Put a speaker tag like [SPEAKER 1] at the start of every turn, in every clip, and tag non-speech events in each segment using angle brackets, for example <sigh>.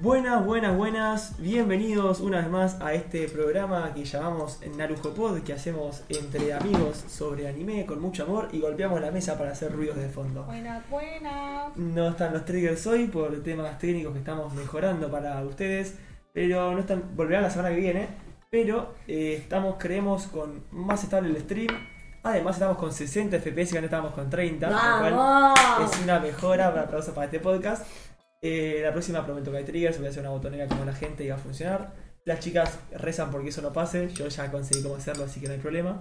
[SPEAKER 1] Buenas, buenas, buenas. Bienvenidos una vez más a este programa que llamamos Narujo Pod, que hacemos entre amigos sobre anime con mucho amor y golpeamos la mesa para hacer ruidos de fondo.
[SPEAKER 2] Buenas, buenas.
[SPEAKER 1] No están los triggers hoy por temas técnicos que estamos mejorando para ustedes, pero no están. Volverán la semana que viene. Pero eh, estamos, creemos, con más estable el stream. Además, estamos con 60 FPS, que antes estábamos con 30, lo cual
[SPEAKER 2] ¡Vamos!
[SPEAKER 1] es una mejora. Un aplauso para este podcast. Eh, la próxima prometo que hay triggers, voy a hacer una botonera como la gente y va a funcionar. Las chicas rezan porque eso no pase, yo ya conseguí cómo hacerlo, así que no hay problema.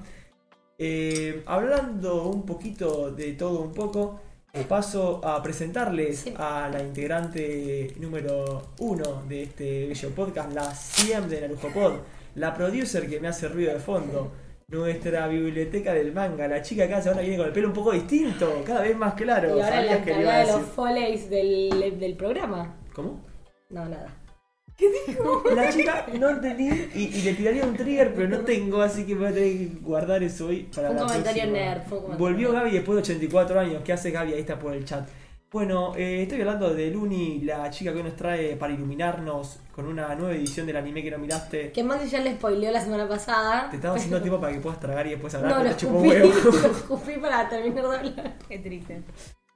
[SPEAKER 1] Eh, hablando un poquito de todo un poco, eh, paso a presentarles
[SPEAKER 2] Sí.
[SPEAKER 1] a la integrante número uno de este bello podcast, la CIEM de Narujo Pod, la producer que me hace ruido de fondo, nuestra biblioteca del manga, la chica que hace ahora viene con el pelo un poco distinto, cada vez más claro.
[SPEAKER 2] Y ahora la
[SPEAKER 1] sabías que le iba a
[SPEAKER 2] encargada de los
[SPEAKER 1] decir.
[SPEAKER 2] follies del, del programa.
[SPEAKER 1] ¿Cómo?
[SPEAKER 2] No, nada.
[SPEAKER 1] La chica no entendí y, y le tiraría un trigger, pero no tengo, así que voy a tener que guardar eso hoy para
[SPEAKER 2] Fue un
[SPEAKER 1] la
[SPEAKER 2] comentario
[SPEAKER 1] próxima.
[SPEAKER 2] nerd, fue un comentario
[SPEAKER 1] Volvió
[SPEAKER 2] nerd.
[SPEAKER 1] Gaby después de 84 años. ¿Qué hace Gaby? Ahí está por el chat. Bueno, eh, estoy hablando de Luni, la chica que hoy nos trae para iluminarnos con una nueva edición del anime que no miraste.
[SPEAKER 2] Que Mandy ya les spoileó la semana pasada.
[SPEAKER 1] Te
[SPEAKER 2] <laughs>
[SPEAKER 1] estaba haciendo tiempo para que puedas tragar y después hablar,
[SPEAKER 2] No, lo
[SPEAKER 1] pero te chupo
[SPEAKER 2] escupí,
[SPEAKER 1] huevo.
[SPEAKER 2] <laughs> lo escupí para terminar de hablar.
[SPEAKER 3] Qué triste.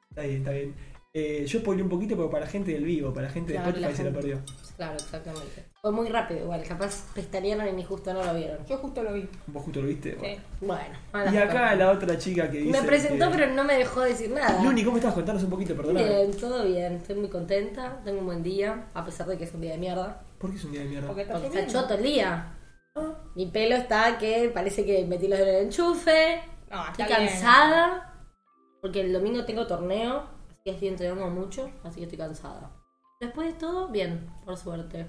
[SPEAKER 1] está bien, está bien. Eh, yo spoilé un poquito, pero para la gente del vivo, para la gente de
[SPEAKER 2] Claro,
[SPEAKER 1] Spotify
[SPEAKER 2] la
[SPEAKER 1] se lo
[SPEAKER 2] gente.
[SPEAKER 1] perdió.
[SPEAKER 2] Claro, exactamente. Fue muy rápido igual, capaz pestañearon y ni justo no lo vieron.
[SPEAKER 3] Yo justo lo vi.
[SPEAKER 1] Vos justo lo viste.
[SPEAKER 3] Sí.
[SPEAKER 1] Bueno.
[SPEAKER 2] <laughs> Bueno, malas
[SPEAKER 1] Y acá
[SPEAKER 2] cosas.
[SPEAKER 1] la otra chica que dice.
[SPEAKER 2] Me presentó
[SPEAKER 1] que-
[SPEAKER 2] pero no me dejó decir nada.
[SPEAKER 1] Luni, ¿cómo estás? Contanos un poquito, perdóname.
[SPEAKER 2] Bien, todo bien, estoy muy contenta, tengo un buen día, a pesar de que es un día de mierda.
[SPEAKER 1] ¿Por qué es un día de mierda?
[SPEAKER 3] Porque está
[SPEAKER 2] Porque está
[SPEAKER 3] lloviendo.
[SPEAKER 2] choto el día.
[SPEAKER 1] Ah,
[SPEAKER 2] Mi pelo está que parece que metí los dedos en el enchufe.
[SPEAKER 3] No, está
[SPEAKER 2] Estoy
[SPEAKER 3] bien.
[SPEAKER 2] cansada. Porque el domingo tengo torneo. Así que estoy entrenando mucho. Así que estoy cansada. Después de todo, bien, por suerte.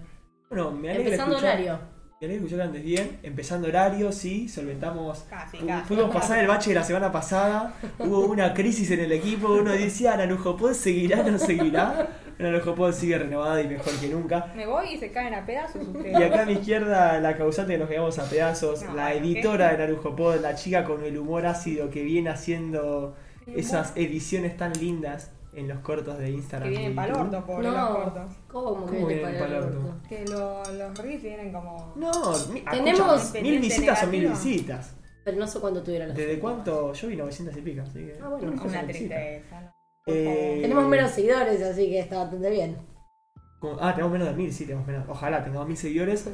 [SPEAKER 1] Bueno, me alegra
[SPEAKER 2] Empezando
[SPEAKER 1] escuchar,
[SPEAKER 2] horario.
[SPEAKER 1] Me alegra escuchar que andes bien. Empezando horario, sí, solventamos.
[SPEAKER 3] Casi,
[SPEAKER 1] Pu-
[SPEAKER 3] casi.
[SPEAKER 1] Pudimos pasar el bache de la semana pasada. Hubo una crisis en el equipo. Uno decía, Narujo Pod seguirá, no seguirá. Narujo Pod sigue renovada y mejor que nunca.
[SPEAKER 3] Me voy y se caen a
[SPEAKER 2] <laughs>
[SPEAKER 3] pedazos
[SPEAKER 1] Y
[SPEAKER 3] ustedes.
[SPEAKER 1] acá a mi izquierda, la causante que nos quedamos a pedazos,
[SPEAKER 3] No,
[SPEAKER 1] la
[SPEAKER 3] ¿qué?
[SPEAKER 1] editora de Narujo Pod, la chica con el humor ácido que viene haciendo esas ediciones tan lindas en los cortos de Instagram.
[SPEAKER 3] Que
[SPEAKER 1] y
[SPEAKER 3] vienen pal
[SPEAKER 1] YouTube.
[SPEAKER 3] orto, pobre, los
[SPEAKER 2] No,
[SPEAKER 3] cortos.
[SPEAKER 2] ¿cómo que
[SPEAKER 1] ¿Cómo
[SPEAKER 2] te
[SPEAKER 1] viene
[SPEAKER 2] para
[SPEAKER 1] para
[SPEAKER 2] el
[SPEAKER 1] el orto?
[SPEAKER 2] orto?
[SPEAKER 3] Que lo- los riffs vienen como.
[SPEAKER 1] No, mi-
[SPEAKER 2] Tenemos-
[SPEAKER 1] escucha, mil visitas son mil
[SPEAKER 3] Negativo.
[SPEAKER 1] visitas.
[SPEAKER 2] Pero no sé cuándo tuvieron los
[SPEAKER 1] ¿Desde
[SPEAKER 2] últimos.
[SPEAKER 1] cuánto? Yo vi 900 y pico, así que.
[SPEAKER 2] Ah, bueno,
[SPEAKER 1] no sé
[SPEAKER 3] Una
[SPEAKER 1] si necesita.
[SPEAKER 3] tristeza. ¿no? Por
[SPEAKER 1] Eh,
[SPEAKER 2] Tenemos menos seguidores, así que está bastante bien.
[SPEAKER 1] como- ah, tenemos menos de 1000, sí, tenemos menos. Ojalá tengamos 1000 seguidores.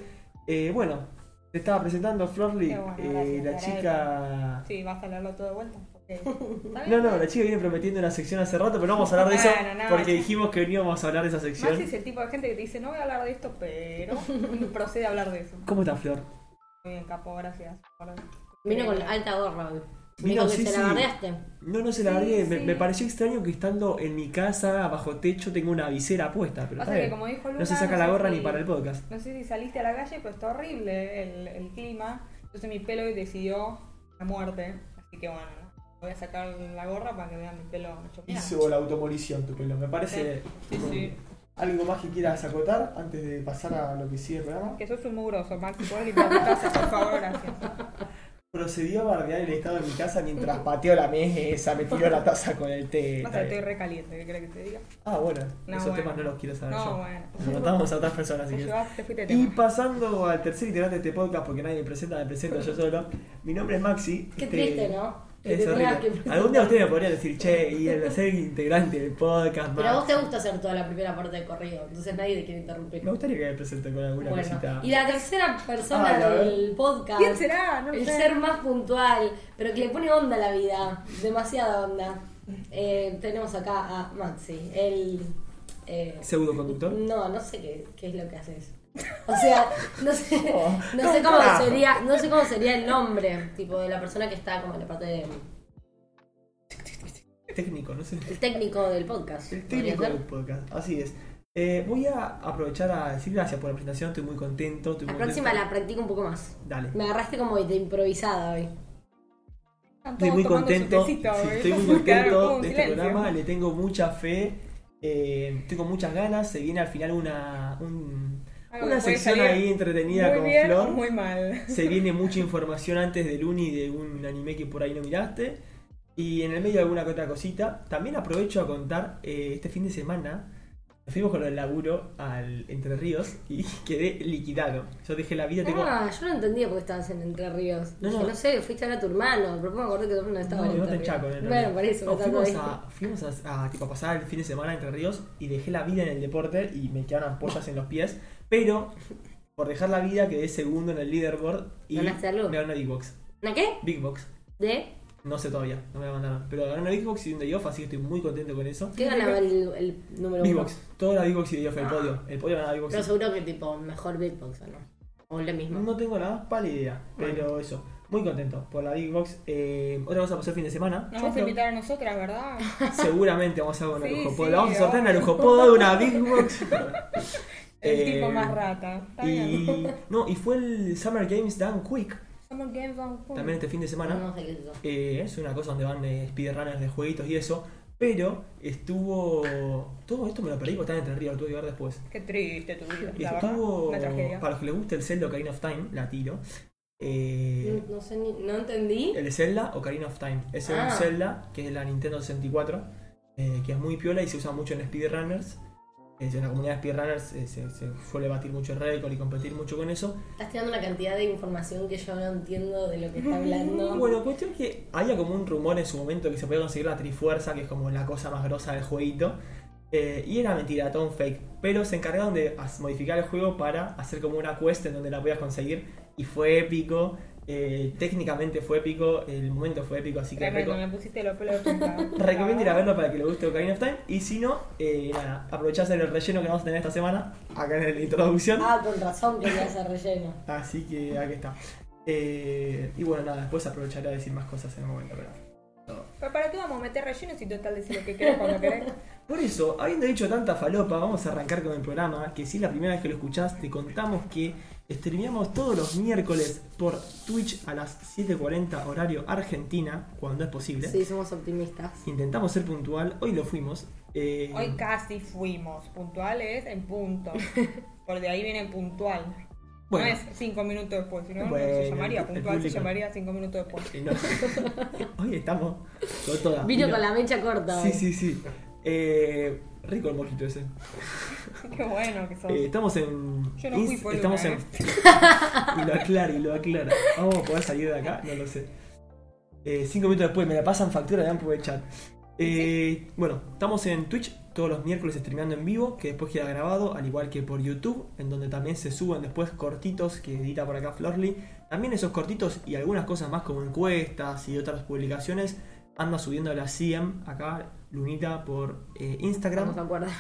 [SPEAKER 1] Eh, bueno, te estaba presentando Florly,
[SPEAKER 3] Qué bueno,
[SPEAKER 1] eh, la
[SPEAKER 3] gracias, te
[SPEAKER 1] chica.
[SPEAKER 3] Sí, vas a hablarlo todo
[SPEAKER 2] <laughs>
[SPEAKER 3] de vuelta. porque- ¿Está bien?
[SPEAKER 1] No, no, la chica viene prometiendo una sección hace rato, pero no vamos a hablar de eso
[SPEAKER 3] Bueno, no,
[SPEAKER 1] porque
[SPEAKER 3] sí.
[SPEAKER 1] dijimos que veníamos a hablar de esa sección.
[SPEAKER 3] Más es el tipo de gente que te dice, no voy a hablar de esto, pero.
[SPEAKER 2] <laughs>
[SPEAKER 3] y procede a hablar de eso.
[SPEAKER 1] ¿Cómo está Flor?
[SPEAKER 3] Muy bien, capo, gracias. por-
[SPEAKER 2] Vino con
[SPEAKER 3] Eh,
[SPEAKER 2] alta gorra hoy.
[SPEAKER 1] Vino,
[SPEAKER 2] Vino que
[SPEAKER 1] sí,
[SPEAKER 2] se
[SPEAKER 1] sí.
[SPEAKER 2] la bardeaste.
[SPEAKER 1] No, no se la
[SPEAKER 3] Sí,
[SPEAKER 1] largué. Me,
[SPEAKER 3] sí.
[SPEAKER 1] me pareció extraño que estando en mi casa, bajo techo, tengo una visera puesta, pero está
[SPEAKER 3] Pasa que
[SPEAKER 1] bien.
[SPEAKER 3] como dijo Luna,
[SPEAKER 1] No se saca la
[SPEAKER 3] sé
[SPEAKER 1] gorra
[SPEAKER 3] si-
[SPEAKER 1] ni para el podcast.
[SPEAKER 3] No sé si saliste a la calle, pero está horrible el, el clima. Entonces mi pelo decidió la muerte. Así que bueno, ¿no? voy a sacar la gorra para que vean mi pelo hecho mierda.
[SPEAKER 1] Hizo la automolición tu pelo, me parece.
[SPEAKER 3] Sí, sí.
[SPEAKER 1] ¿Algo más que quieras acotar antes de pasar a lo que sigue el programa?
[SPEAKER 3] Que sos un mugroso, Maxi. Puedes limpiar tu casa, por
[SPEAKER 1] <laughs>
[SPEAKER 3] favor, gracias.
[SPEAKER 1] Procedió a bardear el estado de mi casa mientras pateó la mesa, me tiró la taza con el té. está
[SPEAKER 3] Pasa que estoy
[SPEAKER 1] bien.
[SPEAKER 3] recaliente, ¿qué crees que te diga?
[SPEAKER 1] Ah, bueno,
[SPEAKER 3] No,
[SPEAKER 1] esos
[SPEAKER 3] bueno.
[SPEAKER 1] temas no los quiero saber
[SPEAKER 3] No,
[SPEAKER 1] yo.
[SPEAKER 3] bueno.
[SPEAKER 1] Nos matamos a otras personas, así
[SPEAKER 3] Te
[SPEAKER 1] que.
[SPEAKER 3] llevaste, te fuiste de
[SPEAKER 1] Y
[SPEAKER 3] tema.
[SPEAKER 1] pasando al tercer integrante de este podcast, porque nadie me presenta, me presento yo solo. Mi nombre es Maxi.
[SPEAKER 2] Qué
[SPEAKER 1] este,
[SPEAKER 2] triste, ¿no? Que
[SPEAKER 1] Es
[SPEAKER 2] te tengas
[SPEAKER 1] horrible.
[SPEAKER 2] que-
[SPEAKER 1] Algún día ustedes me podrían decir, che, y el tercer integrante del podcast,
[SPEAKER 2] Pero a vos
[SPEAKER 1] Maxi.
[SPEAKER 2] te gusta hacer toda la primera parte de corrido, entonces nadie te quiere interrumpir.
[SPEAKER 1] Me gustaría que me presente con alguna
[SPEAKER 2] Bueno,
[SPEAKER 1] cosita.
[SPEAKER 2] y la tercera persona
[SPEAKER 1] Ah, la verdad.
[SPEAKER 2] del podcast,
[SPEAKER 3] ¿Quién será? No lo
[SPEAKER 2] el
[SPEAKER 3] sé.
[SPEAKER 2] ser más puntual, pero que le pone onda a la vida, demasiada onda. Eh, tenemos acá a Maxi, el... eh,
[SPEAKER 1] ¿Pseudo conductor?
[SPEAKER 2] no, no sé qué, qué es lo que haces. O sea, no sé,
[SPEAKER 1] <laughs> Oh,
[SPEAKER 2] no sé
[SPEAKER 1] no,
[SPEAKER 2] cómo
[SPEAKER 1] carajo.
[SPEAKER 2] sería, no sé cómo sería el nombre, tipo de la persona que está como en la parte de,
[SPEAKER 1] Técnico, no sé.
[SPEAKER 2] el técnico del podcast.
[SPEAKER 1] El
[SPEAKER 2] podría
[SPEAKER 1] técnico
[SPEAKER 2] ser.
[SPEAKER 1] del podcast, así es. Eh, voy a aprovechar a decir gracias por la presentación, estoy muy contento. Estoy
[SPEAKER 2] La
[SPEAKER 1] muy
[SPEAKER 2] próxima
[SPEAKER 1] contento.
[SPEAKER 2] la practico un poco más.
[SPEAKER 1] Dale.
[SPEAKER 2] Me agarraste como de improvisada hoy.
[SPEAKER 3] Están
[SPEAKER 1] Estoy
[SPEAKER 3] todos
[SPEAKER 1] muy
[SPEAKER 3] tomando su
[SPEAKER 1] contento,
[SPEAKER 3] tecito,
[SPEAKER 1] sí,
[SPEAKER 3] ¿eh?
[SPEAKER 1] estoy muy
[SPEAKER 3] <laughs> Quedaron como
[SPEAKER 1] contento
[SPEAKER 3] en
[SPEAKER 1] de este
[SPEAKER 3] silencio.
[SPEAKER 1] programa, le tengo mucha fe, eh, estoy con muchas ganas, se viene al final una, un-
[SPEAKER 3] Algo
[SPEAKER 1] una
[SPEAKER 3] que puede
[SPEAKER 1] sección
[SPEAKER 3] salir
[SPEAKER 1] ahí entretenida
[SPEAKER 3] muy
[SPEAKER 1] con
[SPEAKER 3] bien
[SPEAKER 1] Flor.
[SPEAKER 3] o
[SPEAKER 1] <laughs>
[SPEAKER 3] muy mal.
[SPEAKER 1] Se viene mucha información antes del uni de un anime que por ahí no miraste. Y en el medio alguna que otra cosita. También aprovecho a contar eh, este fin de semana. Nos fuimos con el laburo al Entre Ríos y <laughs> quedé liquidado. Yo dejé la vida, tengo...
[SPEAKER 2] Ah, yo no entendía por qué estabas en Entre Ríos.
[SPEAKER 1] No,
[SPEAKER 2] No, Dije,
[SPEAKER 1] no.
[SPEAKER 2] no sé, fuiste a ver a tu hermano, pero me acordé que tu hermano estaba
[SPEAKER 1] No,
[SPEAKER 2] en
[SPEAKER 1] no te
[SPEAKER 2] Entre
[SPEAKER 1] enchaco,
[SPEAKER 2] Ríos.
[SPEAKER 1] no, no,
[SPEAKER 2] bueno,
[SPEAKER 1] no.
[SPEAKER 2] por eso
[SPEAKER 1] No,
[SPEAKER 2] me
[SPEAKER 1] Oh, fuimos
[SPEAKER 2] tardó ahí.
[SPEAKER 1] a, fuimos a, a, tipo, a pasar el fin de semana entre ríos y dejé la vida en el deporte y me quedaron ampollas en los pies, pero por dejar la vida quedé segundo en el leaderboard y
[SPEAKER 2] ¿Ganaste algo?
[SPEAKER 1] me ganó una Big Box.
[SPEAKER 2] ¿Una qué?
[SPEAKER 1] Big Box.
[SPEAKER 2] ¿De?
[SPEAKER 1] No sé todavía, no me la mandaron. Pero ganó una Big Box y un day off, así que estoy muy contento con eso.
[SPEAKER 2] ¿Qué ganaba el, el número
[SPEAKER 1] Big
[SPEAKER 2] uno?
[SPEAKER 1] Box. Toda la Big Box y day off, el podio. El podio ganaba Big Box.
[SPEAKER 2] Pero seguro que tipo, mejor Big Box, ¿o no? O lo mismo.
[SPEAKER 1] No tengo la más pálida idea, pero eso. Muy contento por la Big Box. Eh, otra cosa pasó el fin de semana.
[SPEAKER 3] Nos vas a
[SPEAKER 1] Pero-
[SPEAKER 3] invitar a nosotras, ¿verdad?
[SPEAKER 1] <laughs> Seguramente vamos a hacer un
[SPEAKER 3] Sí,
[SPEAKER 1] Arujo
[SPEAKER 3] sí,
[SPEAKER 1] Podo. Vamos a sortear un
[SPEAKER 3] obvio.
[SPEAKER 1] Arujo Podo, una Big Box.
[SPEAKER 3] <laughs> El
[SPEAKER 1] Eh,
[SPEAKER 3] tipo más rata. Está
[SPEAKER 1] Y,
[SPEAKER 3] bien.
[SPEAKER 1] no, y fue el Summer Games Down Quick,
[SPEAKER 3] Summer Games on Cool.
[SPEAKER 1] también este fin de semana.
[SPEAKER 2] No sé qué es eso.
[SPEAKER 1] Eh, es una cosa donde van eh, speedrunners de jueguitos y eso. Pero estuvo. Todo esto me lo perdí porque estaba en Entre Ríos, lo tuve que ver después.
[SPEAKER 3] Qué triste tu vida.
[SPEAKER 1] Y
[SPEAKER 3] la verdad.
[SPEAKER 1] estuvo.
[SPEAKER 3] Una tragedia.
[SPEAKER 1] Para los que les guste el Zelda Ocarina of Time, la tiro. Eh,
[SPEAKER 2] No, no sé ni, no
[SPEAKER 3] Mm.
[SPEAKER 2] entendí.
[SPEAKER 1] El Zelda Ocarina of Time. Es
[SPEAKER 2] Ah.
[SPEAKER 1] un Zelda que es de la Nintendo 64, eh, que es muy piola y se usa mucho en speedrunners. Es una comunidad de speedrunners, eh, se, se suele batir mucho el récord y competir mucho con eso.
[SPEAKER 2] Estás tirando una cantidad de información que yo no entiendo de lo que está hablando.
[SPEAKER 1] <laughs> Bueno, cuestión que había como un rumor en su momento que se podía conseguir la Trifuerza, que es como la cosa más grosa del jueguito. eh, y era mentira, todo un fake. Pero se encargaron de as- modificar el juego para hacer como una quest en donde la podías conseguir. Y fue épico. eh, técnicamente fue épico. El momento fue épico, así que
[SPEAKER 3] Tremendo,
[SPEAKER 1] reco-
[SPEAKER 3] me pusiste los pelos
[SPEAKER 1] <laughs>
[SPEAKER 3] de punta.
[SPEAKER 1] Recomiendo ir a verlo para que le guste Ocarina of Time. Y si no, eh, nada, aprovechás el relleno que vamos a tener esta semana, acá en la introducción.
[SPEAKER 2] Ah, con razón que me hace relleno.
[SPEAKER 1] Así que aquí está. Eh, y bueno, nada, después aprovecharé a decir más cosas en el momento, pero.
[SPEAKER 3] Pero para qué vamos a meter rellenos y total decir lo que querés cuando querés.
[SPEAKER 1] Por eso, habiendo dicho tanta falopa, vamos a arrancar con el programa, que si es la primera vez que lo escuchás, te contamos que streameamos todos los miércoles por Twitch a las 7.40 horario Argentina, cuando es posible.
[SPEAKER 2] Sí, somos optimistas.
[SPEAKER 1] Intentamos ser puntual, hoy lo fuimos. eh,
[SPEAKER 3] Hoy casi fuimos. Puntuales en punto. Por de ahí viene puntual.
[SPEAKER 1] bueno,
[SPEAKER 3] No es cinco minutos después, sino no
[SPEAKER 1] Bueno,
[SPEAKER 3] se llamaría
[SPEAKER 1] el
[SPEAKER 3] puntual, se
[SPEAKER 1] público.
[SPEAKER 3] llamaría cinco minutos después. <laughs>
[SPEAKER 1] Eh, no. <laughs> Hoy estamos con todas.
[SPEAKER 2] Vino
[SPEAKER 1] Ah, Mira.
[SPEAKER 2] con la mecha corta.
[SPEAKER 1] Sí,
[SPEAKER 2] hoy.
[SPEAKER 1] sí, sí. Eh, rico el mojito ese.
[SPEAKER 3] Qué bueno que sos.
[SPEAKER 1] Eh, estamos en.
[SPEAKER 3] Yo no fui
[SPEAKER 1] Ins-
[SPEAKER 3] por
[SPEAKER 1] Estamos
[SPEAKER 3] una, ¿eh?
[SPEAKER 1] en. <laughs> y lo aclara, y lo aclara. ¿Vamos a poder salir de acá? No lo sé. Eh, cinco minutos después me la pasan factura de Ampu de chat. Eh, Bueno, estamos en Twitch todos los miércoles streameando en vivo, que después queda grabado, al igual que por YouTube, en donde también se suben después cortitos que edita por acá Florly. También esos cortitos y algunas cosas más como encuestas y otras publicaciones anda subiendo la CM acá, Lunita, por eh, Instagram.
[SPEAKER 2] Estamos de acuerdo.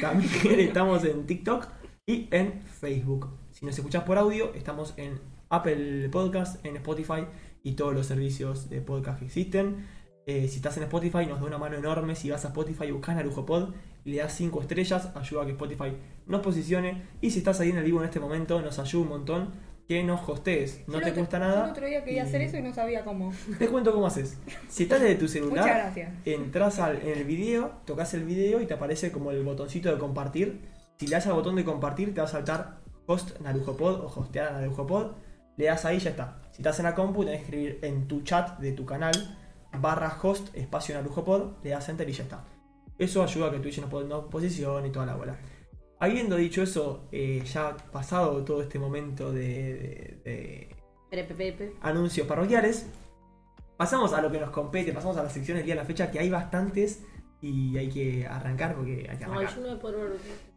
[SPEAKER 1] También <laughs> estamos en TikTok y en Facebook. Si nos escuchás por audio, estamos en Apple Podcast, en Spotify y todos los servicios de podcast que existen. Eh, si estás en Spotify, nos da una mano enorme. Si vas a Spotify, buscas Narujo Pod y le das 5 estrellas, ayuda a que Spotify nos posicione. Y si estás ahí en el vivo en este momento, nos ayuda un montón que nos hostees. No
[SPEAKER 3] Yo el
[SPEAKER 1] te
[SPEAKER 3] otro-
[SPEAKER 1] cuesta
[SPEAKER 3] Yo el
[SPEAKER 1] nada.
[SPEAKER 3] otro día quería
[SPEAKER 1] y-
[SPEAKER 3] hacer eso y no sabía cómo.
[SPEAKER 1] Te cuento cómo haces. Si estás desde tu celular,
[SPEAKER 3] <laughs> Muchas gracias.
[SPEAKER 1] entras al, en el video, tocas el video y te aparece como el botoncito de compartir. Si le das al botón de compartir, te va a saltar host narujopod o hostear narujopod. Le das ahí y ya está. Si estás en la compu, tenés que escribir en tu chat de tu canal barra host espacio narujopod, le das enter y ya está. Eso ayuda a que Twitch nos pon- nos posicione y toda la bola. Habiendo dicho eso, eh, ya pasado todo este momento de- de- de
[SPEAKER 2] Pepe, pepe.
[SPEAKER 1] anuncios parroquiales. Pasamos a lo que nos compete, pasamos a las secciones del día de la fecha, que hay bastantes y hay que arrancar porque hay que
[SPEAKER 2] Ay,
[SPEAKER 1] arrancar.
[SPEAKER 2] yo no voy a poder ver.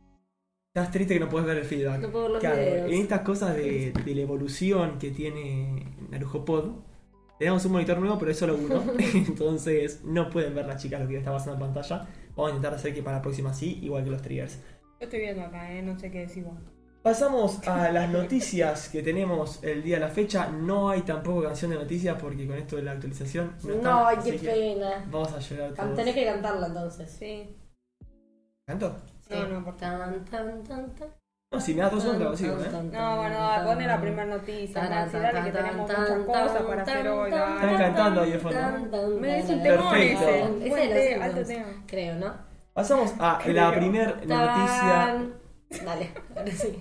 [SPEAKER 1] Estás triste que no puedes ver el feedback.
[SPEAKER 2] No puedo ver los
[SPEAKER 1] Claro,
[SPEAKER 2] videos.
[SPEAKER 1] en estas cosas de, de la evolución que tiene Narujo Pod, tenemos un monitor nuevo, pero es solo uno.
[SPEAKER 2] <laughs>
[SPEAKER 1] Entonces no pueden ver las chicas lo que está pasando en pantalla. Vamos a intentar hacer que para la próxima sí, igual que los triggers.
[SPEAKER 3] Yo estoy viendo acá, ¿eh? no sé qué decís vos.
[SPEAKER 1] Pasamos a
[SPEAKER 2] <laughs>
[SPEAKER 1] las noticias que tenemos el día de la fecha. No hay tampoco canción de noticias porque con esto de la actualización.
[SPEAKER 2] No,
[SPEAKER 1] están,
[SPEAKER 2] ay, qué
[SPEAKER 1] así que-
[SPEAKER 2] pena.
[SPEAKER 1] Vamos a llorar
[SPEAKER 2] Can-
[SPEAKER 1] todos.
[SPEAKER 2] Tenés que cantarla entonces.
[SPEAKER 3] Sí.
[SPEAKER 1] ¿Canto?
[SPEAKER 3] No, no, por
[SPEAKER 2] Tan, tan, tan, tan.
[SPEAKER 1] No, si me das dos horas lo consigo, ¿eh?
[SPEAKER 3] No, bueno, dale, ponle la primera noticia.
[SPEAKER 2] Tarán,
[SPEAKER 3] Maxi, dale que
[SPEAKER 2] tan,
[SPEAKER 3] tenemos
[SPEAKER 2] tan,
[SPEAKER 3] muchas
[SPEAKER 2] tan,
[SPEAKER 3] cosas
[SPEAKER 2] tan,
[SPEAKER 3] para hacer
[SPEAKER 2] tan,
[SPEAKER 3] hoy.
[SPEAKER 2] tan,
[SPEAKER 1] Están
[SPEAKER 3] dale.
[SPEAKER 1] cantando ahí de fondo.
[SPEAKER 2] tan, tan,
[SPEAKER 3] Me es
[SPEAKER 2] tan,
[SPEAKER 3] un
[SPEAKER 2] tan.
[SPEAKER 3] temón
[SPEAKER 1] Perfecto.
[SPEAKER 3] ese.
[SPEAKER 2] Ese
[SPEAKER 3] Buen
[SPEAKER 2] de los
[SPEAKER 3] te- alto
[SPEAKER 2] Simpsons,
[SPEAKER 3] tema.
[SPEAKER 2] Creo, ¿no?
[SPEAKER 1] Pasamos a la primer noticia.
[SPEAKER 2] Tan. Dale, ahora sí.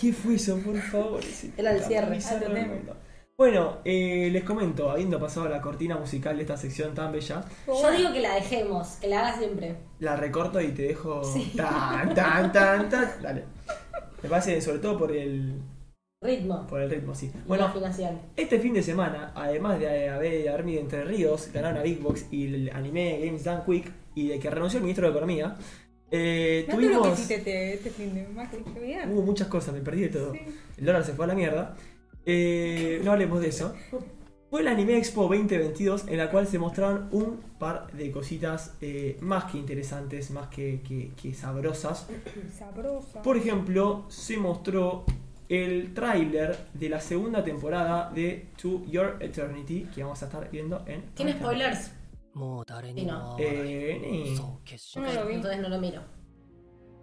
[SPEAKER 1] ¿Qué fue eso, por favor? Es
[SPEAKER 2] Era el
[SPEAKER 1] tan
[SPEAKER 2] cierre.
[SPEAKER 1] bizarro
[SPEAKER 3] Ah,
[SPEAKER 1] del
[SPEAKER 3] tenemos.
[SPEAKER 1] mundo. Bueno, eh, les comento, habiendo pasado la cortina musical de esta sección tan bella,
[SPEAKER 2] Yo digo que la dejemos, que la haga siempre.
[SPEAKER 1] la recorto y te dejo
[SPEAKER 2] Sí.
[SPEAKER 1] tan, tan, tan, tan. Dale. Me parece, sobre todo por el,
[SPEAKER 2] Ritmo.
[SPEAKER 1] por el ritmo, sí.
[SPEAKER 2] y
[SPEAKER 1] Bueno,
[SPEAKER 2] afinación.
[SPEAKER 1] Este fin de semana, además de haber Army de Entre Ríos, ganaron a Big Box y el anime Games Done Quick, y de que renunció el ministro de Economía, eh,
[SPEAKER 3] Mirá todo lo que
[SPEAKER 1] tuvimos.
[SPEAKER 3] hiciste te- este fin de semana, qué bien.
[SPEAKER 1] Hubo muchas cosas, me perdí de todo.
[SPEAKER 3] Sí.
[SPEAKER 1] El dólar se fue a la mierda. Eh, no hablemos de eso. Fue el Anime Expo 2022 en la cual se mostraron un par de cositas eh, más que interesantes, más que, que- que sabrosas.
[SPEAKER 3] Sabrosa.
[SPEAKER 1] Por ejemplo, se mostró el tráiler de la segunda temporada de To Your Eternity, que vamos a estar viendo en...
[SPEAKER 2] Tiene spoilers.
[SPEAKER 4] もう誰にも会わない
[SPEAKER 1] Eh, ni-
[SPEAKER 4] そう決
[SPEAKER 3] よ
[SPEAKER 4] 心
[SPEAKER 3] No lo vi.
[SPEAKER 2] Entonces no lo miro.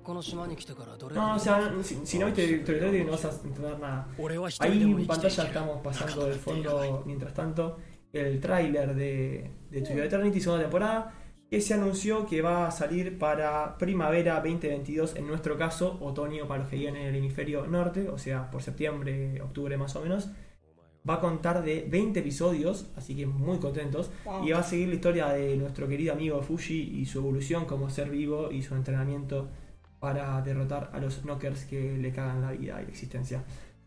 [SPEAKER 4] この島に来てからどれ
[SPEAKER 1] No, o sea, si, si no viste el trailer no vas a entender nada.
[SPEAKER 4] 俺は一人で
[SPEAKER 1] Ahí
[SPEAKER 4] も
[SPEAKER 1] en
[SPEAKER 4] 生きてい
[SPEAKER 1] pantalla
[SPEAKER 4] ける
[SPEAKER 1] estamos pasando del fondo, mientras tanto, el tráiler de, de To Your Eternity, segunda temporada, que se anunció que va a salir para primavera 2022, en nuestro caso, otoño para los que viven en el hemisferio norte, o sea, por septiembre, octubre más o menos. Va a contar de 20 episodios, así que muy contentos.
[SPEAKER 3] Wow.
[SPEAKER 1] Y va a seguir la historia de nuestro querido amigo Fuji y su evolución como ser vivo y su entrenamiento para derrotar a los knockers que le cagan la vida y la existencia.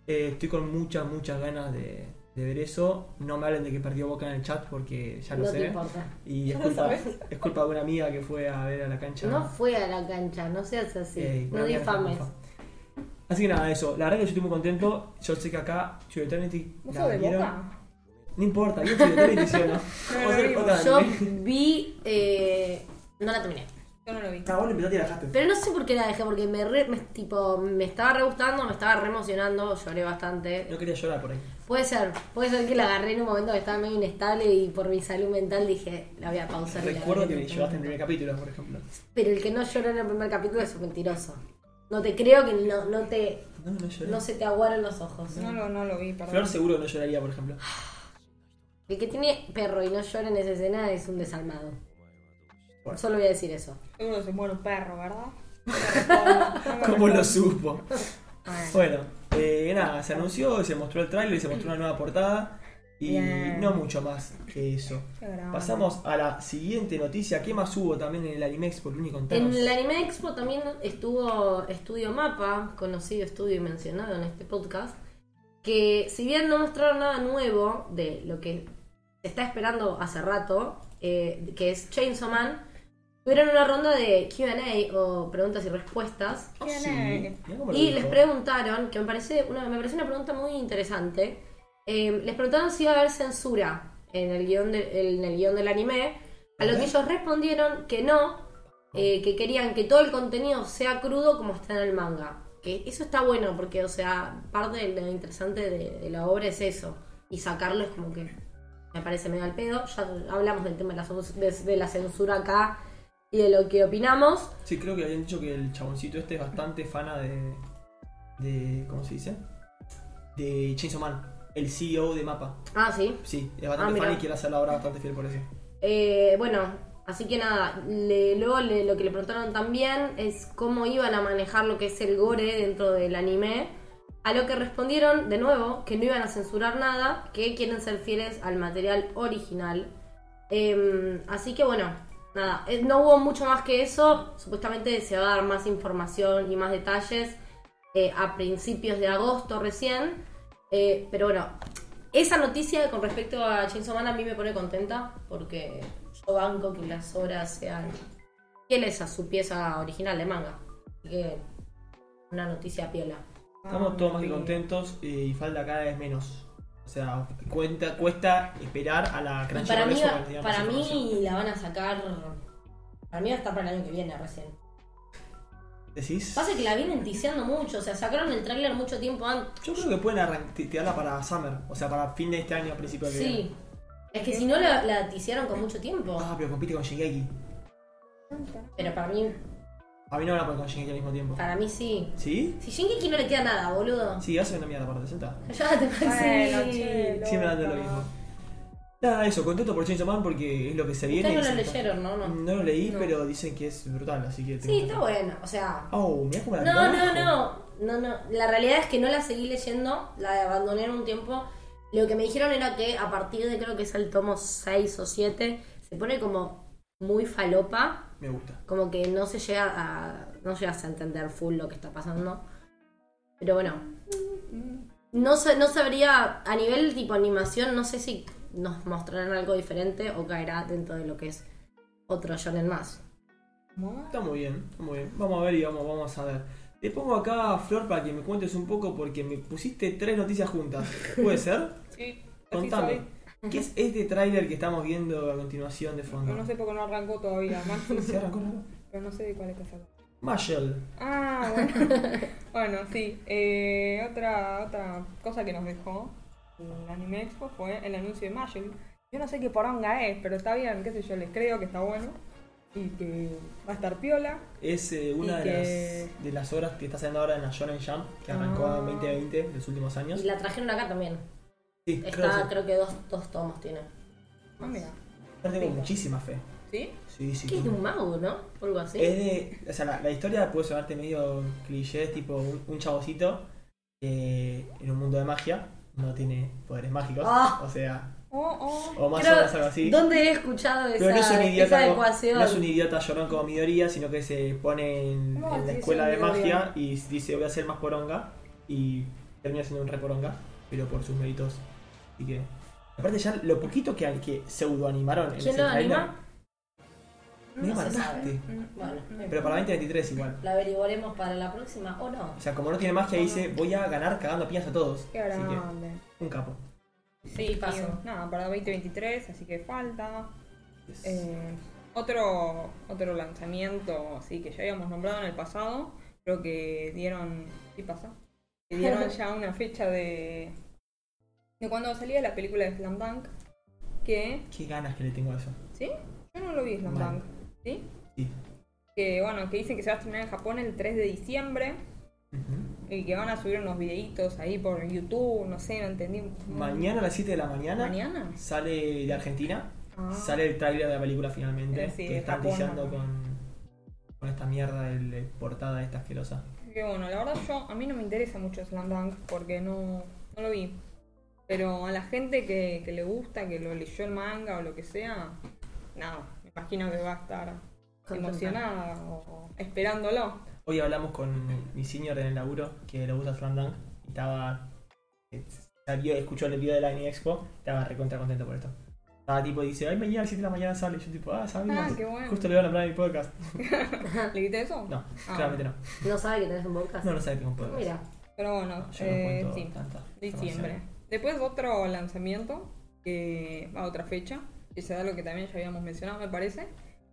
[SPEAKER 1] Eh, estoy con muchas, muchas ganas de, de ver eso. No me hablen de que perdió boca en el chat porque ya lo
[SPEAKER 2] no te
[SPEAKER 1] sé.
[SPEAKER 2] importa.
[SPEAKER 1] Y es
[SPEAKER 3] Ya lo
[SPEAKER 1] culpa,
[SPEAKER 3] sabes.
[SPEAKER 1] <laughs> es culpa de una amiga que fue a ver a la cancha.
[SPEAKER 2] No fue a la cancha, no seas así.
[SPEAKER 1] Eh, una
[SPEAKER 2] no
[SPEAKER 1] amiga que fue a
[SPEAKER 2] difames.
[SPEAKER 1] Mufa. Así que nada, eso. La verdad que yo estoy muy contento. Yo sé que acá, Chivo Eternity.
[SPEAKER 3] ¿Vos
[SPEAKER 1] la
[SPEAKER 3] sos de
[SPEAKER 1] vieron.
[SPEAKER 3] boca?
[SPEAKER 1] No importa, yo Chivo Eternity, sí o no.
[SPEAKER 3] <laughs> No,
[SPEAKER 1] Vos eres
[SPEAKER 3] no,
[SPEAKER 1] otra
[SPEAKER 2] Yo
[SPEAKER 1] anime. <laughs>
[SPEAKER 2] vi. eh, no la terminé.
[SPEAKER 3] Yo no lo vi.
[SPEAKER 1] Ah, vos lo empezaste y la dejaste.
[SPEAKER 2] Pero no sé por qué la dejé, porque me, re- me- tipo, me estaba re gustando, me estaba re emocionando, lloré bastante.
[SPEAKER 1] No quería llorar por ahí.
[SPEAKER 2] Puede ser, puede ser que la agarré en un momento que estaba medio inestable y por mi salud mental dije, la voy a pausar. y la
[SPEAKER 1] Recuerdo
[SPEAKER 2] veré
[SPEAKER 1] que
[SPEAKER 2] en
[SPEAKER 1] me
[SPEAKER 2] otro
[SPEAKER 1] llevaste en el primer
[SPEAKER 2] momento".
[SPEAKER 1] capítulo, por ejemplo.
[SPEAKER 2] Pero el que no lloró en el primer capítulo es un mentiroso. No te creo que no, no te
[SPEAKER 1] No, no lloré.
[SPEAKER 2] no se te aguaron los ojos.
[SPEAKER 3] No lo, no lo vi, perdón.
[SPEAKER 1] Flor seguro no lloraría, por ejemplo.
[SPEAKER 2] El que tiene perro y no llora en esa escena es un desalmado.
[SPEAKER 1] Bueno.
[SPEAKER 2] Solo voy a decir eso.
[SPEAKER 3] Seguro se muere un
[SPEAKER 1] <laughs>
[SPEAKER 3] perro, ¿verdad? No me
[SPEAKER 1] ¿Cómo
[SPEAKER 3] <laughs> recuerdo.
[SPEAKER 1] lo supo?
[SPEAKER 2] Bueno,
[SPEAKER 1] Bueno, eh, nada, se anunció, se mostró el tráiler, se mostró una nueva portada y
[SPEAKER 2] Bien.
[SPEAKER 1] no mucho más que eso.
[SPEAKER 3] Qué grande.
[SPEAKER 1] Pasamos a la siguiente noticia. ¿Qué más hubo también en el Anime Expo, Luni? Contanos.
[SPEAKER 2] en el Anime Expo también estuvo Estudio Mapa, conocido estudio y mencionado en este podcast, que si bien no mostraron nada nuevo de lo que se está esperando hace rato, eh, que es Chainsaw Man, tuvieron una ronda de QA o preguntas y respuestas
[SPEAKER 1] Ah,
[SPEAKER 3] ¿Quién
[SPEAKER 1] sí,
[SPEAKER 3] es?
[SPEAKER 1] mirá cómo lo
[SPEAKER 2] Y
[SPEAKER 1] dijo.
[SPEAKER 2] les preguntaron, que me parece una, me parece una pregunta muy interesante, eh, les preguntaron si iba a haber censura en el guión, de- en el guión del anime, a lo que ellos respondieron que no, eh, que querían que todo el contenido sea crudo como está en el manga. Que eso está bueno porque, o sea, parte de lo interesante de, de la obra es eso. Y sacarlo es como que me parece medio al pedo. Ya hablamos del tema de la, cens- de- de la censura acá y de lo que opinamos.
[SPEAKER 1] Sí, creo que habían dicho que el chaboncito este es bastante fana de. de ¿Cómo se dice? De Chainsaw Man, el CEO de Mapa.
[SPEAKER 2] Ah, sí.
[SPEAKER 1] Sí, es
[SPEAKER 2] Ah,
[SPEAKER 1] bastante
[SPEAKER 2] mirá.
[SPEAKER 1] fan y quiere hacer la obra bastante fiel por eso.
[SPEAKER 2] Eh, bueno, así que nada, le- luego le- lo que le preguntaron también es cómo iban a manejar lo que es el gore dentro del anime. A lo que respondieron de nuevo que no iban a censurar nada, que quieren ser fieles al material original. Em, así que bueno, nada, eh, no hubo mucho más que eso. Supuestamente se va a dar más información y más detalles eh, a principios de agosto recién. Eh, pero bueno, esa noticia con respecto a Chainsaw Man a mí me pone contenta porque yo banco que las obras sean fieles a su pieza original de manga. Así que una noticia piola.
[SPEAKER 1] Estamos todos más que
[SPEAKER 3] Sí.
[SPEAKER 1] contentos eh, y falta cada vez menos. O sea, cuenta, cuesta esperar a la
[SPEAKER 2] Y
[SPEAKER 1] Crunchyroll
[SPEAKER 2] para mí,
[SPEAKER 1] eso que tenga más
[SPEAKER 2] para
[SPEAKER 1] información.
[SPEAKER 2] mí la van a sacar. Para mí va a estar para el año que viene recién.
[SPEAKER 1] ¿Decís?
[SPEAKER 2] Pasa que la vienen ticiando mucho, o sea, sacaron el tráiler mucho tiempo antes.
[SPEAKER 1] Yo creo que pueden arran- ti- tirarla para Summer, o sea, para fin de este año, principio del
[SPEAKER 2] Sí. Es que si no la, la ticiaron con mucho tiempo.
[SPEAKER 1] Ah, pero compite con Shingeki.
[SPEAKER 2] Pero para mí,
[SPEAKER 1] A mí no van a poner con Shingeki al mismo tiempo.
[SPEAKER 2] para mí sí.
[SPEAKER 1] ¿Sí?
[SPEAKER 2] Si Shingeki no le queda nada, boludo.
[SPEAKER 1] Sí, hace una mierda para senta.
[SPEAKER 2] Ya te
[SPEAKER 3] Bueno,
[SPEAKER 2] sí.
[SPEAKER 3] che,
[SPEAKER 1] Siempre hace lo
[SPEAKER 3] loca.
[SPEAKER 1] mismo. Nada, eso, contento por Chainsaw Man porque es lo que se viene.
[SPEAKER 2] Ustedes no
[SPEAKER 1] y
[SPEAKER 2] lo
[SPEAKER 1] se-
[SPEAKER 2] leyeron, ¿no? No.
[SPEAKER 1] No lo leí,
[SPEAKER 2] No.
[SPEAKER 1] pero dicen que es brutal, así que...
[SPEAKER 2] Sí, está bueno, o sea.
[SPEAKER 1] Oh, mirá cómo la
[SPEAKER 2] No, no,
[SPEAKER 1] conozco.
[SPEAKER 2] no. No, no. La realidad es que no la seguí leyendo, la abandoné en un tiempo. Lo que me dijeron era que a partir de creo que es el tomo 6 o 7, se pone como muy falopa,
[SPEAKER 1] Me gusta.
[SPEAKER 2] como que no se llega a no llegas a entender full lo que está pasando pero bueno no sa- no sabría a nivel tipo animación no sé si nos mostrarán algo diferente o caerá dentro de lo que es otro shonen más
[SPEAKER 3] ¿Cómo?
[SPEAKER 1] Está muy bien, está muy bien. Vamos a ver y vamos, vamos a ver. Te pongo acá, Flor, para que me cuentes un poco porque me pusiste tres noticias juntas. ¿Puede ser?
[SPEAKER 3] Sí, así
[SPEAKER 1] Contame.
[SPEAKER 3] soy.
[SPEAKER 1] ¿Qué es este tráiler que estamos viendo a continuación de
[SPEAKER 3] No,
[SPEAKER 1] fondo?
[SPEAKER 3] no sé por qué no arrancó todavía, <laughs> Max,
[SPEAKER 1] ¿Se arrancó algo?
[SPEAKER 3] pero no sé de cuál está sacando.
[SPEAKER 1] Mashell.
[SPEAKER 3] Ah,
[SPEAKER 1] <laughs>
[SPEAKER 3] bueno. bueno, sí. Eh, otra, otra cosa que nos dejó el Anime Expo fue el anuncio de Magic. Yo no sé qué poronga es, pero está bien, qué sé yo, les creo que está bueno. Y que va a estar piola.
[SPEAKER 1] Es eh, una
[SPEAKER 3] Y
[SPEAKER 1] de, las, de las obras que está saliendo ahora en la Shonen Jump, que arrancó
[SPEAKER 3] Ah.
[SPEAKER 1] en 2020, en los últimos años.
[SPEAKER 2] y la trajeron acá también
[SPEAKER 1] Sí, creo que
[SPEAKER 2] está
[SPEAKER 1] sí.
[SPEAKER 2] creo que dos, dos tomos tiene
[SPEAKER 3] Ah, mira.
[SPEAKER 1] Yo tengo muchísima fe.
[SPEAKER 3] ¿Sí?
[SPEAKER 1] Sí, sí.
[SPEAKER 2] que es de
[SPEAKER 1] tengo-
[SPEAKER 2] un mago no O algo así
[SPEAKER 1] Es de. O sea, la, la historia puede sonarte medio cliché, es tipo un, un chabocito que en un mundo de magia no tiene poderes mágicos.
[SPEAKER 2] Ah.
[SPEAKER 1] O sea,
[SPEAKER 3] Oh, oh.
[SPEAKER 1] o más
[SPEAKER 2] Creo-
[SPEAKER 1] o menos algo así.
[SPEAKER 2] dónde he escuchado esa,
[SPEAKER 1] Pero no es un
[SPEAKER 2] esa
[SPEAKER 1] idiota. como-
[SPEAKER 2] ecuación
[SPEAKER 1] No es un idiota llorón como Midoriya, sino que se pone en,
[SPEAKER 3] No,
[SPEAKER 1] en la
[SPEAKER 3] sí,
[SPEAKER 1] escuela
[SPEAKER 3] sí,
[SPEAKER 1] de
[SPEAKER 3] Midoriya.
[SPEAKER 1] magia y dice voy a ser más poronga. Y termina siendo un reporonga, pero por sus méritos. Así que. Aparte ya lo poquito que, que pseudo animaron en
[SPEAKER 2] quién
[SPEAKER 1] ese
[SPEAKER 2] lo
[SPEAKER 1] trailer,
[SPEAKER 2] anima
[SPEAKER 1] me
[SPEAKER 2] No se
[SPEAKER 1] mataste.
[SPEAKER 2] bueno
[SPEAKER 1] Pero para 2023 igual.
[SPEAKER 2] la averiguaremos para la próxima o no
[SPEAKER 1] O sea, como no tiene magia, dice, voy a ganar cagando a piñas a todos.
[SPEAKER 3] Qué
[SPEAKER 1] Así que,
[SPEAKER 3] grande.
[SPEAKER 1] un capo.
[SPEAKER 2] Sí, paso.
[SPEAKER 3] Y, Nada, para 2023, así que falta.
[SPEAKER 1] Es-
[SPEAKER 3] Eh, otro, otro lanzamiento así que ya habíamos nombrado en el pasado, creo que dieron. ¿Qué pasa? Que dieron ya una fecha de. de cuando salía la película de Slam Dunk. Que.
[SPEAKER 1] Qué ganas que le tengo a eso.
[SPEAKER 3] ¿Sí? Yo no lo vi Slam
[SPEAKER 1] Mal.
[SPEAKER 3] Dunk. ¿Sí?
[SPEAKER 1] Sí.
[SPEAKER 3] Que bueno, que dicen que se va a estrenar en Japón el 3 de diciembre.
[SPEAKER 1] Ujú.
[SPEAKER 3] Y que van a subir unos videitos ahí por YouTube, no sé, no entendí.
[SPEAKER 1] Mañana a las 7 de la mañana
[SPEAKER 3] ¿Mañana?
[SPEAKER 1] sale de Argentina.
[SPEAKER 3] Ah.
[SPEAKER 1] Sale el tráiler de la película finalmente.
[SPEAKER 3] Eh, sí,
[SPEAKER 1] que están
[SPEAKER 3] Japón,
[SPEAKER 1] diciendo
[SPEAKER 3] Japón.
[SPEAKER 1] con, con esta mierda de de portada esta asquerosa.
[SPEAKER 3] Que bueno, la verdad yo a mí no me interesa mucho Slam Dunk porque no, no lo vi. Pero a la gente que, que le gusta, que lo leyó el manga o lo que sea, nada, me imagino que va a estar
[SPEAKER 2] Contenta.
[SPEAKER 3] emocionada o, o esperándolo.
[SPEAKER 1] Hoy hablamos con mi senior en el laburo que le gusta Slam Dunk. Y estaba. eh, Salió, escuchó el video de la Anime Expo. Estaba recontra contento por esto. Estaba tipo, dice, ay, mañana a las 7 de la mañana sale. Yo, tipo, ah,
[SPEAKER 3] Ah,
[SPEAKER 1] sabemos.
[SPEAKER 3] qué bueno.
[SPEAKER 1] Justo le voy a nombrar en mi podcast.
[SPEAKER 3] ¿Le viste eso?
[SPEAKER 1] No,
[SPEAKER 3] Ah.
[SPEAKER 1] claramente no.
[SPEAKER 2] No sabe que tenés un podcast.
[SPEAKER 1] No lo sabe que es un podcast.
[SPEAKER 2] Mira,
[SPEAKER 3] Pero bueno,
[SPEAKER 1] Yo no
[SPEAKER 3] eh,
[SPEAKER 1] cuento
[SPEAKER 3] sí,
[SPEAKER 1] tanta
[SPEAKER 3] diciembre.
[SPEAKER 1] información.
[SPEAKER 3] Después otro lanzamiento, que a otra fecha, que se da lo que también ya habíamos mencionado, me parece.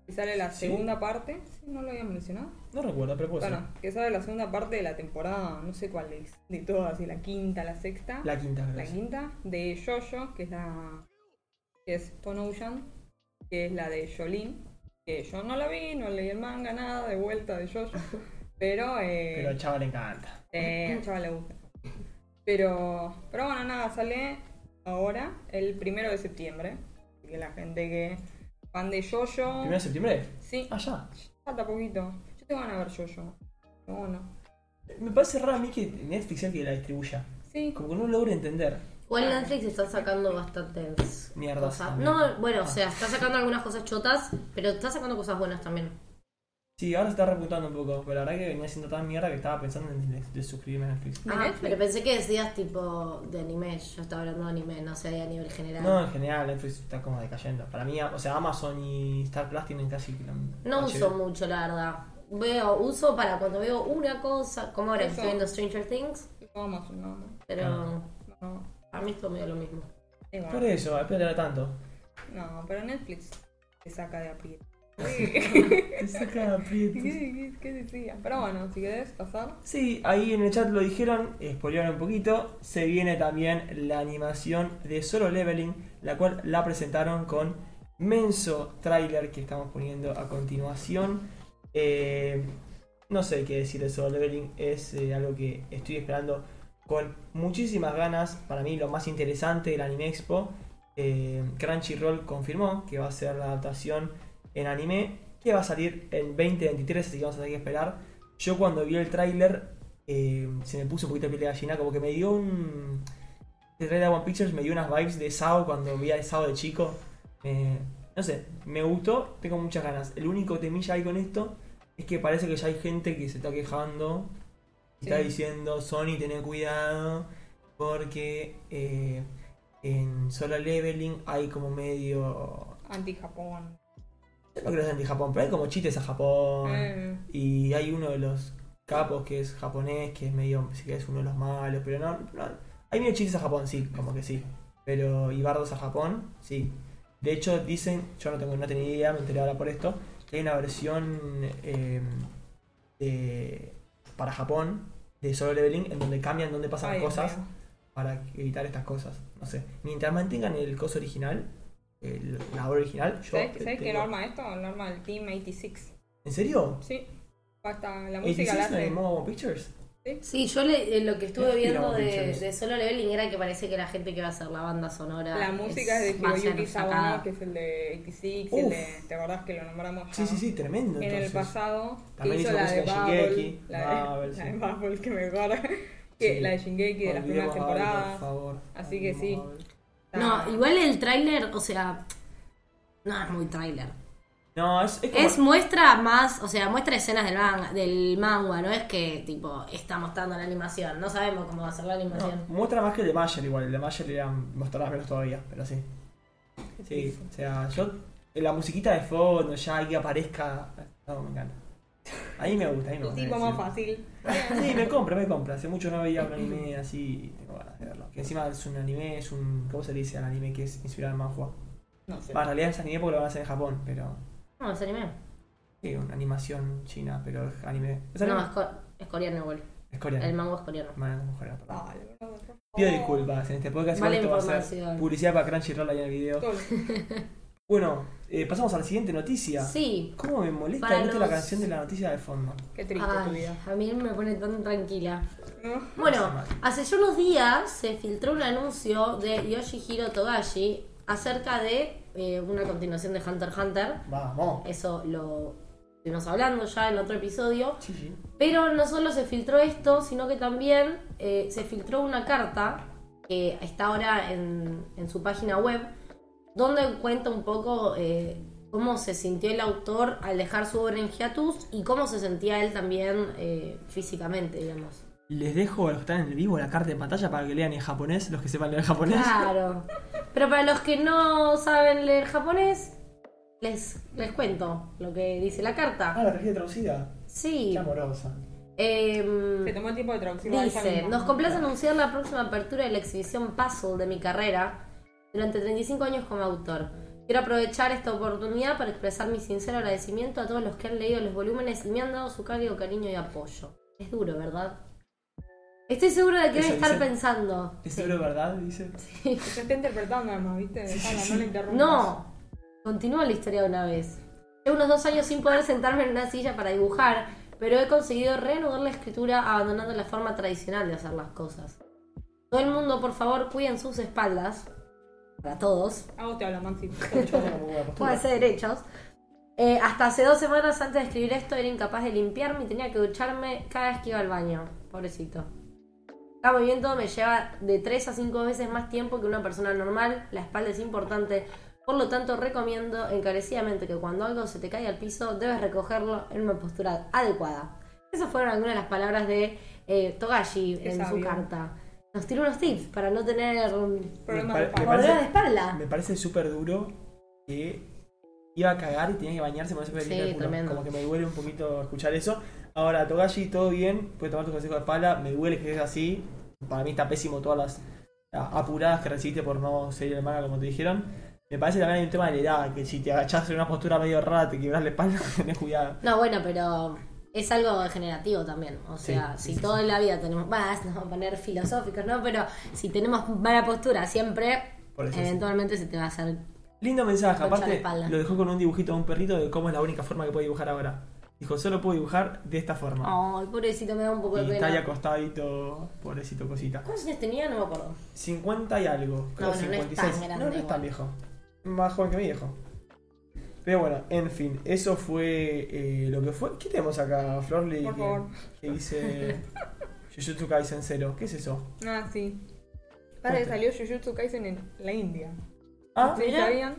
[SPEAKER 3] Que sale la
[SPEAKER 1] Sí.
[SPEAKER 3] segunda parte, ¿Sí? ¿no lo habíamos mencionado?
[SPEAKER 1] No recuerdo, pero puede ser.
[SPEAKER 3] Bueno, que sale la segunda parte de la temporada, no sé cuál es, de todas, si la quinta, la sexta, la,
[SPEAKER 1] La quinta, creo. que sí.
[SPEAKER 3] quinta, de Jojo, que es la. que es Stone Ocean, que es la de Jolene, que yo no la vi, no leí el manga, nada, de vuelta de
[SPEAKER 1] <laughs>
[SPEAKER 3] Jojo, pero. Eh,
[SPEAKER 1] Pero al chaval le encanta.
[SPEAKER 3] eh, al chaval le gusta. Pero, pero bueno, nada, sale ahora, el primero de septiembre, así que la gente que. fan de Jojo.
[SPEAKER 1] ¿Primero de septiembre?
[SPEAKER 3] Sí,
[SPEAKER 1] Ah, ya.
[SPEAKER 3] falta poquito. Yo te van a ver Jojo. Pero bueno.
[SPEAKER 1] Me parece raro a mí que Netflix sea el que la distribuya.
[SPEAKER 3] Sí,
[SPEAKER 1] Como que no logro entender.
[SPEAKER 2] igual Netflix está sacando bastantes
[SPEAKER 1] Mierdas
[SPEAKER 2] cosas.
[SPEAKER 1] también.
[SPEAKER 2] No, bueno,
[SPEAKER 1] Ah.
[SPEAKER 2] o sea, está sacando algunas cosas chotas, pero está sacando cosas buenas también.
[SPEAKER 1] Sí, ahora se está repuntando un poco, pero la verdad que venía siendo tan mierda que estaba pensando en de, de suscribirme a Netflix.
[SPEAKER 3] ¿De
[SPEAKER 2] Ah,
[SPEAKER 3] Netflix?
[SPEAKER 2] pero pensé que decías tipo de anime. Yo estaba hablando de anime, no sé, a nivel general.
[SPEAKER 1] No, en general Netflix está como decayendo. Para mí, o sea, Amazon y Star Plus tienen casi... la-
[SPEAKER 2] No
[SPEAKER 1] HBO.
[SPEAKER 2] uso mucho, la verdad. Veo, uso para cuando veo una cosa, como ahora que
[SPEAKER 3] Eso.
[SPEAKER 2] estoy viendo Stranger Things,
[SPEAKER 3] vamos, no, no.
[SPEAKER 2] pero
[SPEAKER 1] Ah.
[SPEAKER 3] No,
[SPEAKER 2] a mí es medio lo mismo.
[SPEAKER 3] eh,
[SPEAKER 1] Por e-
[SPEAKER 3] bueno,
[SPEAKER 1] eso, espera tanto.
[SPEAKER 3] no, pero Netflix te saca
[SPEAKER 1] <laughs>
[SPEAKER 3] de aprieto. <laughs>
[SPEAKER 1] Te saca
[SPEAKER 3] ¿Qué,
[SPEAKER 1] aprietos.
[SPEAKER 3] qué, qué decía? Pero bueno, si querés pasar.
[SPEAKER 1] Sí, ahí en el chat lo dijeron, spoilearon un poquito. Se viene también la animación de Solo Leveling, la cual la presentaron con menso trailer que estamos poniendo a continuación. Eh, no sé qué decir de Solo Leveling, es eh, algo que estoy esperando con muchísimas ganas. Para mí, lo más interesante del Anime Expo. Eh, Crunchyroll confirmó que va a ser la adaptación en anime que va a salir en 2023, así que vamos a tener que esperar. Yo cuando vi el tráiler eh, se me puso un poquito de piel de gallina, como que me dio un... el trailer de One Pictures me dio unas vibes de Sao cuando vi a Sao de chico. Me- no sé, me gustó, tengo muchas ganas. El único temilla ahí con esto es que parece que ya hay gente que se está quejando, que está
[SPEAKER 3] Sí.
[SPEAKER 1] diciendo, Sony, tené cuidado, porque eh, en Solo Leveling hay como medio...
[SPEAKER 3] Anti-Japón.
[SPEAKER 1] Yo no creo que sea anti-Japón, pero hay como chistes a Japón.
[SPEAKER 3] Eh,
[SPEAKER 1] Y hay uno de los capos que es japonés, que es medio, sí que es uno de los malos, pero no, no- hay medio chistes a Japón, sí, como que sí. Pero y bardos a Japón, sí. De hecho dicen, yo no tengo, no tenía idea, me enteré ahora por esto, que hay una versión eh, de- para Japón de Solo Leveling en donde cambian donde pasan
[SPEAKER 3] ay, Dios
[SPEAKER 1] cosas
[SPEAKER 3] mío.
[SPEAKER 1] para evitar estas cosas. No sé. Mientras mantengan el coso original, el- la obra original, yo.
[SPEAKER 3] ¿Sabes,
[SPEAKER 1] te-
[SPEAKER 3] sabes qué
[SPEAKER 1] tengo-
[SPEAKER 3] lo arma esto? Lo arma el Team 86.
[SPEAKER 1] ¿En serio?
[SPEAKER 3] Sí. Hasta la música la
[SPEAKER 1] ¿86
[SPEAKER 3] hace.
[SPEAKER 1] animó One Pictures?
[SPEAKER 2] Sí, yo le- eh, lo que estuve
[SPEAKER 1] Respira,
[SPEAKER 2] viendo de,
[SPEAKER 1] Pictures.
[SPEAKER 2] de Solo Leveling era que parece que la gente que va a hacer la banda sonora.
[SPEAKER 3] La música es, de
[SPEAKER 2] Ah, más
[SPEAKER 3] Hiroyuki
[SPEAKER 2] sacada.
[SPEAKER 3] Sawano, que es el de 86, el
[SPEAKER 1] Uf.
[SPEAKER 3] de, ¿te acordás que lo nombramos ya?
[SPEAKER 1] Sí, sí, sí, tremendo.
[SPEAKER 3] En el
[SPEAKER 1] entonces.
[SPEAKER 3] pasado, que
[SPEAKER 1] También
[SPEAKER 3] hizo
[SPEAKER 1] hizo
[SPEAKER 3] la de
[SPEAKER 1] música de
[SPEAKER 3] Bubble,
[SPEAKER 1] Shingeki,
[SPEAKER 3] la de,
[SPEAKER 1] Bubble,
[SPEAKER 3] <laughs> la
[SPEAKER 1] sí.
[SPEAKER 3] de Bubble, que me acuerdo, <laughs> que
[SPEAKER 1] Sí.
[SPEAKER 3] la de Shingeki de las
[SPEAKER 1] Olvidemos a
[SPEAKER 3] primeras
[SPEAKER 1] Abel, por
[SPEAKER 3] temporadas.
[SPEAKER 1] favor.
[SPEAKER 3] Así que
[SPEAKER 1] Olvidemos
[SPEAKER 3] sí.
[SPEAKER 1] a Abel.
[SPEAKER 3] Ah.
[SPEAKER 2] No, igual el tráiler, o sea, no es muy tráiler.
[SPEAKER 1] No, es, es como-
[SPEAKER 2] Es muestra más, o sea, muestra escenas del manga, del manga, no es que tipo está mostrando la animación, no sabemos cómo va a ser la
[SPEAKER 1] no,
[SPEAKER 2] animación.
[SPEAKER 1] muestra más que el de Mayer igual. El de Mayer era mostrarás menos todavía, pero sí. Sí, o sea, yo. eh, La musiquita de fondo, ya ahí que aparezca. No, me encanta. A mí me gusta, a mí me
[SPEAKER 3] Un
[SPEAKER 1] gusta.
[SPEAKER 3] tipo
[SPEAKER 1] sí.
[SPEAKER 3] más fácil.
[SPEAKER 1] Sí, me compra, me compra. Hace mucho no veía un anime así y tengo ganas de verlo. Que encima es un anime, es un. ¿Cómo se le dice al anime que es inspirado en manhua?
[SPEAKER 3] No sé.
[SPEAKER 1] Va, en realidad es anime porque lo van a hacer en Japón, pero.
[SPEAKER 2] No, es anime.
[SPEAKER 1] Sí, una animación china, pero es anime. ¿Es anime?
[SPEAKER 2] No, es, co- es coreano igual.
[SPEAKER 1] Es coreano.
[SPEAKER 2] El manga es coreano.
[SPEAKER 1] Bueno, no, mejor la palabra.
[SPEAKER 3] Ay, boludo, por favor.
[SPEAKER 1] Pido disculpas en este podcast.
[SPEAKER 2] Mala
[SPEAKER 1] igual esto va a ser
[SPEAKER 2] información.
[SPEAKER 1] publicidad para Crunchyroll ahí en el video.
[SPEAKER 3] Todo.
[SPEAKER 1] Bueno, eh, pasamos a la siguiente noticia.
[SPEAKER 2] Sí.
[SPEAKER 1] ¿Cómo me molesta
[SPEAKER 2] Para
[SPEAKER 1] esto
[SPEAKER 2] los-
[SPEAKER 1] la canción de la noticia de fondo?
[SPEAKER 3] Qué triste tu
[SPEAKER 2] Ay,
[SPEAKER 3] vida.
[SPEAKER 2] a mí me pone tan tranquila.
[SPEAKER 3] ¿No?
[SPEAKER 2] Bueno, hace ya unos días se filtró un anuncio de Yoshihiro Togashi acerca de eh, una continuación de Hunter x Hunter.
[SPEAKER 1] Vamos.
[SPEAKER 2] Eso lo estuvimos hablando ya en otro episodio.
[SPEAKER 1] Sí, sí.
[SPEAKER 2] Pero no solo se filtró esto, sino que también eh, se filtró una carta que está ahora en, en su página web, donde cuenta un poco eh, cómo se sintió el autor al dejar su obra en hiatus y cómo se sentía él también eh, físicamente, digamos.
[SPEAKER 1] Les dejo a los que están en el vivo la carta de pantalla para que lean en japonés, los que sepan leer japonés.
[SPEAKER 2] Claro. <laughs> Pero para los que no saben leer japonés, les, les cuento lo que dice la carta.
[SPEAKER 1] Ah, la tarjeta traducida.
[SPEAKER 2] Sí.
[SPEAKER 1] amorosa.
[SPEAKER 2] em,
[SPEAKER 3] Se tomó el tiempo de traducir.
[SPEAKER 2] Dice, nos complace anunciar la próxima apertura de la exhibición Puzzle de mi carrera durante 35 años como autor. Quiero aprovechar esta oportunidad para expresar mi sincero agradecimiento a todos los que han leído los volúmenes y me han dado su cargo, cariño y apoyo. Es duro, ¿verdad? Estoy segura de que
[SPEAKER 1] Eso
[SPEAKER 2] debe estar
[SPEAKER 1] dice.
[SPEAKER 2] pensando.
[SPEAKER 1] ¿Es seguro verdad? Dice.
[SPEAKER 3] Se está interpretando además, ¿viste? Dejala, no le interrumpas.
[SPEAKER 2] No, continúa la historia de una vez. Llevo unos dos años sin poder sentarme en una silla para dibujar, pero he conseguido reanudar la escritura abandonando la forma tradicional de hacer las cosas. Todo el mundo, por favor, cuiden sus espaldas. Para todos.
[SPEAKER 3] A vos te habla, Mansi.
[SPEAKER 1] <laughs>
[SPEAKER 2] Pueden ser derechos. Eh, hasta hace dos semanas antes de escribir esto era incapaz de limpiarme y tenía que ducharme cada vez que iba al baño. Pobrecito. Cada movimiento me lleva de 3 a 5 veces más tiempo que una persona normal. La espalda es importante. Por lo tanto, recomiendo encarecidamente que cuando algo se te caiga al piso, debes recogerlo en una postura adecuada. Esas fueron algunas de las palabras de eh, Togashi
[SPEAKER 3] Qué
[SPEAKER 2] en su
[SPEAKER 3] sabio.
[SPEAKER 2] carta. Nos tiró unos tips para no tener mm,
[SPEAKER 3] Problema
[SPEAKER 1] Me
[SPEAKER 3] de
[SPEAKER 1] pare- me
[SPEAKER 3] fama.
[SPEAKER 2] dolores de espalda.
[SPEAKER 1] Me parece súper duro que iba a cagar y tenía que bañarse con ese pelito
[SPEAKER 2] Sí,
[SPEAKER 1] del culo.
[SPEAKER 2] tremendo.
[SPEAKER 1] Como que me duele un poquito escuchar eso. Ahora, Togashi, todo bien, puede tomar tu consejo de espalda. Me duele que es así. Para mí está pésimo todas las a- apuradas que recibiste por no seguir el manga, como te dijeron. Me parece también hay un tema de la edad, que si te agachás en una postura medio rara, te quebrás la espalda, <laughs> tenés cuidado.
[SPEAKER 2] No, bueno, pero es algo degenerativo también. O
[SPEAKER 1] Sí,
[SPEAKER 2] sea,
[SPEAKER 1] sí,
[SPEAKER 2] si
[SPEAKER 1] sí,
[SPEAKER 2] toda la vida tenemos. Bah, nos vamos a poner filosóficos, ¿no? Pero si tenemos mala postura siempre,
[SPEAKER 1] Por eso sí.
[SPEAKER 2] eventualmente se te va a hacer.
[SPEAKER 1] Lindo mensaje,
[SPEAKER 2] Concha la
[SPEAKER 1] aparte
[SPEAKER 2] espalda.
[SPEAKER 1] lo dejó con un dibujito de un perrito de cómo es la única forma que puede dibujar ahora. Dijo, solo puedo dibujar de esta
[SPEAKER 2] Ay,
[SPEAKER 1] forma.
[SPEAKER 2] pobrecito, me da un poco
[SPEAKER 1] y
[SPEAKER 2] de
[SPEAKER 1] está ahí
[SPEAKER 2] Oh, pena.
[SPEAKER 1] acostadito, pobrecito cosita.
[SPEAKER 2] ¿Cuántos años tenía? No me acuerdo.
[SPEAKER 1] 50 y algo, creo
[SPEAKER 2] bueno, no es tan
[SPEAKER 1] 56.
[SPEAKER 2] grande
[SPEAKER 1] no, no es
[SPEAKER 2] igual.
[SPEAKER 1] tan viejo. Más joven que mi viejo. Pero bueno, en fin, eso fue eh, lo que fue. ¿Qué tenemos acá, Florly?
[SPEAKER 3] Por
[SPEAKER 1] que,
[SPEAKER 3] favor. <laughs>
[SPEAKER 1] que dice Jujutsu Kaisen 0. ¿Qué es eso?
[SPEAKER 3] Ah, sí. Para que
[SPEAKER 1] Justo.
[SPEAKER 3] salió Jujutsu Kaisen en la India.
[SPEAKER 1] Ah,
[SPEAKER 3] ¿Sí
[SPEAKER 2] Mirá.
[SPEAKER 3] sabían?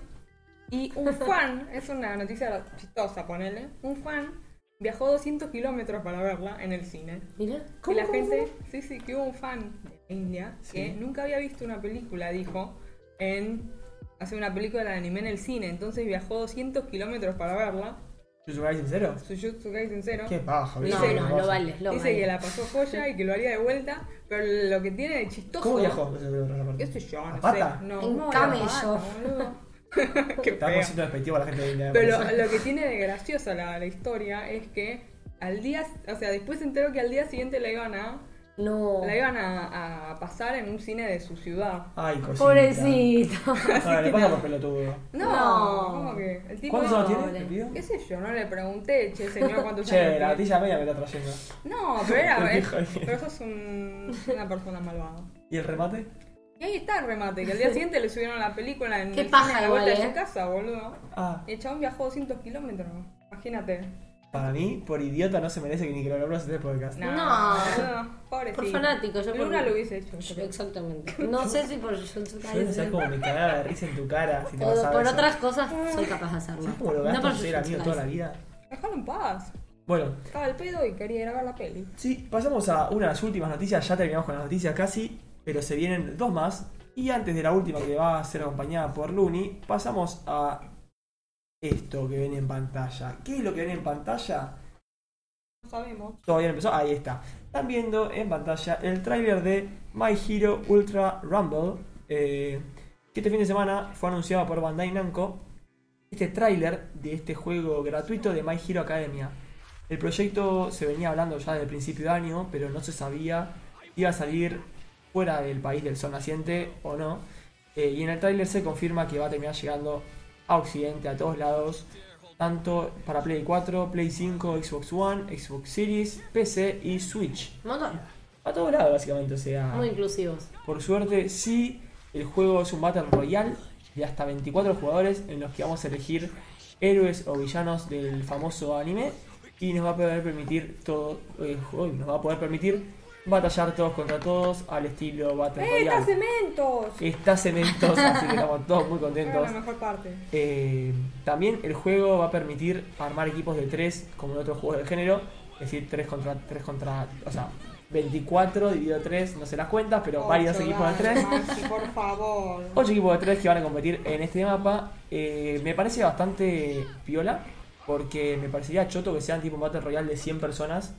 [SPEAKER 3] Y un fan, es una noticia chistosa, ponele. Un fan viajó 200 kilómetros para verla en el cine.
[SPEAKER 2] Mirá.
[SPEAKER 3] y la gente, sí, sí, que hubo un fan de la India que
[SPEAKER 1] Sí.
[SPEAKER 3] nunca había visto una película, dijo, en hacer una película de anime en el cine. Entonces viajó 200 kilómetros para verla.
[SPEAKER 1] ¿Yusugai sincero?
[SPEAKER 3] Jujutsu Kaisen cero.
[SPEAKER 1] Qué eh. paja,
[SPEAKER 2] No,
[SPEAKER 1] ¿viste?
[SPEAKER 2] no, lo vale, lo
[SPEAKER 3] Dice
[SPEAKER 2] vale.
[SPEAKER 3] que la pasó joya y que lo haría de vuelta, pero lo que tiene de chistoso.
[SPEAKER 1] ¿Cómo viajó? No sé, pero otra parte.
[SPEAKER 3] ¿Qué sé yo?
[SPEAKER 1] ¿A
[SPEAKER 3] No
[SPEAKER 1] pata?
[SPEAKER 3] sé. No,
[SPEAKER 2] En
[SPEAKER 3] no,
[SPEAKER 2] camello.
[SPEAKER 3] a pata, boludo.
[SPEAKER 1] <laughs>
[SPEAKER 3] Qué
[SPEAKER 1] Estamos
[SPEAKER 3] feo.
[SPEAKER 1] siendo despectivos a la gente de India. me
[SPEAKER 3] Pero
[SPEAKER 1] parece.
[SPEAKER 3] lo que tiene de graciosa la, la historia es que al día, o sea, después se enteró que al día siguiente la iban a,
[SPEAKER 2] No.
[SPEAKER 3] la iban a, a pasar en un cine de su ciudad.
[SPEAKER 1] Ay, cosita.
[SPEAKER 2] Pobrecito. <laughs>
[SPEAKER 1] Ahora le pasa por pelotudo.
[SPEAKER 3] No,
[SPEAKER 2] No.
[SPEAKER 3] ¿cómo que? El tipo,
[SPEAKER 1] ¿Cuántos años tiene?
[SPEAKER 2] pobre.
[SPEAKER 1] el pibe?
[SPEAKER 3] ¿Qué sé yo? No le pregunté, che, señor, ¿cuántos
[SPEAKER 1] Che,
[SPEAKER 3] años
[SPEAKER 1] la
[SPEAKER 3] tiene?
[SPEAKER 1] gatilla media me está trayendo.
[SPEAKER 3] No,
[SPEAKER 1] <laughs>
[SPEAKER 3] pero era,
[SPEAKER 1] El hijo de-
[SPEAKER 3] pero sos un- una persona malvada.
[SPEAKER 1] ¿Y el remate?
[SPEAKER 3] Y ahí está el remate, que al día siguiente le subieron la película en
[SPEAKER 2] Qué
[SPEAKER 3] el
[SPEAKER 2] paja
[SPEAKER 3] cine a la
[SPEAKER 2] igual,
[SPEAKER 3] vuelta de
[SPEAKER 2] ¿eh?
[SPEAKER 3] su casa, boludo.
[SPEAKER 1] Ah,
[SPEAKER 3] Y el chabón viajó 200 kilómetros, imagínate.
[SPEAKER 1] para mí, por idiota, no se merece que ni que lo nombramos en este podcast.
[SPEAKER 3] No,
[SPEAKER 2] No.
[SPEAKER 3] no, pobrecito.
[SPEAKER 2] Por fanático, yo por-
[SPEAKER 3] Luna lo hubiese hecho. yo creo.
[SPEAKER 2] Exactamente. No sé si por Jujutsu
[SPEAKER 1] Yo no sabes
[SPEAKER 2] Kaisen.
[SPEAKER 1] cómo me cagaba de risa en tu cara si te
[SPEAKER 2] O
[SPEAKER 1] pasaba
[SPEAKER 2] por
[SPEAKER 1] eso.
[SPEAKER 2] otras cosas soy capaz de hacerlo.
[SPEAKER 1] ¿Sabes cómo lo
[SPEAKER 2] No
[SPEAKER 1] gasto
[SPEAKER 2] por
[SPEAKER 1] en ser amigo
[SPEAKER 2] Jujutsu
[SPEAKER 1] toda la
[SPEAKER 2] Kaisen.
[SPEAKER 1] vida?
[SPEAKER 3] Déjalo en paz.
[SPEAKER 1] Bueno,
[SPEAKER 3] Estaba al pedo y quería ir a ver la peli.
[SPEAKER 1] sí, pasamos a una de las últimas noticias. Ya terminamos con las noticias casi, pero se vienen dos más. Y antes de la última que va a ser acompañada por Luni, pasamos a esto que ven en pantalla. ¿Qué es lo que ven en pantalla?
[SPEAKER 3] No sabemos.
[SPEAKER 1] Todavía no empezó. Ahí está. Están viendo en pantalla el tráiler de My Hero Ultra Rumble. eh, que este fin de semana fue anunciado por Bandai Namco. Este tráiler de este juego gratuito de My Hero Academia. El proyecto se venía hablando ya desde el principio de año, pero no se sabía si iba a salir fuera del país del sol naciente o no. Eh, y en el tráiler se confirma que va a terminar llegando a Occidente, a todos lados, tanto para Play 4, Play 5, Xbox One, Xbox Series, PC y Switch.
[SPEAKER 2] Montón.
[SPEAKER 1] A todos lados, básicamente, o sea.
[SPEAKER 2] Muy inclusivos.
[SPEAKER 1] Por suerte, sí, el juego es un Battle Royale de hasta 24 jugadores en los que vamos a elegir héroes o villanos del famoso anime y nos va a poder permitir todo, eh, uy, nos va a poder permitir batallar todos contra todos al estilo Battle
[SPEAKER 3] ¡Eh, está
[SPEAKER 1] Royale.
[SPEAKER 3] cementos!
[SPEAKER 1] Está cementosa, así que estamos todos muy
[SPEAKER 3] Era
[SPEAKER 1] contentos.
[SPEAKER 3] la mejor parte.
[SPEAKER 1] Eh, también el juego va a permitir armar equipos de 3 como en otros juegos del género. Es decir, 3 contra 3 contra... O sea, 24 dividido 3, no sé las cuentas, pero varios
[SPEAKER 3] Ocho,
[SPEAKER 1] equipos de
[SPEAKER 3] dale,
[SPEAKER 1] 3.
[SPEAKER 3] Maxi, por
[SPEAKER 1] <laughs>
[SPEAKER 3] favor.
[SPEAKER 1] 8 equipos de 3 que van a competir en este mapa. Eh, me parece bastante piola, porque me parecería choto que sean tipo un Battle Royale de 100 personas,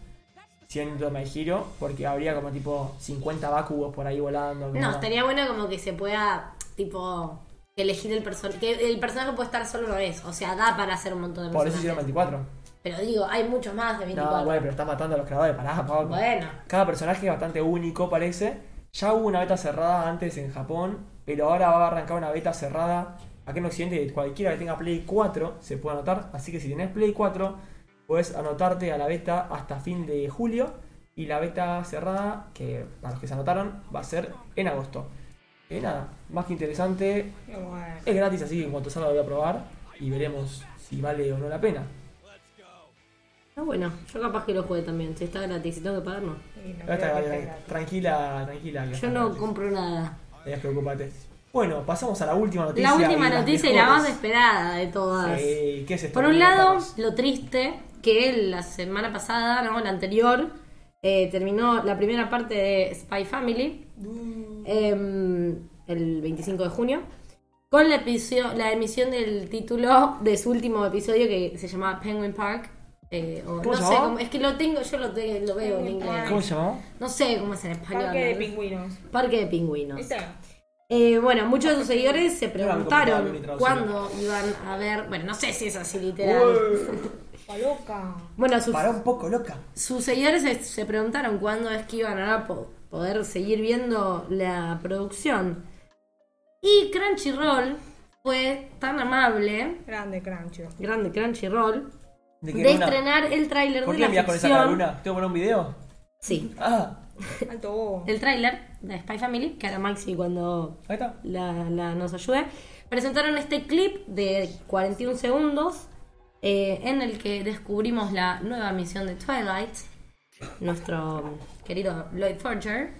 [SPEAKER 1] siendo My Hero, porque habría como tipo 50 Bakugos por ahí volando.
[SPEAKER 2] No,
[SPEAKER 1] como-
[SPEAKER 2] estaría bueno como que se pueda, tipo, elegir el personaje. Que el personaje puede estar solo una vez. O sea, da para hacer un montón de
[SPEAKER 1] Por eso
[SPEAKER 2] personajes.
[SPEAKER 1] hicieron 24.
[SPEAKER 2] Pero digo, hay muchos más de 24.
[SPEAKER 1] No, bueno, pero está matando a los creadores. Pará, Pablo.
[SPEAKER 2] Bueno.
[SPEAKER 1] Cada personaje es bastante único, parece. Ya hubo una beta cerrada antes en Japón, pero ahora va a arrancar una beta cerrada aquí en Occidente. Cualquiera que tenga Play 4 se puede anotar. Así que si tenés Play 4, puedes anotarte a la beta hasta fin de julio. Y la beta cerrada, que para los que se anotaron, va a ser en agosto. Eh, nada, más que interesante.
[SPEAKER 3] Qué bueno.
[SPEAKER 1] Es gratis, así que en cuanto salga lo voy a probar y veremos si vale o no la pena.
[SPEAKER 2] Ah, bueno, yo capaz que lo juegue también. Si está gratis, si tengo que pagar, no.
[SPEAKER 3] Y no
[SPEAKER 1] Ahora está
[SPEAKER 3] creo que
[SPEAKER 1] gratis,
[SPEAKER 3] esté gratis.
[SPEAKER 1] tranquila, tranquila. que
[SPEAKER 2] Yo
[SPEAKER 1] está
[SPEAKER 2] no
[SPEAKER 1] gratis.
[SPEAKER 2] compro nada.
[SPEAKER 1] Tenías que preocuparte. Bueno, pasamos a la última noticia.
[SPEAKER 2] La última
[SPEAKER 1] y las
[SPEAKER 2] noticia y la más
[SPEAKER 1] mejores.
[SPEAKER 2] esperada de todas.
[SPEAKER 1] Sí, ¿qué es esto?
[SPEAKER 2] Por un lado,
[SPEAKER 1] Vamos.
[SPEAKER 2] lo triste que la semana pasada, no, la anterior, eh, terminó la primera parte de Spy Family
[SPEAKER 3] Mm.
[SPEAKER 2] eh, el 25 de junio con la, episio- la emisión del título de su último episodio que se llamaba Penguin Park. eh, o
[SPEAKER 1] ¿Cómo
[SPEAKER 2] no
[SPEAKER 1] se
[SPEAKER 2] sé
[SPEAKER 1] llamaba?
[SPEAKER 2] cómo- es que lo tengo, yo lo, te- lo veo en
[SPEAKER 3] Penguin
[SPEAKER 2] inglés.
[SPEAKER 1] ¿Cómo se llamó?
[SPEAKER 2] No sé cómo es en español.
[SPEAKER 3] Parque de
[SPEAKER 2] ¿no?
[SPEAKER 3] pingüinos.
[SPEAKER 2] Parque de pingüinos.
[SPEAKER 3] ¿Viste?
[SPEAKER 2] Eh, bueno, muchos de sus seguidores se
[SPEAKER 1] Iban a comprar
[SPEAKER 2] preguntaron
[SPEAKER 1] un traducido.
[SPEAKER 2] cuándo iban a ver. Bueno, no sé si es así literal.
[SPEAKER 3] Paloca.
[SPEAKER 2] Bueno, sus,
[SPEAKER 1] Pará un poco, loca.
[SPEAKER 2] sus seguidores se, se preguntaron cuándo es que iban a po- poder seguir viendo la producción. Y Crunchyroll fue tan amable,
[SPEAKER 3] Grande Crancho.
[SPEAKER 2] grande Crunchyroll,
[SPEAKER 1] ¿De
[SPEAKER 2] de,
[SPEAKER 1] qué
[SPEAKER 2] estrenar el tráiler
[SPEAKER 1] ¿Por
[SPEAKER 2] de
[SPEAKER 1] qué
[SPEAKER 2] la
[SPEAKER 1] envías con esa cara,
[SPEAKER 2] ficción.
[SPEAKER 1] Luna? ¿Tengo que poner un video?
[SPEAKER 2] Sí,
[SPEAKER 1] Ah,
[SPEAKER 3] Alto bobo.
[SPEAKER 2] el tráiler de Spy Family, que ahora Maxi cuando
[SPEAKER 1] ahí está.
[SPEAKER 2] la, la- nos ayude. Presentaron este clip de 41 segundos eh, en el que descubrimos la nueva misión de Twilight, nuestro querido Lloyd Forger.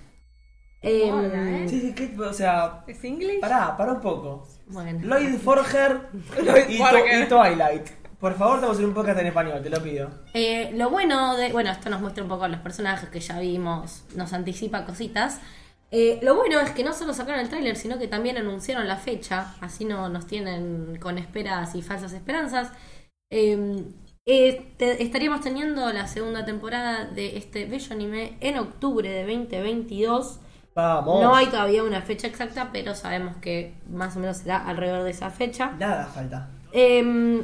[SPEAKER 2] Eh,
[SPEAKER 3] Hola, ¿eh?
[SPEAKER 1] Sí, sí, ¿qué? o sea,
[SPEAKER 3] ¿Es inglés?
[SPEAKER 1] pará, pará un poco.
[SPEAKER 2] Bueno.
[SPEAKER 1] Lloyd
[SPEAKER 2] <laughs>
[SPEAKER 1] Forger
[SPEAKER 3] Lloyd
[SPEAKER 1] y,
[SPEAKER 3] Forger.
[SPEAKER 1] To- y Twilight. Por favor, te voy a hacer un podcast en español, te lo pido.
[SPEAKER 2] Eh, lo bueno de. Bueno, esto nos muestra un poco los personajes que ya vimos, nos anticipa cositas. Eh, lo bueno es que no solo sacaron el tráiler, sino que también anunciaron la fecha, así no nos tienen con esperas y falsas esperanzas. Eh, este- estaríamos teniendo la segunda temporada de este bello anime en octubre de 2022.
[SPEAKER 1] Vamos.
[SPEAKER 2] No hay todavía una fecha exacta, pero sabemos que más o menos será alrededor de esa fecha.
[SPEAKER 1] Nada falta.
[SPEAKER 2] Em,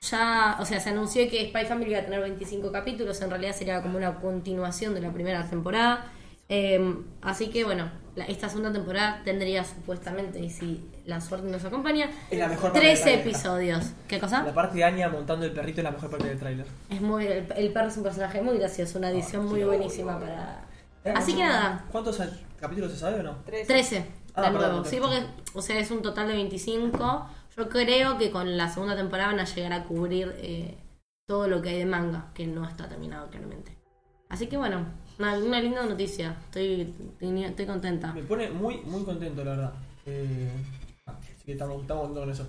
[SPEAKER 2] ya, o sea, se anunció que Spy Family iba a tener 25 capítulos, en realidad sería como una continuación de la primera temporada. Em, así que bueno, la- esta segunda temporada tendría supuestamente, y si la suerte nos acompaña,
[SPEAKER 1] Es la mejor parte del
[SPEAKER 2] 13
[SPEAKER 1] tráiler.
[SPEAKER 2] episodios. ¿Qué
[SPEAKER 1] La
[SPEAKER 2] cosa?
[SPEAKER 1] parte de Anya montando el perrito es la mejor parte del tráiler.
[SPEAKER 2] Es muy, el, el perro es un personaje muy gracioso, una edición
[SPEAKER 1] Ah,
[SPEAKER 2] muy buenísima para... Así que nada,
[SPEAKER 1] ¿Cuántos capítulos se sabe o no?
[SPEAKER 2] 13
[SPEAKER 1] Ah,
[SPEAKER 2] de
[SPEAKER 1] perdón,
[SPEAKER 2] nuevo.
[SPEAKER 1] perfecto.
[SPEAKER 2] Sí, porque o sea, es un total de 25. Yo creo que con la segunda temporada van a llegar a cubrir eh, todo lo que hay de manga, que no está terminado claramente. Así que bueno, una, una linda noticia. Estoy, estoy, estoy contenta.
[SPEAKER 1] Me pone muy, muy contento, la verdad. Eh, así que estamos, estamos contentos con eso.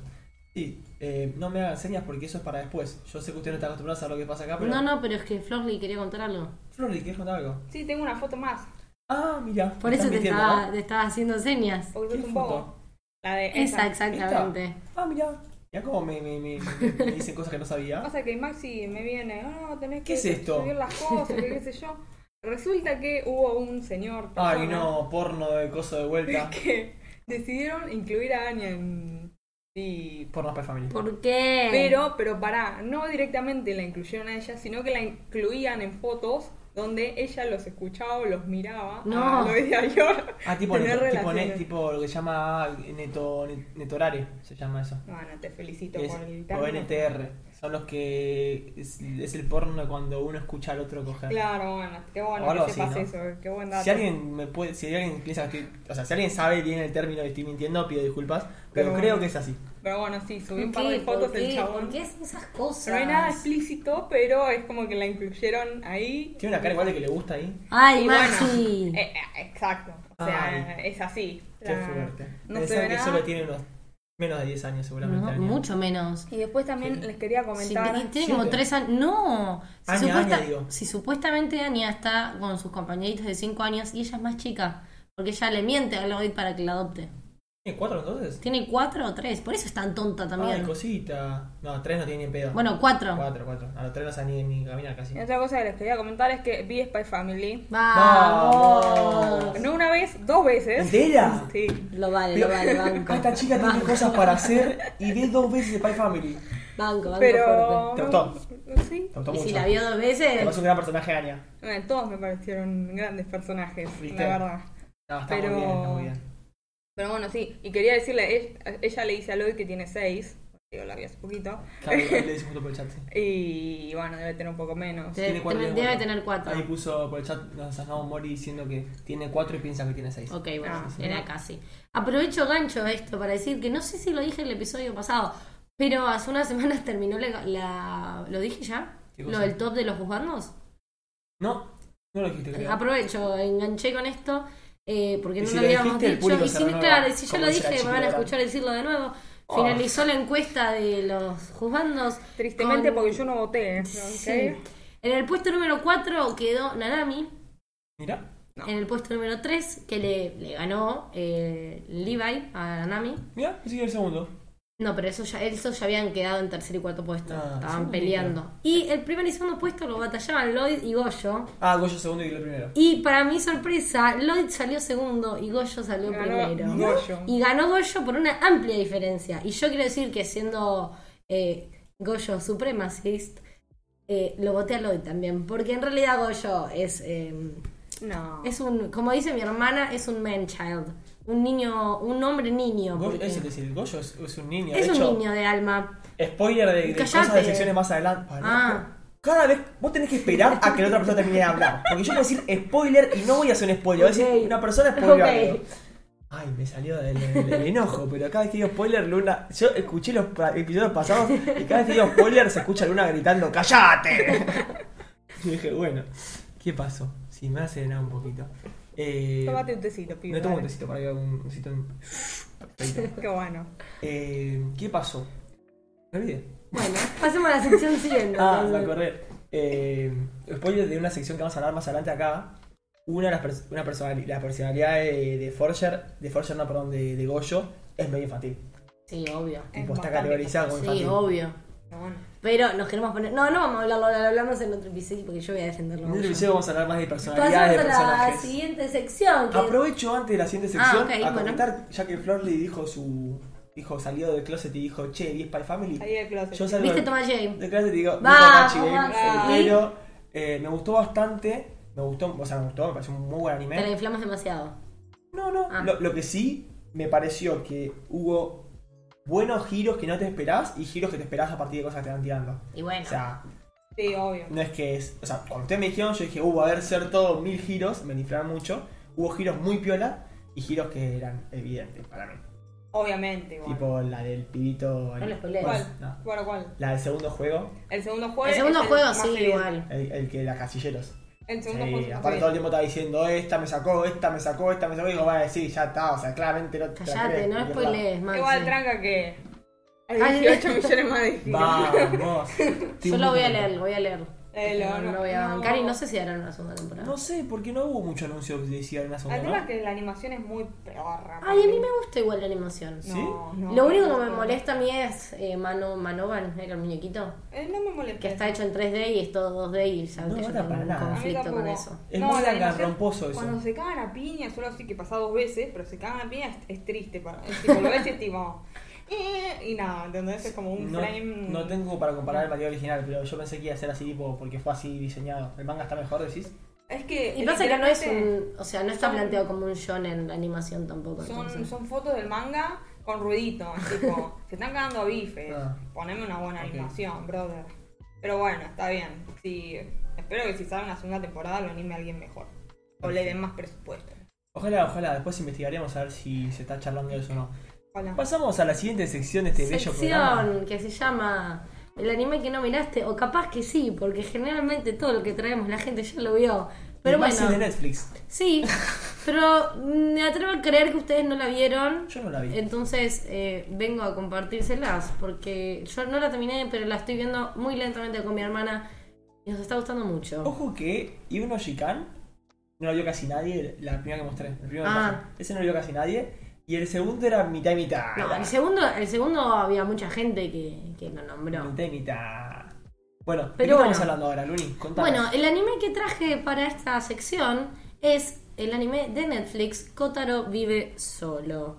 [SPEAKER 1] Sí, eh, no me hagan señas porque eso es para después. Yo sé que ustedes no están acostumbrados a lo que pasa acá, pero.
[SPEAKER 2] No, no, pero es que Florly quería contar algo.
[SPEAKER 1] Flori, ¿quieres contar algo?
[SPEAKER 3] Sí, tengo una foto más.
[SPEAKER 1] Ah, mira.
[SPEAKER 2] Por eso te estaba, te estaba haciendo señas.
[SPEAKER 3] Hoy
[SPEAKER 1] ¿Qué
[SPEAKER 3] un
[SPEAKER 1] foto?
[SPEAKER 3] poco. La de
[SPEAKER 2] Esa,
[SPEAKER 3] Lo
[SPEAKER 2] exactamente.
[SPEAKER 1] Ah, mira. Mira cómo me, me, me, me- me dicen cosas que no
[SPEAKER 3] que
[SPEAKER 1] sabía.
[SPEAKER 3] Pasa es que Maxi me viene, "Ah, tenés
[SPEAKER 1] ¿Qué
[SPEAKER 3] que
[SPEAKER 1] es esto?
[SPEAKER 3] subir las cosas, que qué sé yo. Resulta que hubo un señor
[SPEAKER 1] Ay,
[SPEAKER 3] persona,
[SPEAKER 1] no, porno de coso de vuelta.
[SPEAKER 3] que decidieron incluir a Anya en sí,
[SPEAKER 1] Porno para familia.
[SPEAKER 2] ¿Por qué?
[SPEAKER 3] Pero, pero pará, no directamente la incluyeron a ella, sino que la incluían en fotos donde ella los escuchaba o los miraba.
[SPEAKER 2] No.
[SPEAKER 3] A lo de ayer.
[SPEAKER 1] Ah, tipo,
[SPEAKER 3] Tener
[SPEAKER 1] neto- tipo,
[SPEAKER 3] relaciones.
[SPEAKER 1] ne- tipo lo que se llama ah, neto, net- netorare, se llama eso.
[SPEAKER 3] No, no, te felicito
[SPEAKER 1] Es,
[SPEAKER 3] por el
[SPEAKER 1] o
[SPEAKER 3] término.
[SPEAKER 1] NTR. Son los que es, es el porno cuando uno escucha al otro coger.
[SPEAKER 3] Claro, bueno, qué
[SPEAKER 1] O
[SPEAKER 3] bueno
[SPEAKER 1] algo
[SPEAKER 3] que
[SPEAKER 1] así,
[SPEAKER 3] sepas
[SPEAKER 1] ¿no?
[SPEAKER 3] eso, eh, qué buen dato.
[SPEAKER 1] Si alguien me puede, si alguien piensa que estoy, o sea, si alguien sabe bien el término y estoy mintiendo, pido disculpas, pero
[SPEAKER 3] Pero
[SPEAKER 1] creo
[SPEAKER 3] bueno.
[SPEAKER 1] que es así.
[SPEAKER 3] Pero bueno, sí, subí un
[SPEAKER 2] ¿Por
[SPEAKER 3] par de
[SPEAKER 2] qué?
[SPEAKER 3] fotos
[SPEAKER 2] ¿Por
[SPEAKER 3] del
[SPEAKER 2] qué?
[SPEAKER 3] chabón.
[SPEAKER 2] ¿Por qué hacen esas cosas?
[SPEAKER 3] No hay nada explícito, pero es como que la incluyeron ahí.
[SPEAKER 1] Tiene una cara igual de que le gusta ahí.
[SPEAKER 2] Ay,
[SPEAKER 3] Y
[SPEAKER 2] Maxi.
[SPEAKER 3] bueno, eh, eh, exacto. O sea, es así.
[SPEAKER 1] Qué
[SPEAKER 3] La-
[SPEAKER 1] fuerte.
[SPEAKER 3] No
[SPEAKER 1] Pensá
[SPEAKER 3] se ve
[SPEAKER 1] que
[SPEAKER 3] nada.
[SPEAKER 1] solo tiene unos menos de 10 años seguramente.
[SPEAKER 2] No,
[SPEAKER 1] Anya.
[SPEAKER 2] mucho menos.
[SPEAKER 3] Y después también les quería
[SPEAKER 2] Sí,
[SPEAKER 3] comentar.
[SPEAKER 2] y tiene como
[SPEAKER 1] Siete.
[SPEAKER 2] tres años. No. Si,
[SPEAKER 1] Anya,
[SPEAKER 2] supuesta-
[SPEAKER 1] Anya, digo.
[SPEAKER 2] si supuestamente Anya está con sus compañeritos de 5 años y ella es más chica, porque ella le miente a Lloyd para que la adopte.
[SPEAKER 1] ¿Tiene cuatro entonces?
[SPEAKER 2] Tiene 4 o 3, por eso es tan tonta
[SPEAKER 1] Ay,
[SPEAKER 2] también.
[SPEAKER 1] cosita. No, tres no tiene ni en pedo.
[SPEAKER 2] bueno, 4.
[SPEAKER 1] Cuatro, cuatro. A los tres no sabe ni, ni caminar casi.
[SPEAKER 3] Y otra cosa que les quería comentar es que vi Spy Family. Ah,
[SPEAKER 2] Vamos.
[SPEAKER 3] No una vez, dos veces.
[SPEAKER 1] ¿Entera?
[SPEAKER 3] Sí.
[SPEAKER 2] Lo vale,
[SPEAKER 1] Pero-
[SPEAKER 2] lo vale, banco.
[SPEAKER 1] Esta chica tiene cosas para hacer y ve dos veces Spy Family.
[SPEAKER 2] Banco, banco
[SPEAKER 3] Pero.
[SPEAKER 1] ¿Te gustó?
[SPEAKER 3] Sí.
[SPEAKER 1] Me gustó
[SPEAKER 2] fuerte. Y
[SPEAKER 1] mucho.
[SPEAKER 2] si la vio dos
[SPEAKER 1] Además, es
[SPEAKER 2] veces.
[SPEAKER 1] un gran personaje, Anya.
[SPEAKER 3] Bueno, todos me parecieron grandes personajes,
[SPEAKER 1] ¿Viste?
[SPEAKER 3] la verdad.
[SPEAKER 1] No, está
[SPEAKER 3] Pero-
[SPEAKER 1] muy bien, está muy bien.
[SPEAKER 3] Pero bueno, sí. Y quería decirle, ella, ella le dice a Lloyd que tiene seis. Yo la vi hace poquito.
[SPEAKER 1] <laughs> Claro, ahí le dice justo por el <laughs> chat. sí.
[SPEAKER 3] <laughs> Y bueno, debe tener un poco menos.
[SPEAKER 2] Te-
[SPEAKER 1] Tiene cuatro,
[SPEAKER 2] te-
[SPEAKER 1] tiene
[SPEAKER 2] debe
[SPEAKER 1] cuatro.
[SPEAKER 2] tener 4.
[SPEAKER 1] Ahí puso por el chat nos asesinó Mori diciendo que tiene cuatro y piensa que tiene seis.
[SPEAKER 2] Ok, bueno,
[SPEAKER 3] Ah, sí.
[SPEAKER 2] era casi. Aprovecho gancho esto para decir que no sé si lo dije en el episodio pasado, pero hace unas <laughs> semanas terminó la... la- ¿Lo dije ya?
[SPEAKER 1] ¿Qué cosa?
[SPEAKER 2] ¿Lo del top de los juzgandos?
[SPEAKER 1] No, no lo dijiste. creo.
[SPEAKER 2] Aprovecho, enganché con esto, eh, porque
[SPEAKER 1] Y
[SPEAKER 2] no
[SPEAKER 1] si
[SPEAKER 2] lo
[SPEAKER 1] lo
[SPEAKER 2] habíamos
[SPEAKER 1] dijiste, el
[SPEAKER 2] dicho.
[SPEAKER 1] público
[SPEAKER 2] Y
[SPEAKER 1] se
[SPEAKER 2] si,
[SPEAKER 1] renueva,
[SPEAKER 2] claro, y si yo
[SPEAKER 1] como
[SPEAKER 2] lo
[SPEAKER 1] dice la
[SPEAKER 2] dije, me van a
[SPEAKER 1] chiquilada.
[SPEAKER 2] escuchar decirlo de nuevo.
[SPEAKER 1] Oh.
[SPEAKER 2] Finalizó la encuesta de los juzgandos.
[SPEAKER 3] Tristemente,
[SPEAKER 2] con-
[SPEAKER 3] porque yo no voté. ¿eh?
[SPEAKER 2] Sí.
[SPEAKER 3] ¿ok?
[SPEAKER 2] En el puesto número 4 quedó Nanami.
[SPEAKER 1] Mira,
[SPEAKER 3] No.
[SPEAKER 2] En el puesto número 3, que le, le ganó eh, Levi a Nanami.
[SPEAKER 1] mira, sigue el segundo.
[SPEAKER 2] No, pero eso ya, eso ya habían quedado en tercer y cuarto puesto.
[SPEAKER 1] Ah,
[SPEAKER 2] Estaban
[SPEAKER 1] sí,
[SPEAKER 2] peleando. Y el primer y segundo puesto lo batallaban Lloyd y Goyo.
[SPEAKER 1] Ah, Goyo segundo y lo primero.
[SPEAKER 2] Y para mi sorpresa, Lloyd salió segundo y Goyo salió
[SPEAKER 3] Ganó
[SPEAKER 2] primero.
[SPEAKER 3] Goyo.
[SPEAKER 2] Y ganó Goyo por una amplia diferencia. Y yo quiero decir que siendo eh, Goyo supremacist, eh, lo voté a Lloyd también. Porque en realidad Goyo es, eh,
[SPEAKER 3] No.
[SPEAKER 2] es un, como dice mi hermana, es un man child. Un niño, un hombre niño.
[SPEAKER 1] Goyo,
[SPEAKER 2] porque
[SPEAKER 1] es decir, Goyo es, es un niño.
[SPEAKER 2] es
[SPEAKER 1] de
[SPEAKER 2] un
[SPEAKER 1] hecho,
[SPEAKER 2] niño de alma.
[SPEAKER 1] spoiler de, de
[SPEAKER 2] Cállate.
[SPEAKER 1] cosas de secciones más adelante. Ah, no.
[SPEAKER 2] Ah.
[SPEAKER 1] Cada vez vos tenés que esperar a que la otra persona termine de hablar. Porque yo voy a decir spoiler y no voy a hacer un spoiler. Voy a decir
[SPEAKER 2] Ok.
[SPEAKER 1] una persona spoiler.
[SPEAKER 2] Ok.
[SPEAKER 1] Ay, me salió del, del- del enojo, pero cada vez que digo spoiler, Luna. Yo escuché los pa- episodios pasados y cada vez que digo spoiler se escucha a Luna gritando ¡Cállate! Y dije, bueno, ¿qué pasó? Si me hace nada un poquito. Eh,
[SPEAKER 3] Tómate un tecito, pibe.
[SPEAKER 1] me tomo un
[SPEAKER 3] dale.
[SPEAKER 1] tecito para que haga un tecito. en- <laughs>
[SPEAKER 3] Qué bueno.
[SPEAKER 1] Eh, ¿Qué pasó? Me olvidé.
[SPEAKER 2] Bueno, pasemos a la sección siguiente.
[SPEAKER 1] Ah, me
[SPEAKER 2] entonces.
[SPEAKER 1] acordé. Eh, spoiler de una sección que vamos a hablar más adelante acá. Una de las pers- una personali- la personalidad de, de Forger, de Forger, no, perdón, de, de Goyo, es medio infantil.
[SPEAKER 2] Sí, obvio.
[SPEAKER 3] Es
[SPEAKER 1] Tipo, está
[SPEAKER 3] bastante
[SPEAKER 1] categorizada como
[SPEAKER 2] Sí,
[SPEAKER 1] infantil.
[SPEAKER 2] obvio.
[SPEAKER 3] Pero bueno.
[SPEAKER 2] Pero nos queremos poner. No, no vamos a hablarlo ahora, lo hablamos en otro episodio porque yo voy a defenderlo.
[SPEAKER 1] En otro
[SPEAKER 2] mucho.
[SPEAKER 1] episodio vamos a hablar más de personalidades, de
[SPEAKER 2] Pasamos a la
[SPEAKER 1] personajes.
[SPEAKER 2] siguiente sección. Que...
[SPEAKER 1] Aprovecho antes de la siguiente sección
[SPEAKER 2] Ah, ok,
[SPEAKER 1] a
[SPEAKER 2] bueno.
[SPEAKER 1] comentar, ya que Flor le dijo su. Dijo, salido del closet y dijo, che, vi Spy Family.
[SPEAKER 3] Ahí el closet.
[SPEAKER 1] Yo salgo
[SPEAKER 2] ¿Viste
[SPEAKER 1] del-
[SPEAKER 2] Thomas Jane?
[SPEAKER 1] de este clase te digo,
[SPEAKER 2] Vamos,
[SPEAKER 1] Machi Game,
[SPEAKER 2] Maxi.
[SPEAKER 1] pero eh, me gustó bastante, me gustó, o sea, me gustó, me pareció un muy buen
[SPEAKER 2] Te la
[SPEAKER 1] anime.
[SPEAKER 2] inflamos demasiado.
[SPEAKER 1] No, no,
[SPEAKER 2] Ah.
[SPEAKER 1] lo, lo que sí me pareció que hubo buenos giros que no te esperás y giros que te esperás a partir de cosas que te van tirando.
[SPEAKER 2] Y bueno.
[SPEAKER 1] O sea,
[SPEAKER 3] Sí, obvio.
[SPEAKER 1] no es que es, o sea, cuando ustedes me dijeron, yo dije, uh, va a haber cierto mil giros, me inflaron mucho, hubo giros muy piola y giros que eran evidentes para mí.
[SPEAKER 3] Obviamente, igual.
[SPEAKER 1] Tipo la del pibito...
[SPEAKER 2] No lo spoilees.
[SPEAKER 1] bueno, no.
[SPEAKER 3] ¿Cuál, cuál?
[SPEAKER 1] La del segundo juego,
[SPEAKER 3] El segundo juego.
[SPEAKER 2] el segundo
[SPEAKER 3] es
[SPEAKER 2] juego
[SPEAKER 3] más
[SPEAKER 2] sí,
[SPEAKER 3] evidente.
[SPEAKER 2] igual.
[SPEAKER 1] el, el que la casilleros.
[SPEAKER 3] El segundo juego.
[SPEAKER 1] Sí,
[SPEAKER 3] es más
[SPEAKER 1] aparte todo el
[SPEAKER 3] evidente.
[SPEAKER 1] tiempo estaba diciendo esta me sacó, esta me sacó, esta me sacó, y digo, vale, sí, ya está, o sea, claramente no te la
[SPEAKER 2] Callate,
[SPEAKER 1] crees,
[SPEAKER 2] no
[SPEAKER 1] y es
[SPEAKER 2] spoilees, Maxi.
[SPEAKER 3] Igual tranca que.
[SPEAKER 2] Ay,
[SPEAKER 3] Hay 18 millones más de giros.
[SPEAKER 1] verdad.
[SPEAKER 3] <laughs>
[SPEAKER 1] Vamos.
[SPEAKER 2] Yo lo voy a leer, lo voy a leer.
[SPEAKER 3] Eh,
[SPEAKER 2] no,
[SPEAKER 3] lo-
[SPEAKER 2] no
[SPEAKER 3] no-
[SPEAKER 2] lo voy a
[SPEAKER 3] no.
[SPEAKER 2] bancar y no sé si harán una segunda temporada.
[SPEAKER 1] No sé, porque no hubo mucho anuncio que decía en la
[SPEAKER 3] El tema
[SPEAKER 1] segunda,
[SPEAKER 3] es que la animación es muy peor.
[SPEAKER 2] Ay, a mí me gusta igual la animación.
[SPEAKER 1] Sí.
[SPEAKER 2] Lo único que me molesta a mí es eh, Mano Manovan, era el muñequito,
[SPEAKER 3] Eh, no me molesta.
[SPEAKER 2] que está hecho en 3D y es todo 2D y sabes
[SPEAKER 1] No
[SPEAKER 2] que yo
[SPEAKER 1] mata
[SPEAKER 2] tengo
[SPEAKER 1] para
[SPEAKER 2] un
[SPEAKER 1] nada.
[SPEAKER 3] A mí
[SPEAKER 2] conflicto con
[SPEAKER 3] tampoco.
[SPEAKER 2] eso.
[SPEAKER 1] Es muy
[SPEAKER 3] la animación,
[SPEAKER 1] romposo eso.
[SPEAKER 3] Cuando se cagan a piña, solo así que pasa dos veces, pero se cagan a piña es, es triste para es tipo, lo ves y es tipo. <laughs> eh, y nada, ¿entendés? Es como un
[SPEAKER 1] No,
[SPEAKER 3] frame.
[SPEAKER 1] no tengo para comparar el material original, pero yo pensé que iba a ser así tipo porque fue así diseñado. ¿El manga está mejor, decís?
[SPEAKER 3] Es que.
[SPEAKER 2] Y pasa que no es
[SPEAKER 3] literalmente
[SPEAKER 2] un. O sea, no está
[SPEAKER 3] son-
[SPEAKER 2] planteado como un shonen la animación tampoco.
[SPEAKER 3] Son,
[SPEAKER 2] entonces.
[SPEAKER 3] son fotos del manga con ruidito, es tipo, <laughs> se están cagando a bifes.
[SPEAKER 1] Ah.
[SPEAKER 3] Poneme una buena
[SPEAKER 1] Ok.
[SPEAKER 3] animación, brother. Pero bueno, está bien. Sí, espero que si sale una segunda temporada lo anime alguien mejor. O le den más presupuesto.
[SPEAKER 1] Ojalá, ojalá, después investigaremos a ver si se está charlando de eso o no.
[SPEAKER 3] Ojalá.
[SPEAKER 1] Pasamos a la siguiente sección de este bello programa.
[SPEAKER 2] sección que se llama El anime que no miraste, o capaz que sí, porque generalmente todo lo que traemos la gente ya lo vio. Pero
[SPEAKER 1] Y más si es de
[SPEAKER 2] bueno,
[SPEAKER 1] Netflix.
[SPEAKER 2] sí, pero me atrevo a creer que ustedes no la vieron.
[SPEAKER 1] Yo no la vi.
[SPEAKER 2] Entonces eh, vengo a compartírselas, porque yo no la terminé, pero la estoy viendo muy lentamente con mi hermana y nos está gustando mucho.
[SPEAKER 1] Ojo que Ibn Shikan no lo vio casi nadie, la primera que mostré, el primero que
[SPEAKER 2] Ah.
[SPEAKER 1] pasé. Ese no lo vio casi nadie. Y el segundo era mitad y mitad.
[SPEAKER 2] No, el segundo, el segundo había mucha gente que, que lo nombró.
[SPEAKER 1] Mitad y mitad. Bueno, ¿de
[SPEAKER 2] Pero
[SPEAKER 1] qué estamos
[SPEAKER 2] bueno.
[SPEAKER 1] hablando ahora, Luni? Contanos.
[SPEAKER 2] Bueno, el anime que traje para esta sección es el anime de Netflix, Kotaro vive solo.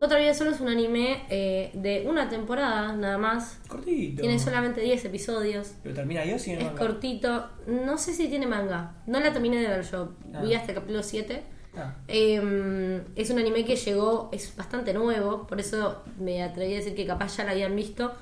[SPEAKER 2] Kotaro vive solo es un anime eh, de una temporada nada más.
[SPEAKER 1] cortito.
[SPEAKER 2] eh, Tiene solamente 10 episodios.
[SPEAKER 1] ¿Pero termina yo sí
[SPEAKER 2] Es cortito. No sé si tiene manga. No la terminé de ver yo.
[SPEAKER 1] Ah.
[SPEAKER 2] Vi hasta el capítulo 7. Eh, es un anime que llegó, es bastante nuevo, por eso me atreví a decir que capaz ya lo habían visto.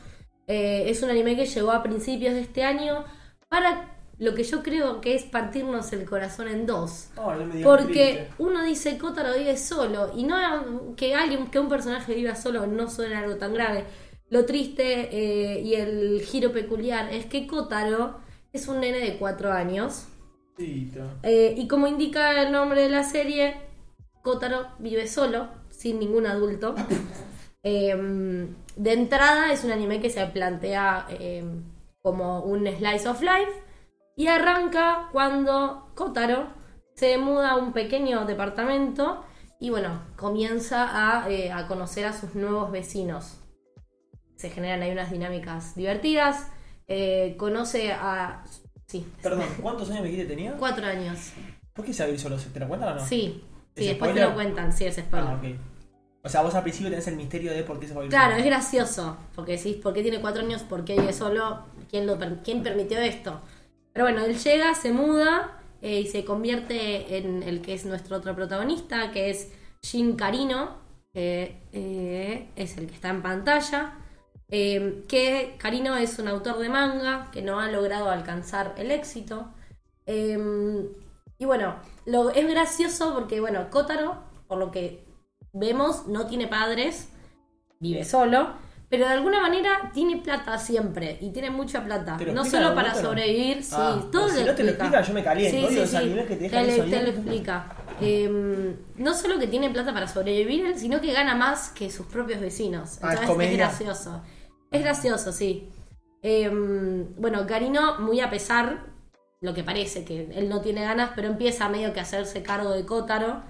[SPEAKER 2] Eh, es un anime que llegó a principios de este año para lo que yo creo que es partirnos el corazón en dos.
[SPEAKER 1] no me digas
[SPEAKER 2] Porque
[SPEAKER 1] triste.
[SPEAKER 2] uno dice Kotaro vive solo y no que alguien, que un personaje viva solo no suena algo tan grave. Lo triste eh, y el giro peculiar es que Kotaro es un nene de cuatro años.
[SPEAKER 1] Cortito.
[SPEAKER 2] Eh, y como indica el nombre de la serie, Kotaro vive solo, sin ningún adulto. Eh, de entrada es un anime que se plantea eh, como un slice of life y arranca cuando Kotaro se muda a un pequeño departamento y bueno, comienza a, eh, a conocer a sus nuevos vecinos. Se generan ahí unas dinámicas divertidas. eh, conoce a... Sí,
[SPEAKER 1] Perdón, ¿cuántos años me dijiste que tenía?
[SPEAKER 2] cuatro años.
[SPEAKER 1] ¿Por qué se abrió solo? ¿Te lo cuentan o no?
[SPEAKER 2] Sí,
[SPEAKER 1] ¿Es
[SPEAKER 2] sí, después te
[SPEAKER 1] spoiler?
[SPEAKER 2] lo cuentan, sí, es spoiler.
[SPEAKER 1] Ah, ok. O sea, vos al principio tenés el misterio de por qué se fue a vivir
[SPEAKER 2] Claro, es
[SPEAKER 1] solo.
[SPEAKER 2] gracioso, porque decís, ¿por qué tiene cuatro años? ¿Por qué vive solo? ¿Quién, lo, per- quién permitió esto? Pero bueno, él llega, se muda eh, y se convierte en el que es nuestro otro protagonista, que es Jin Carino, que eh, es el que está en pantalla. eh, que Carino es un autor de manga que no ha logrado alcanzar el éxito. Eh, y bueno, lo, es gracioso porque, bueno, Kotaro, por lo que vemos, no tiene padres, vive solo, pero de alguna manera tiene plata siempre y tiene mucha plata.
[SPEAKER 1] ¿Te lo
[SPEAKER 2] No
[SPEAKER 1] explican
[SPEAKER 2] solo
[SPEAKER 1] en
[SPEAKER 2] para
[SPEAKER 1] algún momento, no?
[SPEAKER 2] sobrevivir, sí,
[SPEAKER 1] Ah,
[SPEAKER 2] todo
[SPEAKER 1] si
[SPEAKER 2] lo
[SPEAKER 1] no te lo
[SPEAKER 2] explica.
[SPEAKER 1] explican, yo me caliento,
[SPEAKER 2] Sí,
[SPEAKER 1] odio
[SPEAKER 2] sí,
[SPEAKER 1] los
[SPEAKER 2] sí,
[SPEAKER 1] animes que te dejan
[SPEAKER 2] le-
[SPEAKER 1] eso
[SPEAKER 2] te
[SPEAKER 1] ahí.
[SPEAKER 2] lo explica. eh, no solo que tiene plata para sobrevivir, sino que gana más que sus propios vecinos.
[SPEAKER 5] Ah, es
[SPEAKER 2] Entonces es
[SPEAKER 5] comedia.
[SPEAKER 2] gracioso. Es gracioso, sí. Eh, bueno, Karino, muy a pesar, lo que parece que él no tiene ganas, pero empieza medio que a hacerse cargo de Kotaro.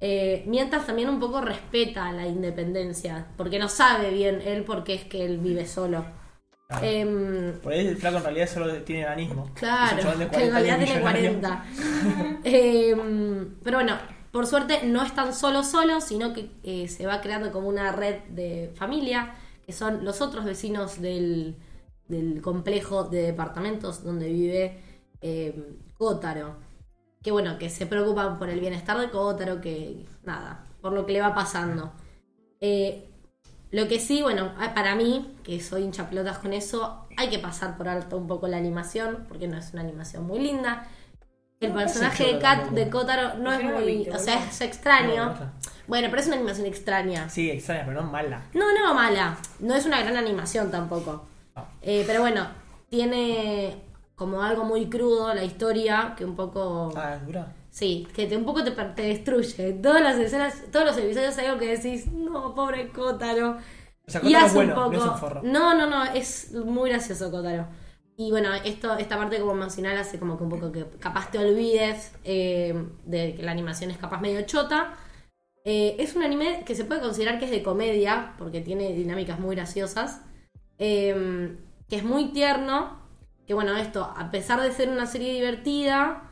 [SPEAKER 2] eh, mientras también un poco respeta la independencia, porque no sabe bien él por qué es que él vive solo.
[SPEAKER 1] Claro.
[SPEAKER 2] Em,
[SPEAKER 1] Por ahí el flaco en realidad solo tiene anismo.
[SPEAKER 2] Claro,
[SPEAKER 1] Es un chabón de
[SPEAKER 2] que en
[SPEAKER 1] 40
[SPEAKER 2] realidad
[SPEAKER 1] años
[SPEAKER 2] tiene
[SPEAKER 1] millonario.
[SPEAKER 2] 40.
[SPEAKER 1] <laughs>
[SPEAKER 2] Eh, pero bueno, por suerte no están solo solos, sino que eh, se va creando como una red de familia, que son los otros vecinos del, del complejo de departamentos donde vive eh, Kotaro. Que bueno, que se preocupan por el bienestar de Kotaro, que nada, por lo que le va pasando. Eh, lo que sí, bueno, ah, para mí, que soy hincha pelotas con eso, hay que pasar por alto un poco la animación, porque no es una animación muy linda. El
[SPEAKER 1] No, no es
[SPEAKER 2] personaje de
[SPEAKER 1] chota
[SPEAKER 2] Kat
[SPEAKER 1] tampoco.
[SPEAKER 2] de Kotaro no
[SPEAKER 3] Yo
[SPEAKER 2] es
[SPEAKER 3] no lo
[SPEAKER 2] muy.
[SPEAKER 3] vi,
[SPEAKER 2] o
[SPEAKER 3] no
[SPEAKER 2] sea,
[SPEAKER 3] lo vi.
[SPEAKER 2] es extraño.
[SPEAKER 1] No, no está.
[SPEAKER 2] bueno, pero es una animación extraña.
[SPEAKER 1] Sí, extraña, pero no mala.
[SPEAKER 2] No, no mala. No es una gran animación tampoco.
[SPEAKER 1] No.
[SPEAKER 2] Eh, pero bueno, tiene como algo muy crudo la historia, que un poco.
[SPEAKER 1] Ah, es dura.
[SPEAKER 2] Sí, que te, un poco te, per- te destruye. Todas las escenas, todos los episodios hay algo que decís, no, pobre Kotaro.
[SPEAKER 1] O sea,
[SPEAKER 2] Y
[SPEAKER 1] Kotaro es
[SPEAKER 2] hace
[SPEAKER 1] bueno,
[SPEAKER 2] un poco.
[SPEAKER 1] no es un forro.
[SPEAKER 2] No, no, no, es muy gracioso Kotaro. Y bueno, esto, esta parte como emocional hace como que un poco que capaz te olvides eh, de que la animación es capaz medio chota. Eh, es un anime que se puede considerar que es de comedia, porque tiene dinámicas muy graciosas. eh, que es muy tierno. Que bueno, esto, a pesar de ser una serie divertida,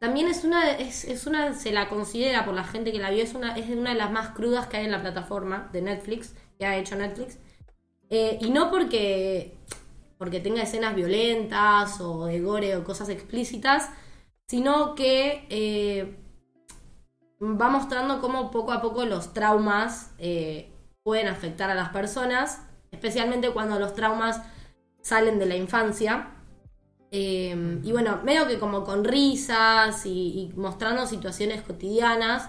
[SPEAKER 2] también es una, es, es una, se la considera por la gente que la vio, es una, es una de las más crudas que hay en la plataforma de Netflix, que ha hecho Netflix. Eh, y no porque, porque tenga escenas violentas o de gore o cosas explícitas, sino que eh, va mostrando cómo poco a poco los traumas eh, pueden afectar a las personas, especialmente cuando los traumas salen de la infancia. Eh, y bueno, medio que como con risas y, y mostrando situaciones cotidianas,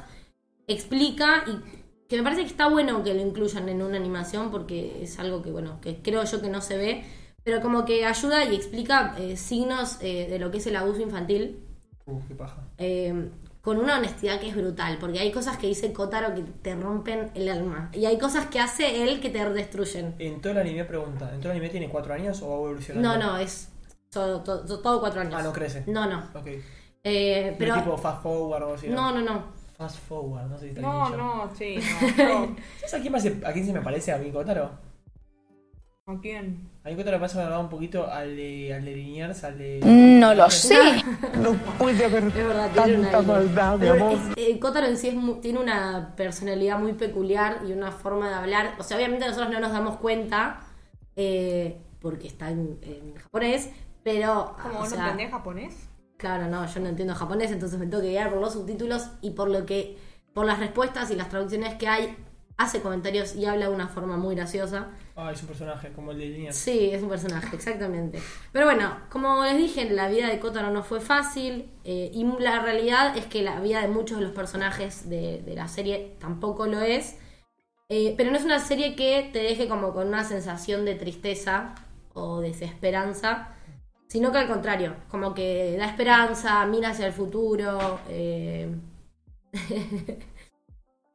[SPEAKER 2] explica y que me parece que está bueno que lo incluyan en una animación porque es algo que, bueno, que creo yo que no se ve, pero como que ayuda y explica eh, signos eh, de lo que es el abuso infantil,
[SPEAKER 1] Uh, qué paja.
[SPEAKER 2] eh, con una honestidad que es brutal, porque hay cosas que dice Kotaro que te rompen el alma, y hay cosas que hace él que te destruyen.
[SPEAKER 1] En todo el anime pregunta, ¿en todo el anime tiene 4 años o va evolucionando?
[SPEAKER 2] No, no, es todo, todo- todo cuatro años.
[SPEAKER 1] Ah, no crece.
[SPEAKER 2] No, no.
[SPEAKER 1] Ok.
[SPEAKER 2] Eh,
[SPEAKER 1] Pero,
[SPEAKER 2] pero...
[SPEAKER 1] tipo fast forward o algo así.
[SPEAKER 2] No, no, no.
[SPEAKER 1] Fast forward, no sé si está
[SPEAKER 3] No,
[SPEAKER 1] bien dicho.
[SPEAKER 3] no, sí,
[SPEAKER 1] <laughs>
[SPEAKER 3] no. no.
[SPEAKER 1] ¿Sabes a quién, me hace- a quién se me parece? A Vin Kotaro.
[SPEAKER 3] ¿A quién?
[SPEAKER 1] A Vin Kotaro me parece un poquito al de, al de Liniers, al de...
[SPEAKER 6] No lo sé.
[SPEAKER 7] No puede haber
[SPEAKER 2] Es verdad, tiene un
[SPEAKER 7] tanta
[SPEAKER 2] aire.
[SPEAKER 7] maldad, mi
[SPEAKER 2] Pero
[SPEAKER 7] amor.
[SPEAKER 2] es- eh, Kotaro en sí es mu- tiene una personalidad muy peculiar y una forma de hablar. O sea, obviamente nosotros no nos damos cuenta eh, porque está en, en japonés, pero.
[SPEAKER 3] ¿Cómo
[SPEAKER 2] Ah, o
[SPEAKER 3] vos no
[SPEAKER 2] sea,
[SPEAKER 3] entendés japonés?
[SPEAKER 2] Claro, no, yo no entiendo japonés, entonces me tengo que guiar por los subtítulos y por lo que, por las respuestas y las traducciones que hay, hace comentarios y habla de una forma muy graciosa.
[SPEAKER 1] Ah, es un personaje como el de Liniers.
[SPEAKER 2] Sí, es un personaje, exactamente. Pero bueno, como les dije, la vida de Kotaro no fue fácil eh, y la realidad es que la vida de muchos de los personajes de, de la serie tampoco lo es. Eh, pero no es una serie que te deje como con una sensación de tristeza o desesperanza, sino que al contrario, como que da esperanza, mira hacia el futuro. eh.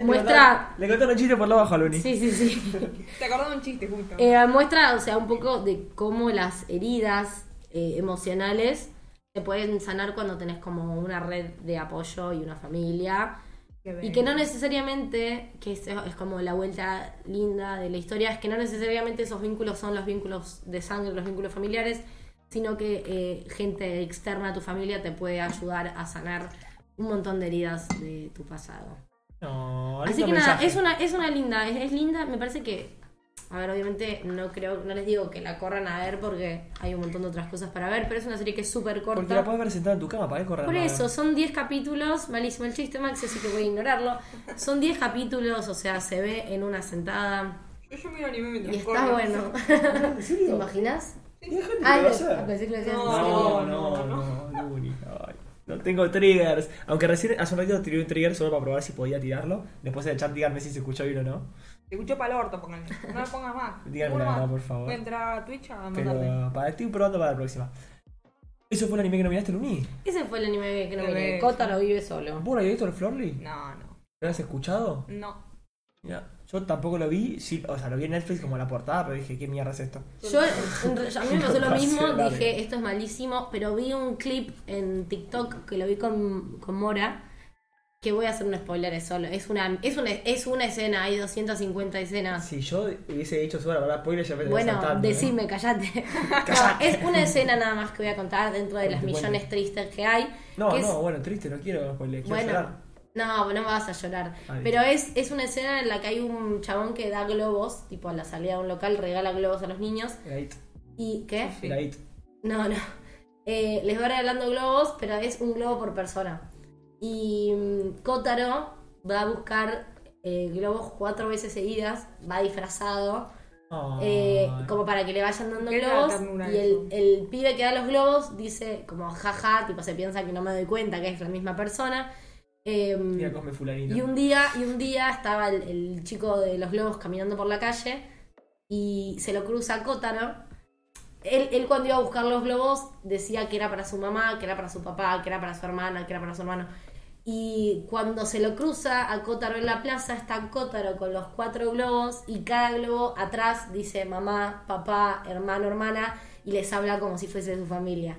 [SPEAKER 2] Muestra.
[SPEAKER 1] Le contaron un chiste por lo bajo a Luni.
[SPEAKER 2] Sí, sí, sí.
[SPEAKER 3] Te acordás de un chiste justo.
[SPEAKER 2] Eh, muestra, o sea, un poco de cómo las heridas eh, emocionales se pueden sanar cuando tenés como una red de apoyo y una familia. Y que no necesariamente, que es, es como la vuelta linda de la historia, es que no necesariamente esos vínculos son los vínculos de sangre, los vínculos familiares, sino que eh, gente externa a tu familia te puede ayudar a sanar un montón de heridas de tu pasado.
[SPEAKER 1] No,
[SPEAKER 2] Así
[SPEAKER 1] lindo
[SPEAKER 2] que nada,
[SPEAKER 1] mensaje.
[SPEAKER 2] es una, es una linda, es, es linda, me parece que. A ver, obviamente no creo, no les digo que la corran a ver porque hay un montón de otras cosas para ver, pero es una serie que es súper
[SPEAKER 1] Porque la
[SPEAKER 2] corta.
[SPEAKER 1] puedes ver sentada en tu cama, ¿para qué correr?
[SPEAKER 2] Por
[SPEAKER 1] más?
[SPEAKER 2] eso, son 10 capítulos, malísimo el chiste Max, así que voy a ignorarlo. Son 10 capítulos, o sea, se ve en una sentada
[SPEAKER 3] Yo, yo miro anime
[SPEAKER 2] y
[SPEAKER 3] mientras
[SPEAKER 2] está
[SPEAKER 3] corro.
[SPEAKER 2] bueno.
[SPEAKER 1] <laughs> ¿En
[SPEAKER 2] ¿Te
[SPEAKER 1] serio?
[SPEAKER 2] imaginas?
[SPEAKER 1] Hay gente que
[SPEAKER 2] Ah,
[SPEAKER 1] lo
[SPEAKER 2] lo-
[SPEAKER 1] hace.
[SPEAKER 2] ah, pensé que lo decías.
[SPEAKER 3] No,
[SPEAKER 1] No,
[SPEAKER 3] no,
[SPEAKER 1] no, no, Luni. Ay, No tengo triggers. Aunque recién hace un ratito tiré un trigger solo para probar si podía tirarlo. Después en el chat díganme si se escuchó bien o no.
[SPEAKER 3] Te escucho para el orto, pónganle. No me pongas
[SPEAKER 1] <laughs>
[SPEAKER 3] más.
[SPEAKER 1] Díganme
[SPEAKER 3] Uno
[SPEAKER 1] la
[SPEAKER 3] más.
[SPEAKER 1] verdad, por favor.
[SPEAKER 3] Voy a entrar a Twitch a mandarte.
[SPEAKER 1] Pero para estoy probando para la próxima. ¿Eso fue el anime que nominaste, Luni?
[SPEAKER 2] Ese fue el anime que no miré.
[SPEAKER 3] Correcto.
[SPEAKER 2] Cota lo vive solo.
[SPEAKER 1] ¿Vos lo habías visto el Florly?
[SPEAKER 3] No, no.
[SPEAKER 1] ¿Lo has escuchado?
[SPEAKER 3] No.
[SPEAKER 1] Mira, yo tampoco lo vi, sí, o sea, lo vi en Netflix como la portada, pero dije, ¿qué mierda es esto?
[SPEAKER 2] Yo, en re- a mí me pasó lo
[SPEAKER 1] Capaz
[SPEAKER 2] mismo,
[SPEAKER 1] era
[SPEAKER 2] dije, esto es malísimo, pero vi un clip en TikTok que lo vi con, con Mora, que voy a hacer un spoiler solo. Es una, es una, es una escena, hay 250 escenas.
[SPEAKER 1] Si yo hubiese dicho sobre la palabra spoiler, ya me estaría
[SPEAKER 2] Ah. Bueno,
[SPEAKER 1] saltando, ¿eh?
[SPEAKER 2] decime, callate.
[SPEAKER 1] <laughs> Callate.
[SPEAKER 2] No, es una escena nada más que voy a contar dentro de las
[SPEAKER 1] Bueno.
[SPEAKER 2] millones tristes que hay.
[SPEAKER 1] No,
[SPEAKER 2] que es-
[SPEAKER 1] no, bueno, triste, no quiero spoiler, quiero
[SPEAKER 2] bueno,
[SPEAKER 1] llorar.
[SPEAKER 2] no, no me vas a llorar.
[SPEAKER 1] Ahí.
[SPEAKER 2] Pero es, es una escena en la que hay un chabón que da globos, tipo a la salida de un local, regala globos a los niños.
[SPEAKER 1] Era it,
[SPEAKER 2] ¿Y qué?
[SPEAKER 3] Sí.
[SPEAKER 1] era it.
[SPEAKER 2] No, no. Eh, les va regalando globos, pero es un globo por persona. Y mm, Kotaro va a buscar eh, globos cuatro veces seguidas, va disfrazado,
[SPEAKER 1] Ah,
[SPEAKER 2] eh, como para que le vayan dando
[SPEAKER 3] Qué
[SPEAKER 2] globos.
[SPEAKER 3] ternura
[SPEAKER 2] Y el,
[SPEAKER 3] eso.
[SPEAKER 2] el pibe que da los globos dice como jaja, tipo se piensa que no me doy cuenta que es la misma persona. Em,
[SPEAKER 1] Mira, Cosme Fulanito.
[SPEAKER 2] y un día, y un día estaba el, el chico de los globos caminando por la calle y se lo cruza a Cótaro. Él, él cuando iba a buscar los globos decía que era para su mamá, que era para su papá, que era para su hermana, que era para su hermano. Y cuando se lo cruza a Cótaro en la plaza, está Cótaro con los cuatro globos y cada globo atrás dice mamá, papá, hermano, hermana y les habla como si fuese su familia.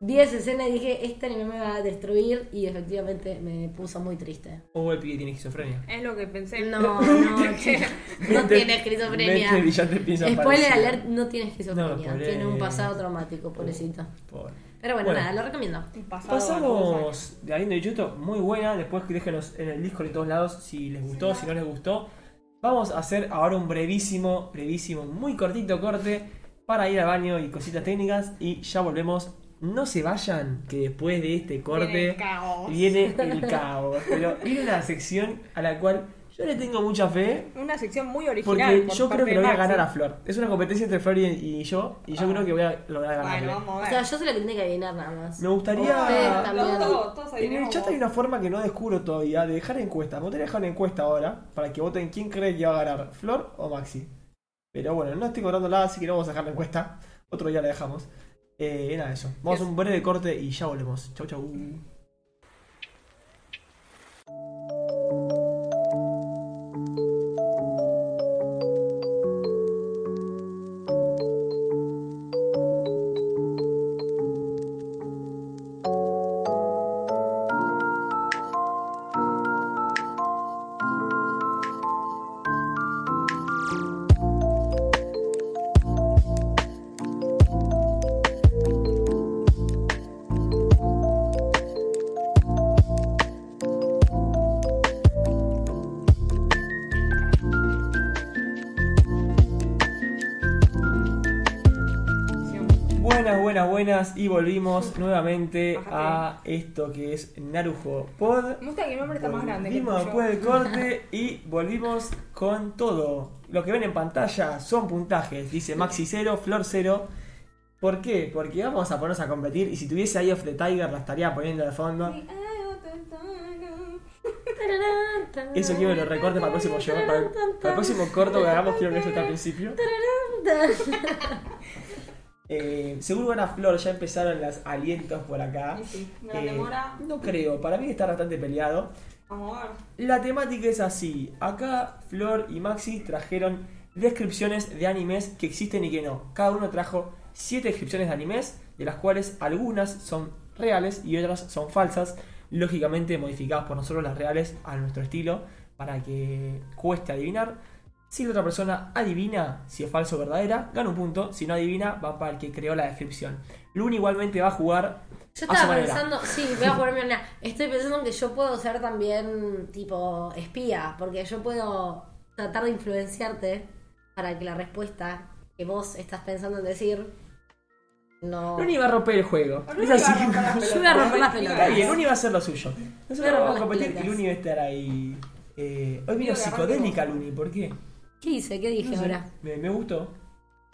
[SPEAKER 2] Vi esa escena y dije, este anime me va a destruir y efectivamente me puso muy triste.
[SPEAKER 1] O el pibe tiene esquizofrenia.
[SPEAKER 3] Es lo que pensé.
[SPEAKER 2] <laughs> No, no, chica,
[SPEAKER 1] <laughs>
[SPEAKER 2] no tiene
[SPEAKER 1] Mente
[SPEAKER 2] esquizofrenia.
[SPEAKER 1] brillante piensa
[SPEAKER 2] Spoiler
[SPEAKER 1] parecido.
[SPEAKER 2] alert, no tiene
[SPEAKER 1] No,
[SPEAKER 2] esquizofrenia.
[SPEAKER 1] pobre.
[SPEAKER 2] tiene un pasado traumático, pobrecito.
[SPEAKER 1] Pobre.
[SPEAKER 2] Pero bueno,
[SPEAKER 1] Bueno.
[SPEAKER 2] nada, lo recomiendo.
[SPEAKER 3] Pasado algunos años.
[SPEAKER 1] Pasamos de Aliendo de YouTube, muy buena. Después que déjenos en el Discord en todos lados si les gustó, si no les gustó. Vamos a hacer ahora un brevísimo, brevísimo, muy cortito corte para ir al baño y cositas técnicas. Y ya volvemos. No se vayan, que después de este
[SPEAKER 3] Viene
[SPEAKER 1] corte
[SPEAKER 3] el caos.
[SPEAKER 1] viene el caos. Pero viene una sección a la cual yo le tengo mucha fe.
[SPEAKER 3] Una sección muy original.
[SPEAKER 1] Porque
[SPEAKER 3] por
[SPEAKER 1] yo creo
[SPEAKER 3] parte
[SPEAKER 1] que
[SPEAKER 3] de
[SPEAKER 1] lo voy a
[SPEAKER 3] Maxi.
[SPEAKER 1] ganar a Flor. Es una competencia entre Flor y, y yo. Y yo
[SPEAKER 3] Ah.
[SPEAKER 1] creo que voy a lograr ganarle.
[SPEAKER 3] Bueno, vamos a
[SPEAKER 2] O
[SPEAKER 3] ver.
[SPEAKER 2] sea, yo se lo tendré que adivinar nada más.
[SPEAKER 1] Me gustaría.
[SPEAKER 2] Ustedes también.
[SPEAKER 3] Los dos, todos
[SPEAKER 1] En el
[SPEAKER 3] adivinamos.
[SPEAKER 1] chat hay una forma que no descubro todavía de dejar encuestas. Me gustaría dejar una encuesta ahora para que voten quién cree que va a ganar, Flor o Maxi. Pero bueno, no estoy cobrando nada, así que no vamos a dejar la encuesta. Otro día la dejamos. Eh, nada, eso. Vamos a un breve corte y ya volvemos. Chau, chau. Buenas, buenas, buenas. Y volvimos nuevamente a esto que es Narujo Pod.
[SPEAKER 3] Me gusta que el nombre está más grande. que el
[SPEAKER 1] Volvimos
[SPEAKER 3] tuyo.
[SPEAKER 1] después del
[SPEAKER 3] <laughs>
[SPEAKER 1] corte y volvimos con todo. Lo que ven en pantalla son puntajes. Dice Maxi 0, Flor 0. ¿Por qué? Porque vamos a ponernos a competir y si tuviese Eye of the Tiger la estaría poniendo de fondo. Eso quiero que
[SPEAKER 2] <laughs>
[SPEAKER 1] lo recorte para el próximo show, para el, para el próximo corto que hagamos quiero que eso esté al principio. Eh, seguro van a Flor, ya empezaron los alientos por acá.
[SPEAKER 3] Y sí, me la
[SPEAKER 1] Eh,
[SPEAKER 3] demora.
[SPEAKER 1] no creo, para mí está bastante peleado.
[SPEAKER 3] Vamos a ver.
[SPEAKER 1] La temática es así. Acá Flor y Maxi trajeron descripciones de animes que existen y que no. Cada uno trajo 7 descripciones de animes, de las cuales algunas son reales y otras son falsas, lógicamente modificadas por nosotros las reales a nuestro estilo para que cueste adivinar. Si la otra persona adivina si es falso o verdadera, gana un punto. Si no adivina, va para el que creó la descripción. Luna igualmente va a jugar a su
[SPEAKER 2] Yo estaba
[SPEAKER 1] manera.
[SPEAKER 2] pensando, sí,
[SPEAKER 1] <laughs>
[SPEAKER 2] voy a ponerme una. Estoy pensando en que yo puedo ser también tipo espía, porque yo puedo tratar de influenciarte para que la respuesta que vos estás pensando en decir no.
[SPEAKER 1] Luni va a romper el juego. Es
[SPEAKER 3] Yo iba a
[SPEAKER 1] así. <laughs>
[SPEAKER 3] romper las
[SPEAKER 2] Yo voy a romper las
[SPEAKER 3] pelotas.
[SPEAKER 1] Está
[SPEAKER 2] pelotas.
[SPEAKER 1] bien, Uni va a hacer lo suyo. Nosotros
[SPEAKER 2] Claro,
[SPEAKER 1] vamos a
[SPEAKER 2] las
[SPEAKER 1] competir
[SPEAKER 2] pelotas.
[SPEAKER 1] y Luni va a estar ahí. Eh, hoy vino
[SPEAKER 3] Digo,
[SPEAKER 1] psicodélica Luni, ¿por qué?
[SPEAKER 2] ¿Qué hice? ¿Qué dije
[SPEAKER 1] No sé,
[SPEAKER 2] ahora?
[SPEAKER 1] Me, me gustó.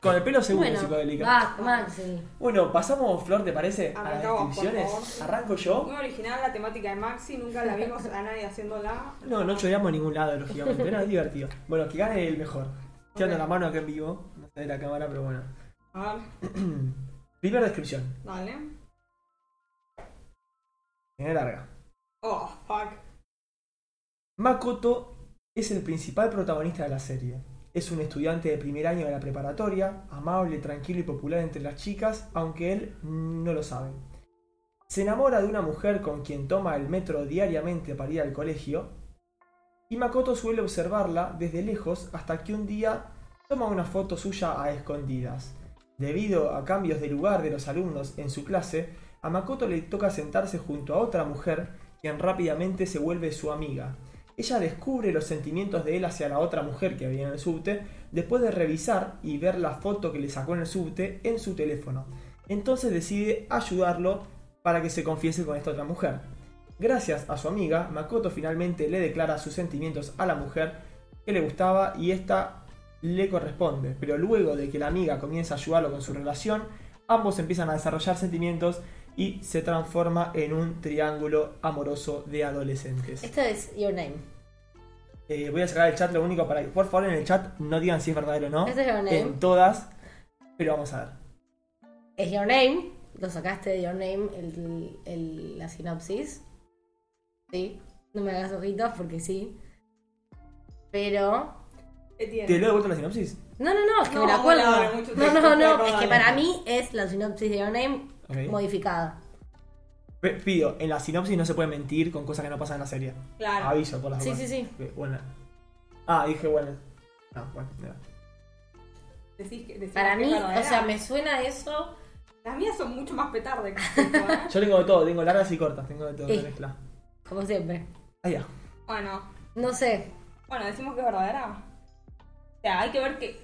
[SPEAKER 1] Con el pelo seguro
[SPEAKER 2] Bueno,
[SPEAKER 1] psicodélica.
[SPEAKER 2] va, Maxi.
[SPEAKER 1] Bueno, pasamos, Flor, ¿te parece? A las
[SPEAKER 3] Arrancamos, por
[SPEAKER 1] descripciones.
[SPEAKER 3] favor.
[SPEAKER 1] Arranco yo.
[SPEAKER 3] Muy original la temática de Maxi, nunca la vimos a nadie haciéndola.
[SPEAKER 1] No, no choreamos en ningún lado, lógicamente. Era divertido. Bueno, que gane el mejor. Estoy dando
[SPEAKER 3] Ok.
[SPEAKER 1] la mano acá en <clears throat> vivo. No sé de la cámara, pero bueno.
[SPEAKER 3] A ver,
[SPEAKER 1] Primera descripción.
[SPEAKER 3] dale.
[SPEAKER 1] Tiene larga.
[SPEAKER 3] Oh, fuck.
[SPEAKER 1] Makoto es el principal protagonista de la serie. Es un estudiante de primer año de la preparatoria, amable, tranquilo y popular entre las chicas, aunque él no lo sabe. Se enamora de una mujer con quien toma el metro diariamente para ir al colegio, y Makoto suele observarla desde lejos hasta que un día toma una foto suya a escondidas. Debido a cambios de lugar de los alumnos en su clase, a Makoto le toca sentarse junto a otra mujer, quien rápidamente se vuelve su amiga. Ella descubre los sentimientos de él hacia la otra mujer que había en el subte, después de revisar y ver la foto que le sacó en el subte en su teléfono. Entonces decide ayudarlo para que se confiese con esta otra mujer. Gracias a su amiga, Makoto finalmente le declara sus sentimientos a la mujer que le gustaba y esta le corresponde. Pero luego de que la amiga comienza a ayudarlo con su relación, ambos empiezan a desarrollar sentimientos y se transforma en un triángulo amoroso de adolescentes.
[SPEAKER 2] Esto es Your Name.
[SPEAKER 1] Eh, voy a sacar el chat, lo único para que por favor en el chat no digan si es verdadero o no.
[SPEAKER 2] Este es Your Name.
[SPEAKER 1] En todas, pero vamos a ver.
[SPEAKER 2] Es Your Name. Lo sacaste de Your Name, el, el- la sinopsis. Sí. No me hagas ojitos porque sí. Pero.
[SPEAKER 3] ¿Qué tiene?
[SPEAKER 1] ¿Te leo de vuelta la sinopsis?
[SPEAKER 2] No, no, no, es que
[SPEAKER 3] No,
[SPEAKER 2] me la acuerdo.
[SPEAKER 3] hola, hola, mucho
[SPEAKER 2] no,
[SPEAKER 3] texto,
[SPEAKER 2] no, no.
[SPEAKER 3] perdón.
[SPEAKER 2] Es que para mí es la sinopsis de Your Name
[SPEAKER 1] Ok.
[SPEAKER 2] modificada.
[SPEAKER 1] P- Pido, en la sinopsis no se puede mentir con cosas que no pasan en la serie.
[SPEAKER 3] Claro.
[SPEAKER 1] Aviso por las
[SPEAKER 2] Sí,
[SPEAKER 1] dudas.
[SPEAKER 2] sí, sí.
[SPEAKER 1] Eh, Bueno. Ah, dije bueno. No, bueno, no.
[SPEAKER 3] Decís que- decís
[SPEAKER 2] Para mí,
[SPEAKER 3] que es verdadera.
[SPEAKER 2] o sea, me suena eso.
[SPEAKER 3] Las mías son mucho más petardas que
[SPEAKER 1] <laughs>
[SPEAKER 3] esto, ¿eh?
[SPEAKER 1] Yo tengo de todo, tengo largas y cortas, tengo de todo,
[SPEAKER 2] Eh.
[SPEAKER 1] no mezcla.
[SPEAKER 2] Como siempre.
[SPEAKER 1] Ah, ya.
[SPEAKER 3] Bueno,
[SPEAKER 2] No sé.
[SPEAKER 3] bueno, decimos que es verdadera. O sea, hay que ver que.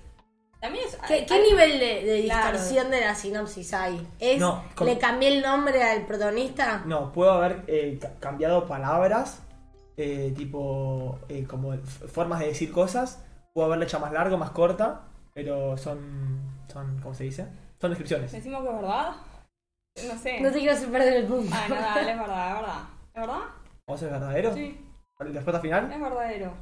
[SPEAKER 3] También es.
[SPEAKER 2] ¿Qué,
[SPEAKER 3] hay-
[SPEAKER 2] qué
[SPEAKER 3] hay-
[SPEAKER 2] nivel de, de
[SPEAKER 3] Claro.
[SPEAKER 2] distorsión de la sinopsis hay? ¿Es,
[SPEAKER 1] No, con-
[SPEAKER 2] ¿Le cambié el nombre al protagonista?
[SPEAKER 1] No, puedo haber eh, ca- cambiado palabras, eh, tipo, eh, como f- formas de decir cosas. Puedo haberla hecho más largo, más corta, pero son, son ¿cómo se dice? Son descripciones.
[SPEAKER 3] Decimos que es verdad. No sé.
[SPEAKER 2] No te quiero hacer perder el punto.
[SPEAKER 3] Ah, no, dale, es verdad, es verdad. ¿Es verdad?
[SPEAKER 1] ¿Vos es verdadero?
[SPEAKER 3] Sí,
[SPEAKER 1] ¿La respuesta final?
[SPEAKER 3] es verdadero.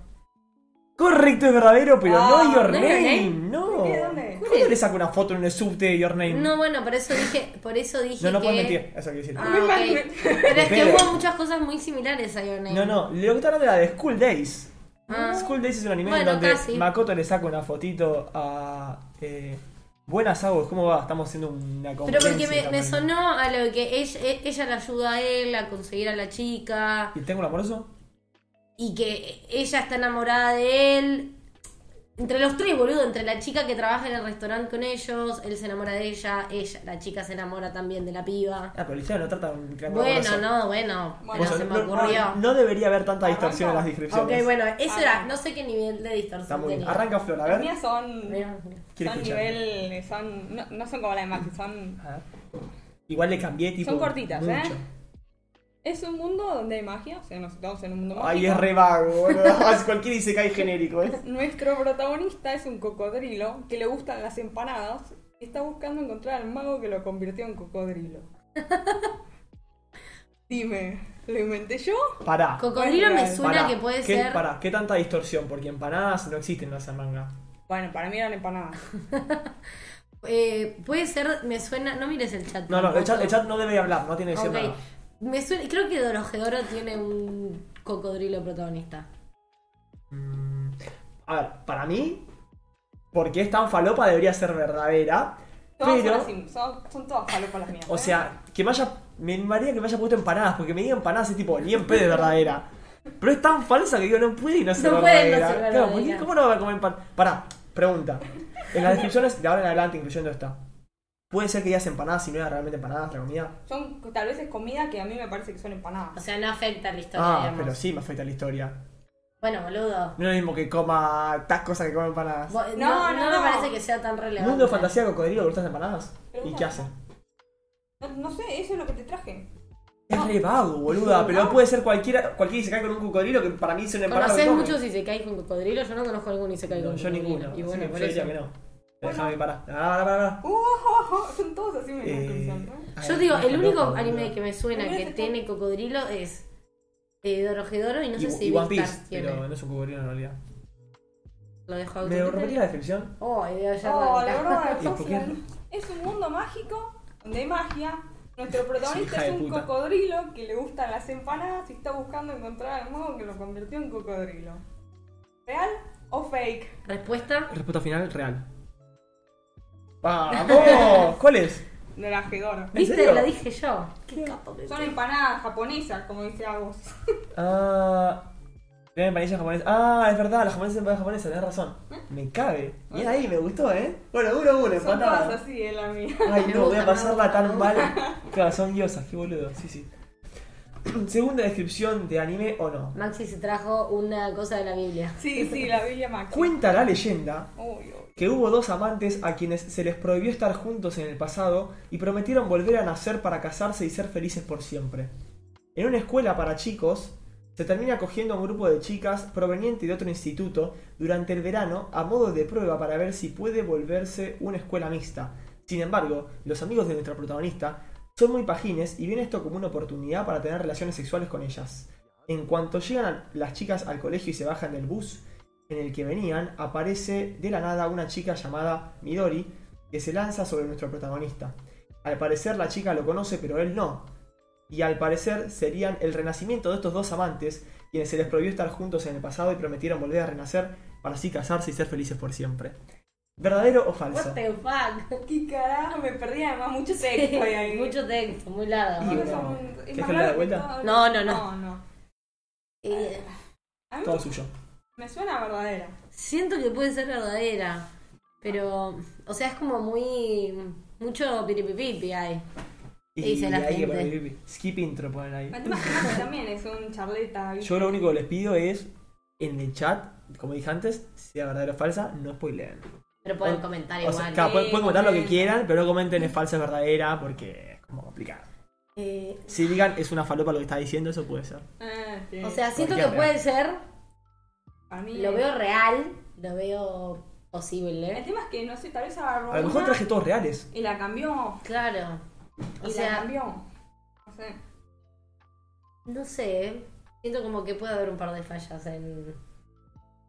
[SPEAKER 1] Correcto, es verdadero, pero
[SPEAKER 3] Ah,
[SPEAKER 1] no Your
[SPEAKER 2] ¿no es Your
[SPEAKER 1] Name,
[SPEAKER 2] Name?
[SPEAKER 1] no.
[SPEAKER 3] ¿De dónde?
[SPEAKER 1] ¿Cuándo le saco una foto en el subte de Your Name?
[SPEAKER 2] No, bueno, por eso dije, por eso dije
[SPEAKER 1] no, no
[SPEAKER 2] que...
[SPEAKER 1] puedes mentir, eso quiero decir.
[SPEAKER 2] Ah, ok. Pero es que
[SPEAKER 1] Depende.
[SPEAKER 2] hubo muchas cosas muy similares a Your Name.
[SPEAKER 1] No, no, lo que está hablando era de School Days.
[SPEAKER 2] Ah.
[SPEAKER 1] School Days es un anime
[SPEAKER 2] Bueno,
[SPEAKER 1] en donde
[SPEAKER 2] casi.
[SPEAKER 1] Makoto le saca una fotito a. Eh, Buenas Agus, ¿cómo va? Estamos haciendo una
[SPEAKER 2] Pero
[SPEAKER 1] competencia.
[SPEAKER 2] porque me, me
[SPEAKER 1] también.
[SPEAKER 2] sonó a lo que ella, ella le ayuda a él a conseguir a la chica
[SPEAKER 1] ¿Y tengo un amoroso?
[SPEAKER 2] y que ella está enamorada de él. Entre los tres, boludo, entre la chica que trabaja en el restaurante con ellos, él se enamora de ella, ella, la chica se enamora también de la piba.
[SPEAKER 1] Ah, pero la historia no trata de un triángulo
[SPEAKER 2] Bueno,
[SPEAKER 1] amoroso.
[SPEAKER 2] no, bueno,
[SPEAKER 3] Bueno,
[SPEAKER 2] pero
[SPEAKER 1] Vos-
[SPEAKER 2] se me
[SPEAKER 1] no,
[SPEAKER 2] ocurrió.
[SPEAKER 1] no- no debería haber tanta distorsión en las
[SPEAKER 3] Arranca.
[SPEAKER 1] descripciones.
[SPEAKER 2] Ok, bueno, eso era,
[SPEAKER 3] Arranca.
[SPEAKER 2] no sé qué nivel de
[SPEAKER 1] Está
[SPEAKER 2] distorsión
[SPEAKER 1] muy bien.
[SPEAKER 2] tenía.
[SPEAKER 1] Arranca Flor, a
[SPEAKER 3] Las
[SPEAKER 1] ver.
[SPEAKER 3] mías son.
[SPEAKER 2] Mira,
[SPEAKER 1] Quiero
[SPEAKER 3] Son
[SPEAKER 1] escuchar.
[SPEAKER 3] nivel. Son, no, no son como la de Maxi, son.
[SPEAKER 1] A ver. Igual le cambié tipo.
[SPEAKER 3] Son cortitas, ¿eh?
[SPEAKER 1] mucho.
[SPEAKER 3] Es un mundo donde hay magia, o sea, nos estamos en un mundo mágico.
[SPEAKER 1] Ay, es re vago, boludo. <laughs> Cualquier dice que hay genérico, ¿eh?
[SPEAKER 3] Nuestro protagonista es un cocodrilo que le gustan las empanadas y está buscando encontrar al mago que lo convirtió en cocodrilo. <laughs> Dime, ¿lo inventé yo?
[SPEAKER 1] Pará.
[SPEAKER 2] Cocodrilo me
[SPEAKER 3] Bueno,
[SPEAKER 2] suena
[SPEAKER 1] pará.
[SPEAKER 2] que puede
[SPEAKER 1] ¿Qué,
[SPEAKER 2] ser.
[SPEAKER 1] Pará, ¿qué tanta distorsión? Porque empanadas no existen en esa manga.
[SPEAKER 3] Bueno, para mí eran empanadas.
[SPEAKER 2] eh, puede ser, me suena. No mires el chat.
[SPEAKER 1] No, no, el
[SPEAKER 2] tampoco.
[SPEAKER 1] chat, el chat no debe hablar, no tiene que decir
[SPEAKER 2] Ok.
[SPEAKER 1] nada.
[SPEAKER 2] Me suena, creo que Dorojedoro tiene un cocodrilo protagonista.
[SPEAKER 1] Mm, A ver, para mí, porque es tan falopa, debería ser verdadera.
[SPEAKER 3] Todas
[SPEAKER 1] Pero-
[SPEAKER 3] son, así, son, son todas falopas las mías.
[SPEAKER 1] O
[SPEAKER 3] ¿eh?
[SPEAKER 1] sea, que me haya. Me maría que me haya puesto empanadas, porque me diga empanadas es tipo, ni en pedo es verdadera. Pero es tan falsa que digo, no puede no ser
[SPEAKER 2] No puede no
[SPEAKER 1] verdadera.
[SPEAKER 2] ser
[SPEAKER 1] Claro, porque
[SPEAKER 2] verdadera.
[SPEAKER 1] ¿cómo no va a comer empanadas? Pará, pregunta. En las descripciones de ahora en adelante, incluyendo esta, ¿puede ser que digas empanadas si no era realmente empanadas la comida?
[SPEAKER 3] Son tal vez es comida que a mí me parece que son empanadas.
[SPEAKER 2] O sea, no afecta la historia,
[SPEAKER 1] Ah,
[SPEAKER 2] digamos.
[SPEAKER 1] pero sí me afecta la historia.
[SPEAKER 2] Bueno, boludo.
[SPEAKER 1] No es lo mismo que coma tacos a que coma empanadas.
[SPEAKER 2] Bo- No,
[SPEAKER 3] No,
[SPEAKER 2] no,
[SPEAKER 3] no,
[SPEAKER 2] me
[SPEAKER 3] no.
[SPEAKER 2] parece que sea tan relevante.
[SPEAKER 1] Mundo de fantasía cocodrilo le gustan las empanadas.
[SPEAKER 3] Pero
[SPEAKER 1] ¿Y
[SPEAKER 3] no.
[SPEAKER 1] qué hace?
[SPEAKER 3] No, no sé, eso es lo que
[SPEAKER 1] <laughs>
[SPEAKER 3] te traje.
[SPEAKER 1] Es re vago, boluda, pero puede ser cualquiera, cualquiera que se cae con un cocodrilo que para mí es una empanada.
[SPEAKER 2] ¿Conocés
[SPEAKER 1] que come.
[SPEAKER 2] muchos y se cae con cocodrilo? Yo no conozco ninguno y se cae
[SPEAKER 1] No,
[SPEAKER 2] con
[SPEAKER 1] yo
[SPEAKER 2] cocodrilo.
[SPEAKER 1] ninguno.
[SPEAKER 2] Y
[SPEAKER 1] así
[SPEAKER 2] bueno,
[SPEAKER 1] que
[SPEAKER 2] por
[SPEAKER 1] yo diría
[SPEAKER 2] eso.
[SPEAKER 1] que no. Déjame parar. Pará, pará, pará.
[SPEAKER 3] Uh, oh, oh, son todos así me
[SPEAKER 1] Eh,
[SPEAKER 3] están ¿no?
[SPEAKER 1] ay,
[SPEAKER 2] Yo digo,
[SPEAKER 1] no,
[SPEAKER 2] el único
[SPEAKER 1] loco,
[SPEAKER 2] anime
[SPEAKER 1] boluda.
[SPEAKER 2] que me suena
[SPEAKER 3] Boludo,
[SPEAKER 2] que
[SPEAKER 3] ese
[SPEAKER 2] tiene cocodrilo es eh, Dorojedoro y no sé
[SPEAKER 1] Y-
[SPEAKER 2] si
[SPEAKER 1] y One Piece,
[SPEAKER 2] Beastars tiene.
[SPEAKER 1] pero no es un cocodrilo en realidad.
[SPEAKER 2] Lo dejo
[SPEAKER 1] ¿Me repetí la
[SPEAKER 2] auténtico.
[SPEAKER 1] descripción?
[SPEAKER 2] Oh, idea ya <laughs>
[SPEAKER 3] Oh, la
[SPEAKER 2] arranca.
[SPEAKER 3] broma de
[SPEAKER 1] ¿Y por qué?
[SPEAKER 3] Foxland. Es un mundo mágico donde hay magia
[SPEAKER 1] <laughs>
[SPEAKER 3] Nuestro protagonista
[SPEAKER 1] Hija
[SPEAKER 3] es
[SPEAKER 1] de
[SPEAKER 3] un
[SPEAKER 1] puta.
[SPEAKER 3] cocodrilo que le gustan las empanadas y está buscando encontrar al modo que lo convirtió en cocodrilo. ¿Real o fake?
[SPEAKER 2] Respuesta.
[SPEAKER 1] Respuesta final, real. ¡Vamos! <laughs> ¿Cuál es?
[SPEAKER 3] De la Gedora.
[SPEAKER 1] ¿En
[SPEAKER 2] ¿Viste?
[SPEAKER 1] serio?
[SPEAKER 2] Lo dije yo. Qué capo que
[SPEAKER 3] Son
[SPEAKER 1] Este.
[SPEAKER 2] soy.
[SPEAKER 3] empanadas japonesas, como dice Agus.
[SPEAKER 1] Ah. Tienen empanadillas japonesas. Ah, es verdad, las japonesas empanadas japonesas, tenés razón.
[SPEAKER 2] ¿Eh?
[SPEAKER 1] Me cabe. Bien ahí, me gustó, ¿eh? Bueno, uno a uno,
[SPEAKER 3] Son todas
[SPEAKER 1] empatada.
[SPEAKER 3] así, es la mía.
[SPEAKER 1] Ay,
[SPEAKER 2] Me
[SPEAKER 1] no, voy
[SPEAKER 2] gusta, me
[SPEAKER 1] a pasarla
[SPEAKER 2] gusta,
[SPEAKER 1] tan
[SPEAKER 2] me
[SPEAKER 1] mal. <laughs> Claro, son diosas, qué boludo. Sí, sí. <clears throat> Segunda descripción de anime o no.
[SPEAKER 2] Maxi se trajo una cosa de la Biblia.
[SPEAKER 3] Sí, sí, la Biblia Max. Uy,
[SPEAKER 1] Cuenta la leyenda
[SPEAKER 3] uy.
[SPEAKER 1] que hubo dos amantes a quienes se les prohibió estar juntos en el pasado y prometieron volver a nacer para casarse y ser felices por siempre. En una escuela para chicos, se termina cogiendo a un grupo de chicas proveniente de otro instituto durante el verano a modo de prueba para ver si puede volverse una escuela mixta. Sin embargo, los amigos de nuestra protagonista son muy pajines y ven esto como una oportunidad para tener relaciones sexuales con ellas. En cuanto llegan a- las chicas al colegio y se bajan del bus, en el que venían, aparece de la nada una chica llamada Midori que se lanza sobre nuestro protagonista. Al parecer la chica lo conoce pero él no. Y al parecer serían el renacimiento de estos dos amantes, quienes se les prohibió estar juntos en el pasado y prometieron volver a renacer para así casarse y ser felices por siempre. ¿Verdadero o falso?
[SPEAKER 2] What the
[SPEAKER 1] <laughs>
[SPEAKER 2] fuck.
[SPEAKER 3] ¿Qué carajo? Me perdí además mucho texto ahí.
[SPEAKER 2] <laughs>
[SPEAKER 3] ahí.
[SPEAKER 2] Mucho texto, muy largo.
[SPEAKER 1] Y-
[SPEAKER 3] Chicos,
[SPEAKER 1] no.
[SPEAKER 3] son-
[SPEAKER 1] ¿Querés
[SPEAKER 3] es
[SPEAKER 1] que
[SPEAKER 3] más
[SPEAKER 1] le dé
[SPEAKER 3] largo que
[SPEAKER 1] vuelta?
[SPEAKER 3] todo.
[SPEAKER 2] No, no, no.
[SPEAKER 3] No, no.
[SPEAKER 2] Eh,
[SPEAKER 3] A mí
[SPEAKER 1] Todo suyo.
[SPEAKER 3] me suena verdadera.
[SPEAKER 2] siento que puede ser verdadera. Pero, o sea, es como muy. Mucho piripipipi hay.
[SPEAKER 1] Y
[SPEAKER 2] Dice la
[SPEAKER 1] hay que
[SPEAKER 2] gente.
[SPEAKER 1] poner- skip intro ponen ahí.
[SPEAKER 3] Además, que también es un charleta. ¿viste?
[SPEAKER 1] Yo lo único que les pido es en el chat, como dije antes, sea verdadera o falsa, no spoileen.
[SPEAKER 2] Pero pueden
[SPEAKER 1] O-
[SPEAKER 2] comentar
[SPEAKER 1] O sea,
[SPEAKER 2] igual.
[SPEAKER 1] claro, pueden, pueden comentar lo que
[SPEAKER 3] Sí.
[SPEAKER 1] quieran, pero no comenten es falsa, es verdadera, porque es como complicado.
[SPEAKER 2] Eh,
[SPEAKER 1] Si digan es una falopa lo que está diciendo, eso puede ser.
[SPEAKER 3] Ah, sí.
[SPEAKER 1] Mm,
[SPEAKER 2] o sea, siento que
[SPEAKER 1] Cualquier
[SPEAKER 2] puede ser.
[SPEAKER 3] Para mí
[SPEAKER 2] Lo
[SPEAKER 1] Mm.
[SPEAKER 3] es-
[SPEAKER 2] veo real. Lo veo posible.
[SPEAKER 3] El tema es que, no sé, tal vez agarró
[SPEAKER 1] A lo mejor
[SPEAKER 3] una
[SPEAKER 1] traje todos reales.
[SPEAKER 3] y la cambió.
[SPEAKER 2] Claro.
[SPEAKER 3] Y
[SPEAKER 2] O
[SPEAKER 3] la
[SPEAKER 2] sea,
[SPEAKER 3] cambió. No sé.
[SPEAKER 2] no sé. Siento como que puede haber un par de fallas en.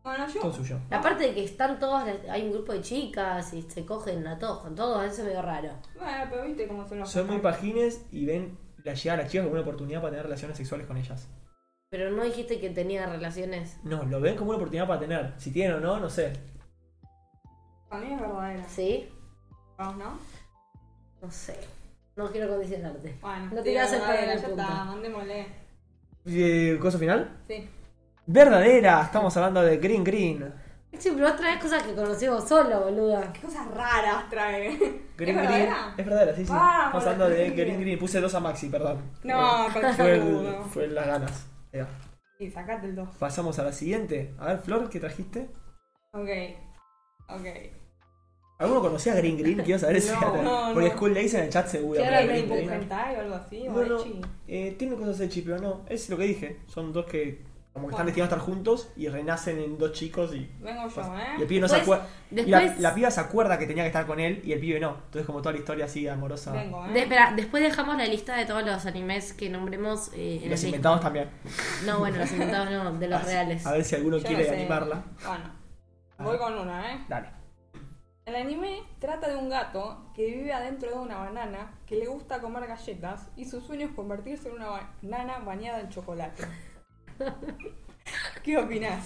[SPEAKER 3] Bueno, yo...
[SPEAKER 1] Todo suyo.
[SPEAKER 2] La parte de que están todas, las- hay un grupo de chicas y se cogen a todos con todos, eso es medio raro.
[SPEAKER 3] Bueno, pero viste cómo son los...
[SPEAKER 1] Son muy
[SPEAKER 3] papás.
[SPEAKER 1] pajines y ven la llegada de las chicas como una oportunidad para tener relaciones sexuales con ellas.
[SPEAKER 2] Pero no dijiste que tenía relaciones.
[SPEAKER 1] No, lo ven como una oportunidad para tener. Si tienen o no, no sé.
[SPEAKER 3] Para mí es verdadera.
[SPEAKER 2] ¿Sí?
[SPEAKER 3] Vamos, ¿no?
[SPEAKER 2] No sé. No quiero condicionarte.
[SPEAKER 3] Bueno,
[SPEAKER 2] No te
[SPEAKER 3] sí,
[SPEAKER 2] iba a hacer
[SPEAKER 3] verdadera,
[SPEAKER 2] perder el
[SPEAKER 3] ya
[SPEAKER 2] punto.
[SPEAKER 3] está, mandémosle.
[SPEAKER 1] Eh, ¿Cosa final?
[SPEAKER 3] Sí.
[SPEAKER 1] Verdadera, estamos hablando de Green Green.
[SPEAKER 2] Sí, pero otra vez cosas que conocí vos solo, boluda.
[SPEAKER 3] Qué cosas raras trae. <laughs>
[SPEAKER 1] Green
[SPEAKER 3] ¿Es
[SPEAKER 1] Green.
[SPEAKER 3] verdadera?
[SPEAKER 1] Es verdadera, sí, sí.
[SPEAKER 3] Vamos,
[SPEAKER 1] estamos hablando de
[SPEAKER 3] Green
[SPEAKER 1] Green Green.
[SPEAKER 3] Green.
[SPEAKER 1] Puse dos a Maxi, perdón.
[SPEAKER 3] No, con
[SPEAKER 1] Eh,
[SPEAKER 3] el
[SPEAKER 1] fue,
[SPEAKER 3] saludo.
[SPEAKER 1] el- fue las ganas. Ahí va.
[SPEAKER 3] Sí, sacate el 2.
[SPEAKER 1] Pasamos a la siguiente. A ver, Flor, ¿qué trajiste?
[SPEAKER 3] Ok. Ok.
[SPEAKER 1] ¿Alguno conocía a Green Green? Quiero saber si
[SPEAKER 3] No,
[SPEAKER 1] era-
[SPEAKER 3] no,
[SPEAKER 1] Porque
[SPEAKER 3] no.
[SPEAKER 1] School Days en el chat seguro.
[SPEAKER 2] Claro,
[SPEAKER 1] pero
[SPEAKER 2] no,
[SPEAKER 1] Green
[SPEAKER 3] ¿Tipo
[SPEAKER 1] Green-
[SPEAKER 2] no.
[SPEAKER 3] hentai o algo así?
[SPEAKER 1] No,
[SPEAKER 3] ¿O
[SPEAKER 1] no.
[SPEAKER 3] echi?
[SPEAKER 1] Eh, tiene cosas de chip, pero no. Es lo que dije. Son dos que como que están
[SPEAKER 3] Bueno.
[SPEAKER 1] destinados a estar juntos y renacen en dos chicos y.
[SPEAKER 3] Vengo yo,
[SPEAKER 1] y el
[SPEAKER 3] ¿eh?
[SPEAKER 1] pibe no se
[SPEAKER 2] Después-
[SPEAKER 1] acuerda. y la-
[SPEAKER 2] Después,
[SPEAKER 1] La, piba se acuerda que tenía que estar con él y el pibe no. Entonces, como toda la historia así amorosa.
[SPEAKER 3] Vengo,
[SPEAKER 2] de-
[SPEAKER 3] ¿eh?
[SPEAKER 2] espera, después dejamos la lista de todos los animes que nombremos eh,
[SPEAKER 1] Y
[SPEAKER 2] en
[SPEAKER 1] los
[SPEAKER 2] el
[SPEAKER 1] inventados también.
[SPEAKER 2] No, bueno, los inventados no, de
[SPEAKER 1] <laughs>
[SPEAKER 2] los
[SPEAKER 1] Así-
[SPEAKER 2] reales.
[SPEAKER 1] A ver si alguno
[SPEAKER 3] Yo
[SPEAKER 1] quiere
[SPEAKER 3] no sé.
[SPEAKER 1] animarla.
[SPEAKER 3] Bueno,
[SPEAKER 1] Ah.
[SPEAKER 3] voy con una, ¿eh?
[SPEAKER 1] Dale.
[SPEAKER 3] El anime trata de un gato que vive adentro de una banana, que le gusta comer galletas y su sueño es convertirse en una banana bañada en chocolate. ¿Qué opinás?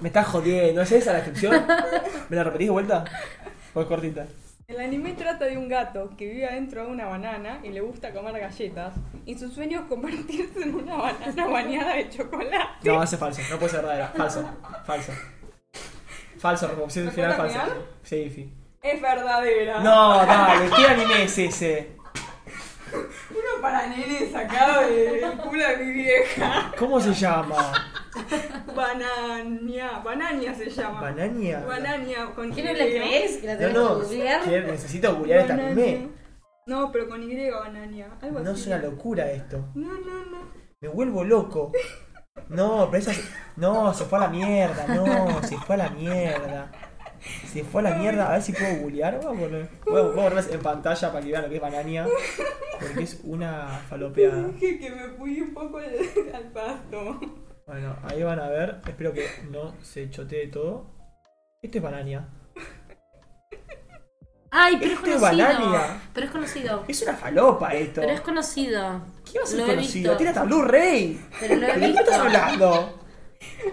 [SPEAKER 1] Me estás jodiendo. ¿Es esa la descripción? ¿Me la repetís de vuelta? Pues cortita.
[SPEAKER 3] El anime trata de un gato que vive adentro de una banana y le gusta comer galletas y su sueño es convertirse en una banana bañada de chocolate.
[SPEAKER 1] No, ese es falso, no puede ser verdadera. Falso, falso. Falso, reproducción final
[SPEAKER 3] ¿Respuesta
[SPEAKER 1] falsa.
[SPEAKER 3] final?
[SPEAKER 1] Sí, sí.
[SPEAKER 3] Es verdadera.
[SPEAKER 1] No, dale, ¿qué anime es ese?
[SPEAKER 3] Uno para nene sacado de- del culo de mi vieja.
[SPEAKER 1] ¿Cómo se llama?
[SPEAKER 3] Banania. Banania se llama.
[SPEAKER 1] ¿Banania?
[SPEAKER 3] Banania con
[SPEAKER 2] ¿Qué
[SPEAKER 3] Y.
[SPEAKER 2] no le crees? ¿Que la
[SPEAKER 1] No,
[SPEAKER 2] tenés
[SPEAKER 1] no,
[SPEAKER 2] que googlear?
[SPEAKER 1] che, necesito googlear este anime.
[SPEAKER 3] No, pero con Y banania. Algo
[SPEAKER 1] No
[SPEAKER 3] así.
[SPEAKER 1] es una locura esto.
[SPEAKER 3] No, no, no.
[SPEAKER 1] Me vuelvo loco. No, pero esa. No, se fue a la mierda. No, se fue a la mierda. Se fue a la mierda. A ver si puedo googlear. Voy a poner- voy a voy a ponerlas en pantalla para que vean lo que es banania. Porque es una falopeada.
[SPEAKER 3] Dije que me fui un poco al, al pasto.
[SPEAKER 1] Bueno, ahí van a ver. Espero que no se chotee todo. Esto es banania.
[SPEAKER 5] Ay, pero
[SPEAKER 1] Este
[SPEAKER 5] es conocido.
[SPEAKER 1] Banania.
[SPEAKER 5] Pero es conocido.
[SPEAKER 1] Es una falopa esto.
[SPEAKER 5] Pero es conocido.
[SPEAKER 1] ¿Qué va a ser
[SPEAKER 5] Lo he
[SPEAKER 1] conocido?
[SPEAKER 5] visto.
[SPEAKER 1] Tiene hasta Blu-ray.
[SPEAKER 5] Pero lo he
[SPEAKER 1] ¿De qué
[SPEAKER 5] visto.
[SPEAKER 1] estás hablando?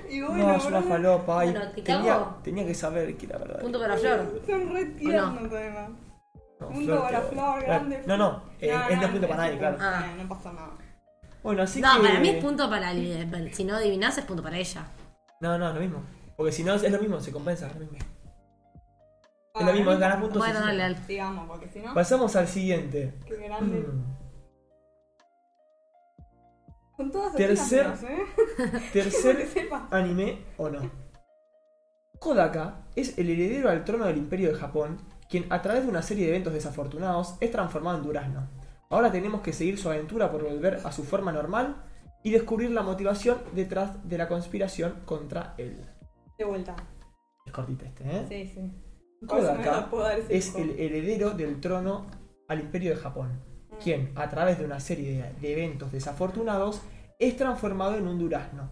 [SPEAKER 3] Y
[SPEAKER 1] No,
[SPEAKER 3] bueno,
[SPEAKER 1] es una
[SPEAKER 3] boludo,
[SPEAKER 1] falopa. ay,
[SPEAKER 5] Bueno, ¿te
[SPEAKER 1] tenía,
[SPEAKER 5] cago?
[SPEAKER 1] tenía que saber que la verdad.
[SPEAKER 5] Punto para Flor.
[SPEAKER 3] son re tiernos además.
[SPEAKER 1] No,
[SPEAKER 3] Punto
[SPEAKER 1] Flor,
[SPEAKER 3] para
[SPEAKER 1] te-
[SPEAKER 3] Flor, grande.
[SPEAKER 1] No, no, eh, es dos puntos para nadie, claro.
[SPEAKER 5] Ah.
[SPEAKER 3] No pasa nada.
[SPEAKER 1] Bueno, así
[SPEAKER 5] No,
[SPEAKER 1] que.
[SPEAKER 5] para mí es punto para el. eh, Si no adivinás, es punto para ella.
[SPEAKER 1] No, no, es lo mismo. Porque si no, es lo mismo, se compensa. Es lo mismo, es
[SPEAKER 3] Ah,
[SPEAKER 1] lo mismo, es ganar puntos.
[SPEAKER 5] Bueno,
[SPEAKER 1] sí, sí.
[SPEAKER 5] dale, dale.
[SPEAKER 3] Sigamos, porque si no,
[SPEAKER 1] Pasamos al siguiente.
[SPEAKER 3] qué grande.
[SPEAKER 1] Mm.
[SPEAKER 3] Son todas
[SPEAKER 1] Tercer-
[SPEAKER 3] asesinas, ¿eh? <laughs> Que
[SPEAKER 1] Tercer
[SPEAKER 3] sepa.
[SPEAKER 1] anime o no. Kodaka es el heredero al trono del imperio de Japón, quien a través de una serie de eventos desafortunados es transformado en durazno. Ahora tenemos que seguir su aventura por volver a su forma normal y descubrir la motivación detrás de la conspiración contra él.
[SPEAKER 3] De vuelta.
[SPEAKER 1] Es cortita este, ¿eh?
[SPEAKER 3] Sí, sí. Por eso no me
[SPEAKER 1] Kodaka
[SPEAKER 3] la puedo dar ese
[SPEAKER 1] es
[SPEAKER 3] hijo.
[SPEAKER 1] el heredero del trono al imperio de Japón,
[SPEAKER 3] Mm.
[SPEAKER 1] quien, a través de una serie de, de eventos desafortunados, es transformado en un durazno.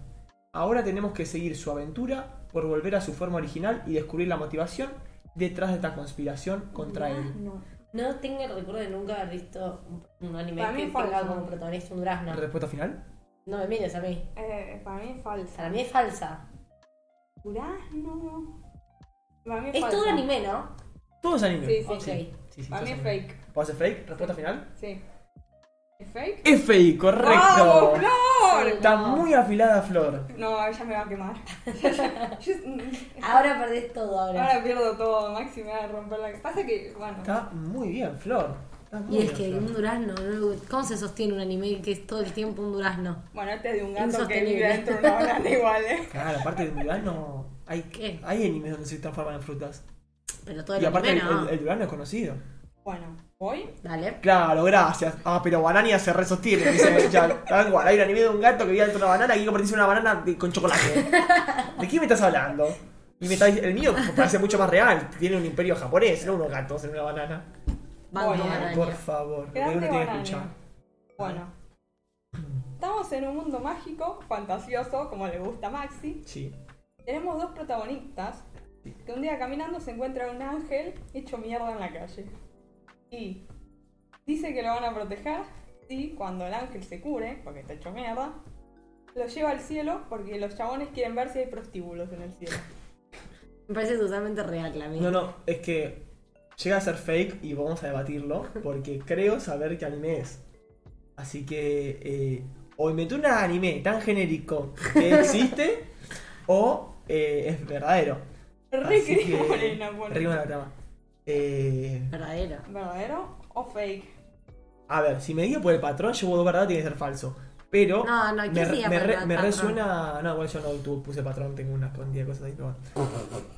[SPEAKER 1] Ahora tenemos que seguir su aventura por volver a su forma original y descubrir la motivación detrás de esta conspiración contra él.
[SPEAKER 3] "Ah, No.
[SPEAKER 5] No tengo el recuerdo de nunca haber visto un anime
[SPEAKER 3] Para mí
[SPEAKER 5] que
[SPEAKER 3] es falso.
[SPEAKER 5] tenga como protagonista un durazno.
[SPEAKER 1] ¿Respuesta final?
[SPEAKER 5] No me mires a mí.
[SPEAKER 3] Eh, para mí es falsa.
[SPEAKER 5] Para mí es falsa.
[SPEAKER 3] Durazno. Para mí es,
[SPEAKER 5] Es
[SPEAKER 3] falsa.
[SPEAKER 5] todo anime, ¿no?
[SPEAKER 1] Todo es anime.
[SPEAKER 3] Sí, sí.
[SPEAKER 5] Ok.
[SPEAKER 1] Ah, Sí, sí,
[SPEAKER 3] Para
[SPEAKER 1] todo
[SPEAKER 3] mí
[SPEAKER 1] es
[SPEAKER 3] es
[SPEAKER 1] anime.
[SPEAKER 3] fake.
[SPEAKER 1] ¿Puedo hacer fake? ¿Respuesta final?
[SPEAKER 3] Sí. ¿Es fake?
[SPEAKER 1] Es fake, correcto.
[SPEAKER 3] ¡Vamos, Flor!
[SPEAKER 1] Está muy afilada Flor.
[SPEAKER 3] No, ella me va a quemar. <laughs> Yo- mm,
[SPEAKER 5] Ahora perdés todo ahora.
[SPEAKER 3] ahora pierdo todo, Maxi me va a romper la Pasa que, bueno.
[SPEAKER 1] Está muy bien Flor. Está muy
[SPEAKER 5] Y es
[SPEAKER 1] bien,
[SPEAKER 5] que
[SPEAKER 1] Flor.
[SPEAKER 5] un durazno, ¿no? ¿cómo se sostiene un anime que es todo el tiempo un durazno?
[SPEAKER 3] Bueno, este es de un gato que
[SPEAKER 5] Insostenible.
[SPEAKER 3] vive dentro de una
[SPEAKER 5] <laughs>
[SPEAKER 3] banana igual, eh.
[SPEAKER 1] Claro, aparte de un durazno, hay,
[SPEAKER 5] ¿Qué?
[SPEAKER 1] hay animes donde se transforman en frutas.
[SPEAKER 5] Pero todo el
[SPEAKER 1] y aparte,
[SPEAKER 5] anime
[SPEAKER 1] el,
[SPEAKER 5] no.
[SPEAKER 1] el- el durazno es conocido.
[SPEAKER 3] Bueno, voy.
[SPEAKER 5] Dale.
[SPEAKER 1] Claro, gracias. Ah, pero Banania se
[SPEAKER 5] <laughs>
[SPEAKER 1] resostiene, dice ya, Tal cual, hay un anime de un gato que vive dentro de una banana y quiere convertirse en una banana de-
[SPEAKER 5] <laughs>
[SPEAKER 1] con chocolate. ¿De qué me estás hablando? Y me estás dic- el mío parece mucho más real. Tiene un imperio japonés, no unos gatos en una banana.
[SPEAKER 5] Vamos,
[SPEAKER 3] Bueno,
[SPEAKER 5] araña.
[SPEAKER 1] eh, Por favor, lo que
[SPEAKER 3] Grande
[SPEAKER 1] uno tiene que
[SPEAKER 3] banana.
[SPEAKER 1] escuchar.
[SPEAKER 3] Bueno. Estamos en un mundo mágico, fantasioso, como le gusta a Maxi.
[SPEAKER 1] Sí.
[SPEAKER 3] Tenemos dos protagonistas que un día caminando se encuentra un ángel hecho mierda en la calle. Y dice que lo van a proteger y cuando el ángel se cure, porque está hecho mierda, lo lleva al cielo porque los chabones quieren ver si hay prostíbulos en el
[SPEAKER 1] <laughs>
[SPEAKER 3] cielo.
[SPEAKER 5] Me parece totalmente real la mía.
[SPEAKER 1] No, no, es que llega a ser fake y vamos a debatirlo porque creo saber qué anime es. Así que eh, o inventó un anime tan genérico que existe o eh, es verdadero.
[SPEAKER 3] Re
[SPEAKER 1] Así
[SPEAKER 3] querida
[SPEAKER 1] que-
[SPEAKER 3] morena, <laughs> bueno.
[SPEAKER 1] Re buena la trama. Eh,
[SPEAKER 5] Verdadero.
[SPEAKER 3] ¿Verdadero o fake?
[SPEAKER 1] a ver, si me guío por el patrón, llevo dos verdad, tiene que ser falso. Pero
[SPEAKER 5] No, no, ¿quién
[SPEAKER 1] me,
[SPEAKER 5] se
[SPEAKER 1] re-
[SPEAKER 5] guía
[SPEAKER 1] me
[SPEAKER 5] por el
[SPEAKER 1] re- me
[SPEAKER 5] patrón?
[SPEAKER 1] resuena. No, bueno, yo no tu- puse patrón, tengo una cantidad de cosas ahí, pero bueno.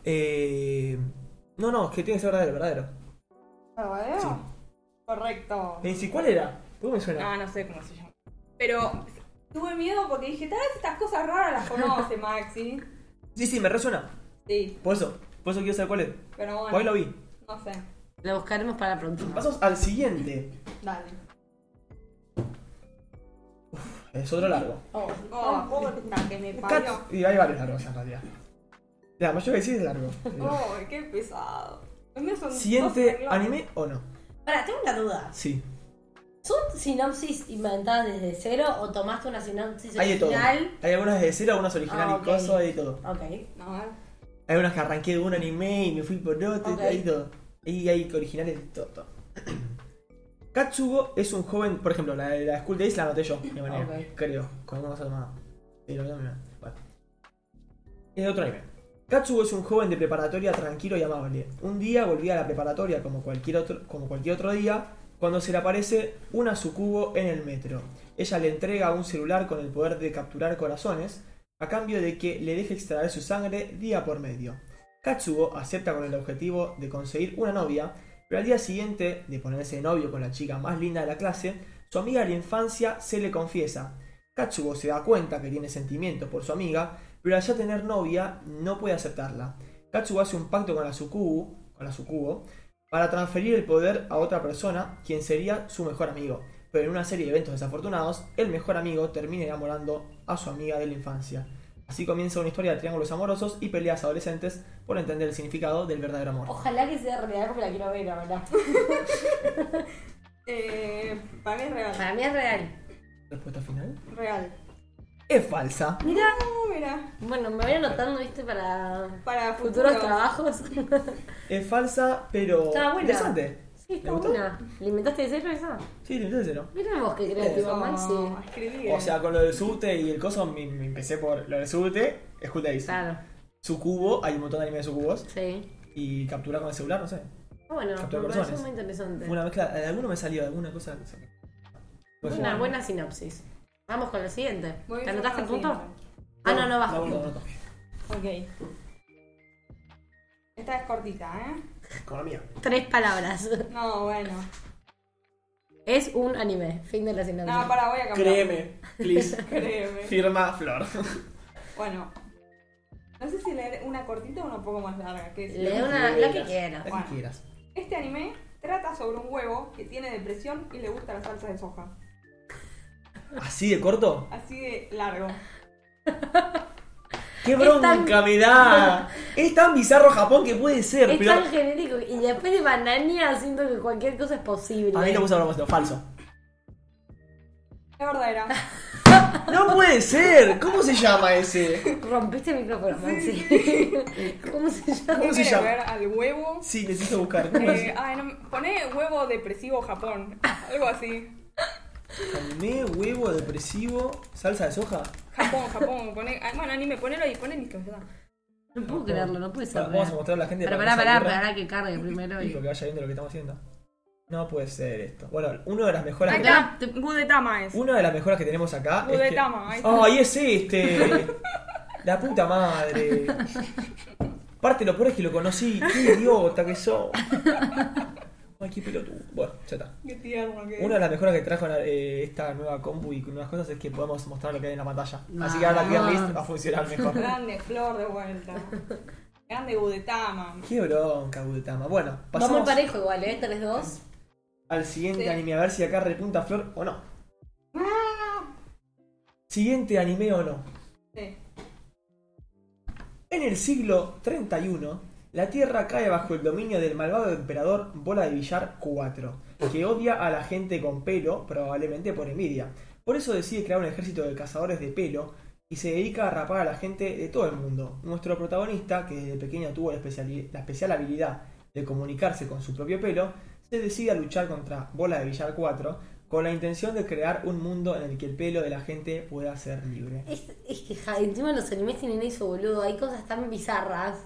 [SPEAKER 1] Eh, no, no, es que tiene que ser verdadero, verdadero.
[SPEAKER 3] ¿Verdadero?
[SPEAKER 1] Sí.
[SPEAKER 3] Correcto.
[SPEAKER 1] Me dice, Eh, ¿cuál era? ¿Cómo me suena?
[SPEAKER 3] Ah, no sé cómo se llama. Pero tuve miedo porque dije, tal vez estas cosas raras las conoce
[SPEAKER 1] <laughs>
[SPEAKER 3] Maxi.
[SPEAKER 1] Sí, sí, me resuena.
[SPEAKER 3] Sí,
[SPEAKER 1] Por eso, por eso quiero saber cuál es.
[SPEAKER 3] pero
[SPEAKER 1] Hoy lo
[SPEAKER 3] bueno.
[SPEAKER 1] vi.
[SPEAKER 3] No sé.
[SPEAKER 5] Lo buscaremos para la próxima.
[SPEAKER 1] Pasamos al siguiente.
[SPEAKER 3] Dale.
[SPEAKER 1] Es otro largo.
[SPEAKER 3] Oh, puta que me parió.
[SPEAKER 1] Cat- Y hay varios largos en realidad. La mayoría que sí es largo.
[SPEAKER 3] Oh, qué pesado. Los míos son dos
[SPEAKER 1] Siguiente
[SPEAKER 3] renglones.
[SPEAKER 1] anime o no?
[SPEAKER 5] Pará, tengo una duda.
[SPEAKER 1] Sí.
[SPEAKER 5] ¿Son sinopsis inventadas desde cero o tomaste una sinopsis
[SPEAKER 1] Hay de todo.
[SPEAKER 5] original?
[SPEAKER 1] Hay algunas de cero, algunas originales
[SPEAKER 5] Ah,
[SPEAKER 1] y
[SPEAKER 5] ok.
[SPEAKER 1] cosas, hay de todo.
[SPEAKER 5] Ok.
[SPEAKER 3] No, eh.
[SPEAKER 1] Hay unas que arranqué de un anime y me fui por otro,
[SPEAKER 5] Ok.
[SPEAKER 1] hay de todo. Y hay originales de todo. <clears throat> todo. Katsugo es un joven, por ejemplo, la, la School Days la anoté yo, de manera,
[SPEAKER 5] Ok.
[SPEAKER 1] creo, con una cosa tomada. Sí, la verdad, mira, bueno. Es otro anime. Katsugo es un joven de preparatoria tranquilo y amable. Un día volvía a la preparatoria como cualquier otro, como cualquier otro día, cuando se le aparece una sucubo en el metro. Ella le entrega un celular con el poder de capturar corazones, a cambio de que le deje extraer su sangre día por medio. Katsugo acepta con el objetivo de conseguir una novia, pero al día siguiente de ponerse de novio con la chica más linda de la clase, su amiga de la infancia se le confiesa. Katsugo se da cuenta que tiene sentimientos por su amiga, pero al ya tener novia no puede aceptarla. Katsugo hace un pacto con la Sukubo, con la Sukubo para transferir el poder a otra persona, quien sería su mejor amigo. Pero en una serie de eventos desafortunados, el mejor amigo termina enamorando a su amiga de la infancia. Así comienza una historia de triángulos amorosos y peleas adolescentes por entender el significado del verdadero amor.
[SPEAKER 2] Ojalá que sea real porque la quiero ver, la verdad.
[SPEAKER 3] Eh, para mí es real.
[SPEAKER 2] Para mí es real.
[SPEAKER 1] Respuesta final.
[SPEAKER 3] Real.
[SPEAKER 1] Es falsa.
[SPEAKER 2] Mira,
[SPEAKER 3] No, mira.
[SPEAKER 2] bueno, me voy anotando, viste, para
[SPEAKER 3] Para
[SPEAKER 2] futuros
[SPEAKER 3] futuro.
[SPEAKER 2] trabajos. <laughs>
[SPEAKER 1] Es falsa, pero
[SPEAKER 2] Está buena.
[SPEAKER 1] interesante.
[SPEAKER 2] sí, está
[SPEAKER 1] gustó?
[SPEAKER 2] buena. ¿Le inventaste de cero esa?
[SPEAKER 1] Sí, interesante, cero.
[SPEAKER 2] Mira vos que creativo,
[SPEAKER 3] No,
[SPEAKER 2] Maxi.
[SPEAKER 3] escribí.
[SPEAKER 1] O sea, con lo del subte y el coso me, me empecé por lo del subte, es School Days.
[SPEAKER 2] Claro,
[SPEAKER 1] Sucubo, hay un montón de anime de sucubos.
[SPEAKER 2] sí.
[SPEAKER 1] Y captura con el celular, no sé.
[SPEAKER 2] Ah, Bueno,
[SPEAKER 1] Captura
[SPEAKER 2] me
[SPEAKER 1] personas.
[SPEAKER 2] parece muy interesante.
[SPEAKER 1] Fue una mezcla, de alguno me salió, de alguna cosa.
[SPEAKER 2] Una
[SPEAKER 1] Bueno,
[SPEAKER 2] buena sinopsis. Vamos con lo siguiente.
[SPEAKER 3] Voy
[SPEAKER 2] ¿Te
[SPEAKER 3] a
[SPEAKER 2] anotaste el
[SPEAKER 3] hacer
[SPEAKER 2] punto?
[SPEAKER 3] la
[SPEAKER 2] Ah,
[SPEAKER 1] no,
[SPEAKER 2] no, no,
[SPEAKER 1] no,
[SPEAKER 2] bajo.
[SPEAKER 1] no.
[SPEAKER 3] siguiente. Ok. Esta es cortita, ¿eh?
[SPEAKER 1] Con la mía.
[SPEAKER 2] Tres palabras. <laughs>
[SPEAKER 3] No, bueno.
[SPEAKER 2] Es un anime. Fin de la sinopsis.
[SPEAKER 3] No, para, voy a cambiar.
[SPEAKER 1] Créeme,
[SPEAKER 2] <laughs>
[SPEAKER 1] please.
[SPEAKER 3] Créeme.
[SPEAKER 1] Firma Flor.
[SPEAKER 3] Bueno. No sé si leer una cortita o una un poco más larga. ¿qué decís?
[SPEAKER 2] Le doy una, la que quiera.
[SPEAKER 1] La
[SPEAKER 3] Bueno.
[SPEAKER 1] que quieras.
[SPEAKER 3] Este anime trata sobre un huevo que tiene depresión y le gusta la salsa de soja.
[SPEAKER 1] ¿Así de corto?
[SPEAKER 3] Así de largo.
[SPEAKER 1] ¡Qué
[SPEAKER 2] Es
[SPEAKER 1] bronca
[SPEAKER 2] tan-
[SPEAKER 1] me
[SPEAKER 2] <laughs>
[SPEAKER 1] da! Es tan bizarro Japón que puede ser,
[SPEAKER 2] Es
[SPEAKER 1] pero.
[SPEAKER 2] tan genérico. Y después de Banania siento que cualquier cosa es posible.
[SPEAKER 1] A mí no me gusta lo falso.
[SPEAKER 3] Es verdadera.
[SPEAKER 1] ¡No puede ser! ¿Cómo se llama ese?
[SPEAKER 2] Rompiste el micrófono, Maxi. <laughs> ¿Cómo se llama?
[SPEAKER 1] ¿Cómo se
[SPEAKER 3] Quiero ver
[SPEAKER 1] llama? <laughs>
[SPEAKER 3] al huevo.
[SPEAKER 1] Sí, necesito buscar. ¿Cómo
[SPEAKER 3] Eh,
[SPEAKER 1] es?
[SPEAKER 3] ay, no, poné huevo depresivo Japón. Algo así.
[SPEAKER 1] Anime, huevo, depresivo, salsa de soja.
[SPEAKER 3] Japón, Japón. Poné, ay, bueno, anime, ponelo ahí, poné mis cosas.
[SPEAKER 2] No puedo creerlo, no puede ser.
[SPEAKER 1] Vamos a
[SPEAKER 2] real.
[SPEAKER 1] mostrar a la gente
[SPEAKER 2] Pero
[SPEAKER 1] para
[SPEAKER 2] pará,
[SPEAKER 1] que
[SPEAKER 2] pará,
[SPEAKER 1] se aburra
[SPEAKER 2] pará que cargue primero.
[SPEAKER 1] y
[SPEAKER 2] Y...
[SPEAKER 1] para que vaya viendo lo que estamos haciendo. No puede ser esto. Bueno, una de las mejoras que
[SPEAKER 2] Acá.
[SPEAKER 3] Acá, Gudetama es.
[SPEAKER 1] Una de las mejoras que tenemos acá es que...
[SPEAKER 3] Gudetama, ahí está.
[SPEAKER 1] ¡Ay, es este! ¡La puta madre! Parte lo peor es que lo conocí. ¡Qué idiota que sos! ¡Ay, qué pelotudo! Bueno, ya está.
[SPEAKER 3] Qué tierno que
[SPEAKER 1] Una de las mejoras que trajo la- eh, esta nueva compu y nuevas cosas es que podemos mostrar lo que hay en la pantalla. Así que ahora la tier list va a funcionar mejor.
[SPEAKER 3] Grande flor de vuelta. Grande Gudetama.
[SPEAKER 1] ¡Qué bronca, Gultama! Bueno,
[SPEAKER 2] Vamos
[SPEAKER 1] pasamos
[SPEAKER 2] parejo igual, ¿eh? 3-2.
[SPEAKER 1] al siguiente
[SPEAKER 3] Sí.
[SPEAKER 1] anime a ver si acá repunta Flor o no. Siguiente anime o no.
[SPEAKER 3] Sí.
[SPEAKER 1] En el siglo 31, la Tierra cae bajo el dominio del malvado emperador Bola de Villar IV, que odia a la gente con pelo, probablemente por envidia. Por eso decide crear un ejército de cazadores de pelo y se dedica a rapar a la gente de todo el mundo. Nuestro protagonista, que desde pequeño tuvo la, especiali- la especial habilidad de comunicarse con su propio pelo, se decide a luchar contra Bola de Villar IV con la intención de crear un mundo en el que el pelo de la gente pueda ser libre.
[SPEAKER 2] Es, es que ja, encima los animes tienen eso, boludo. Hay cosas tan bizarras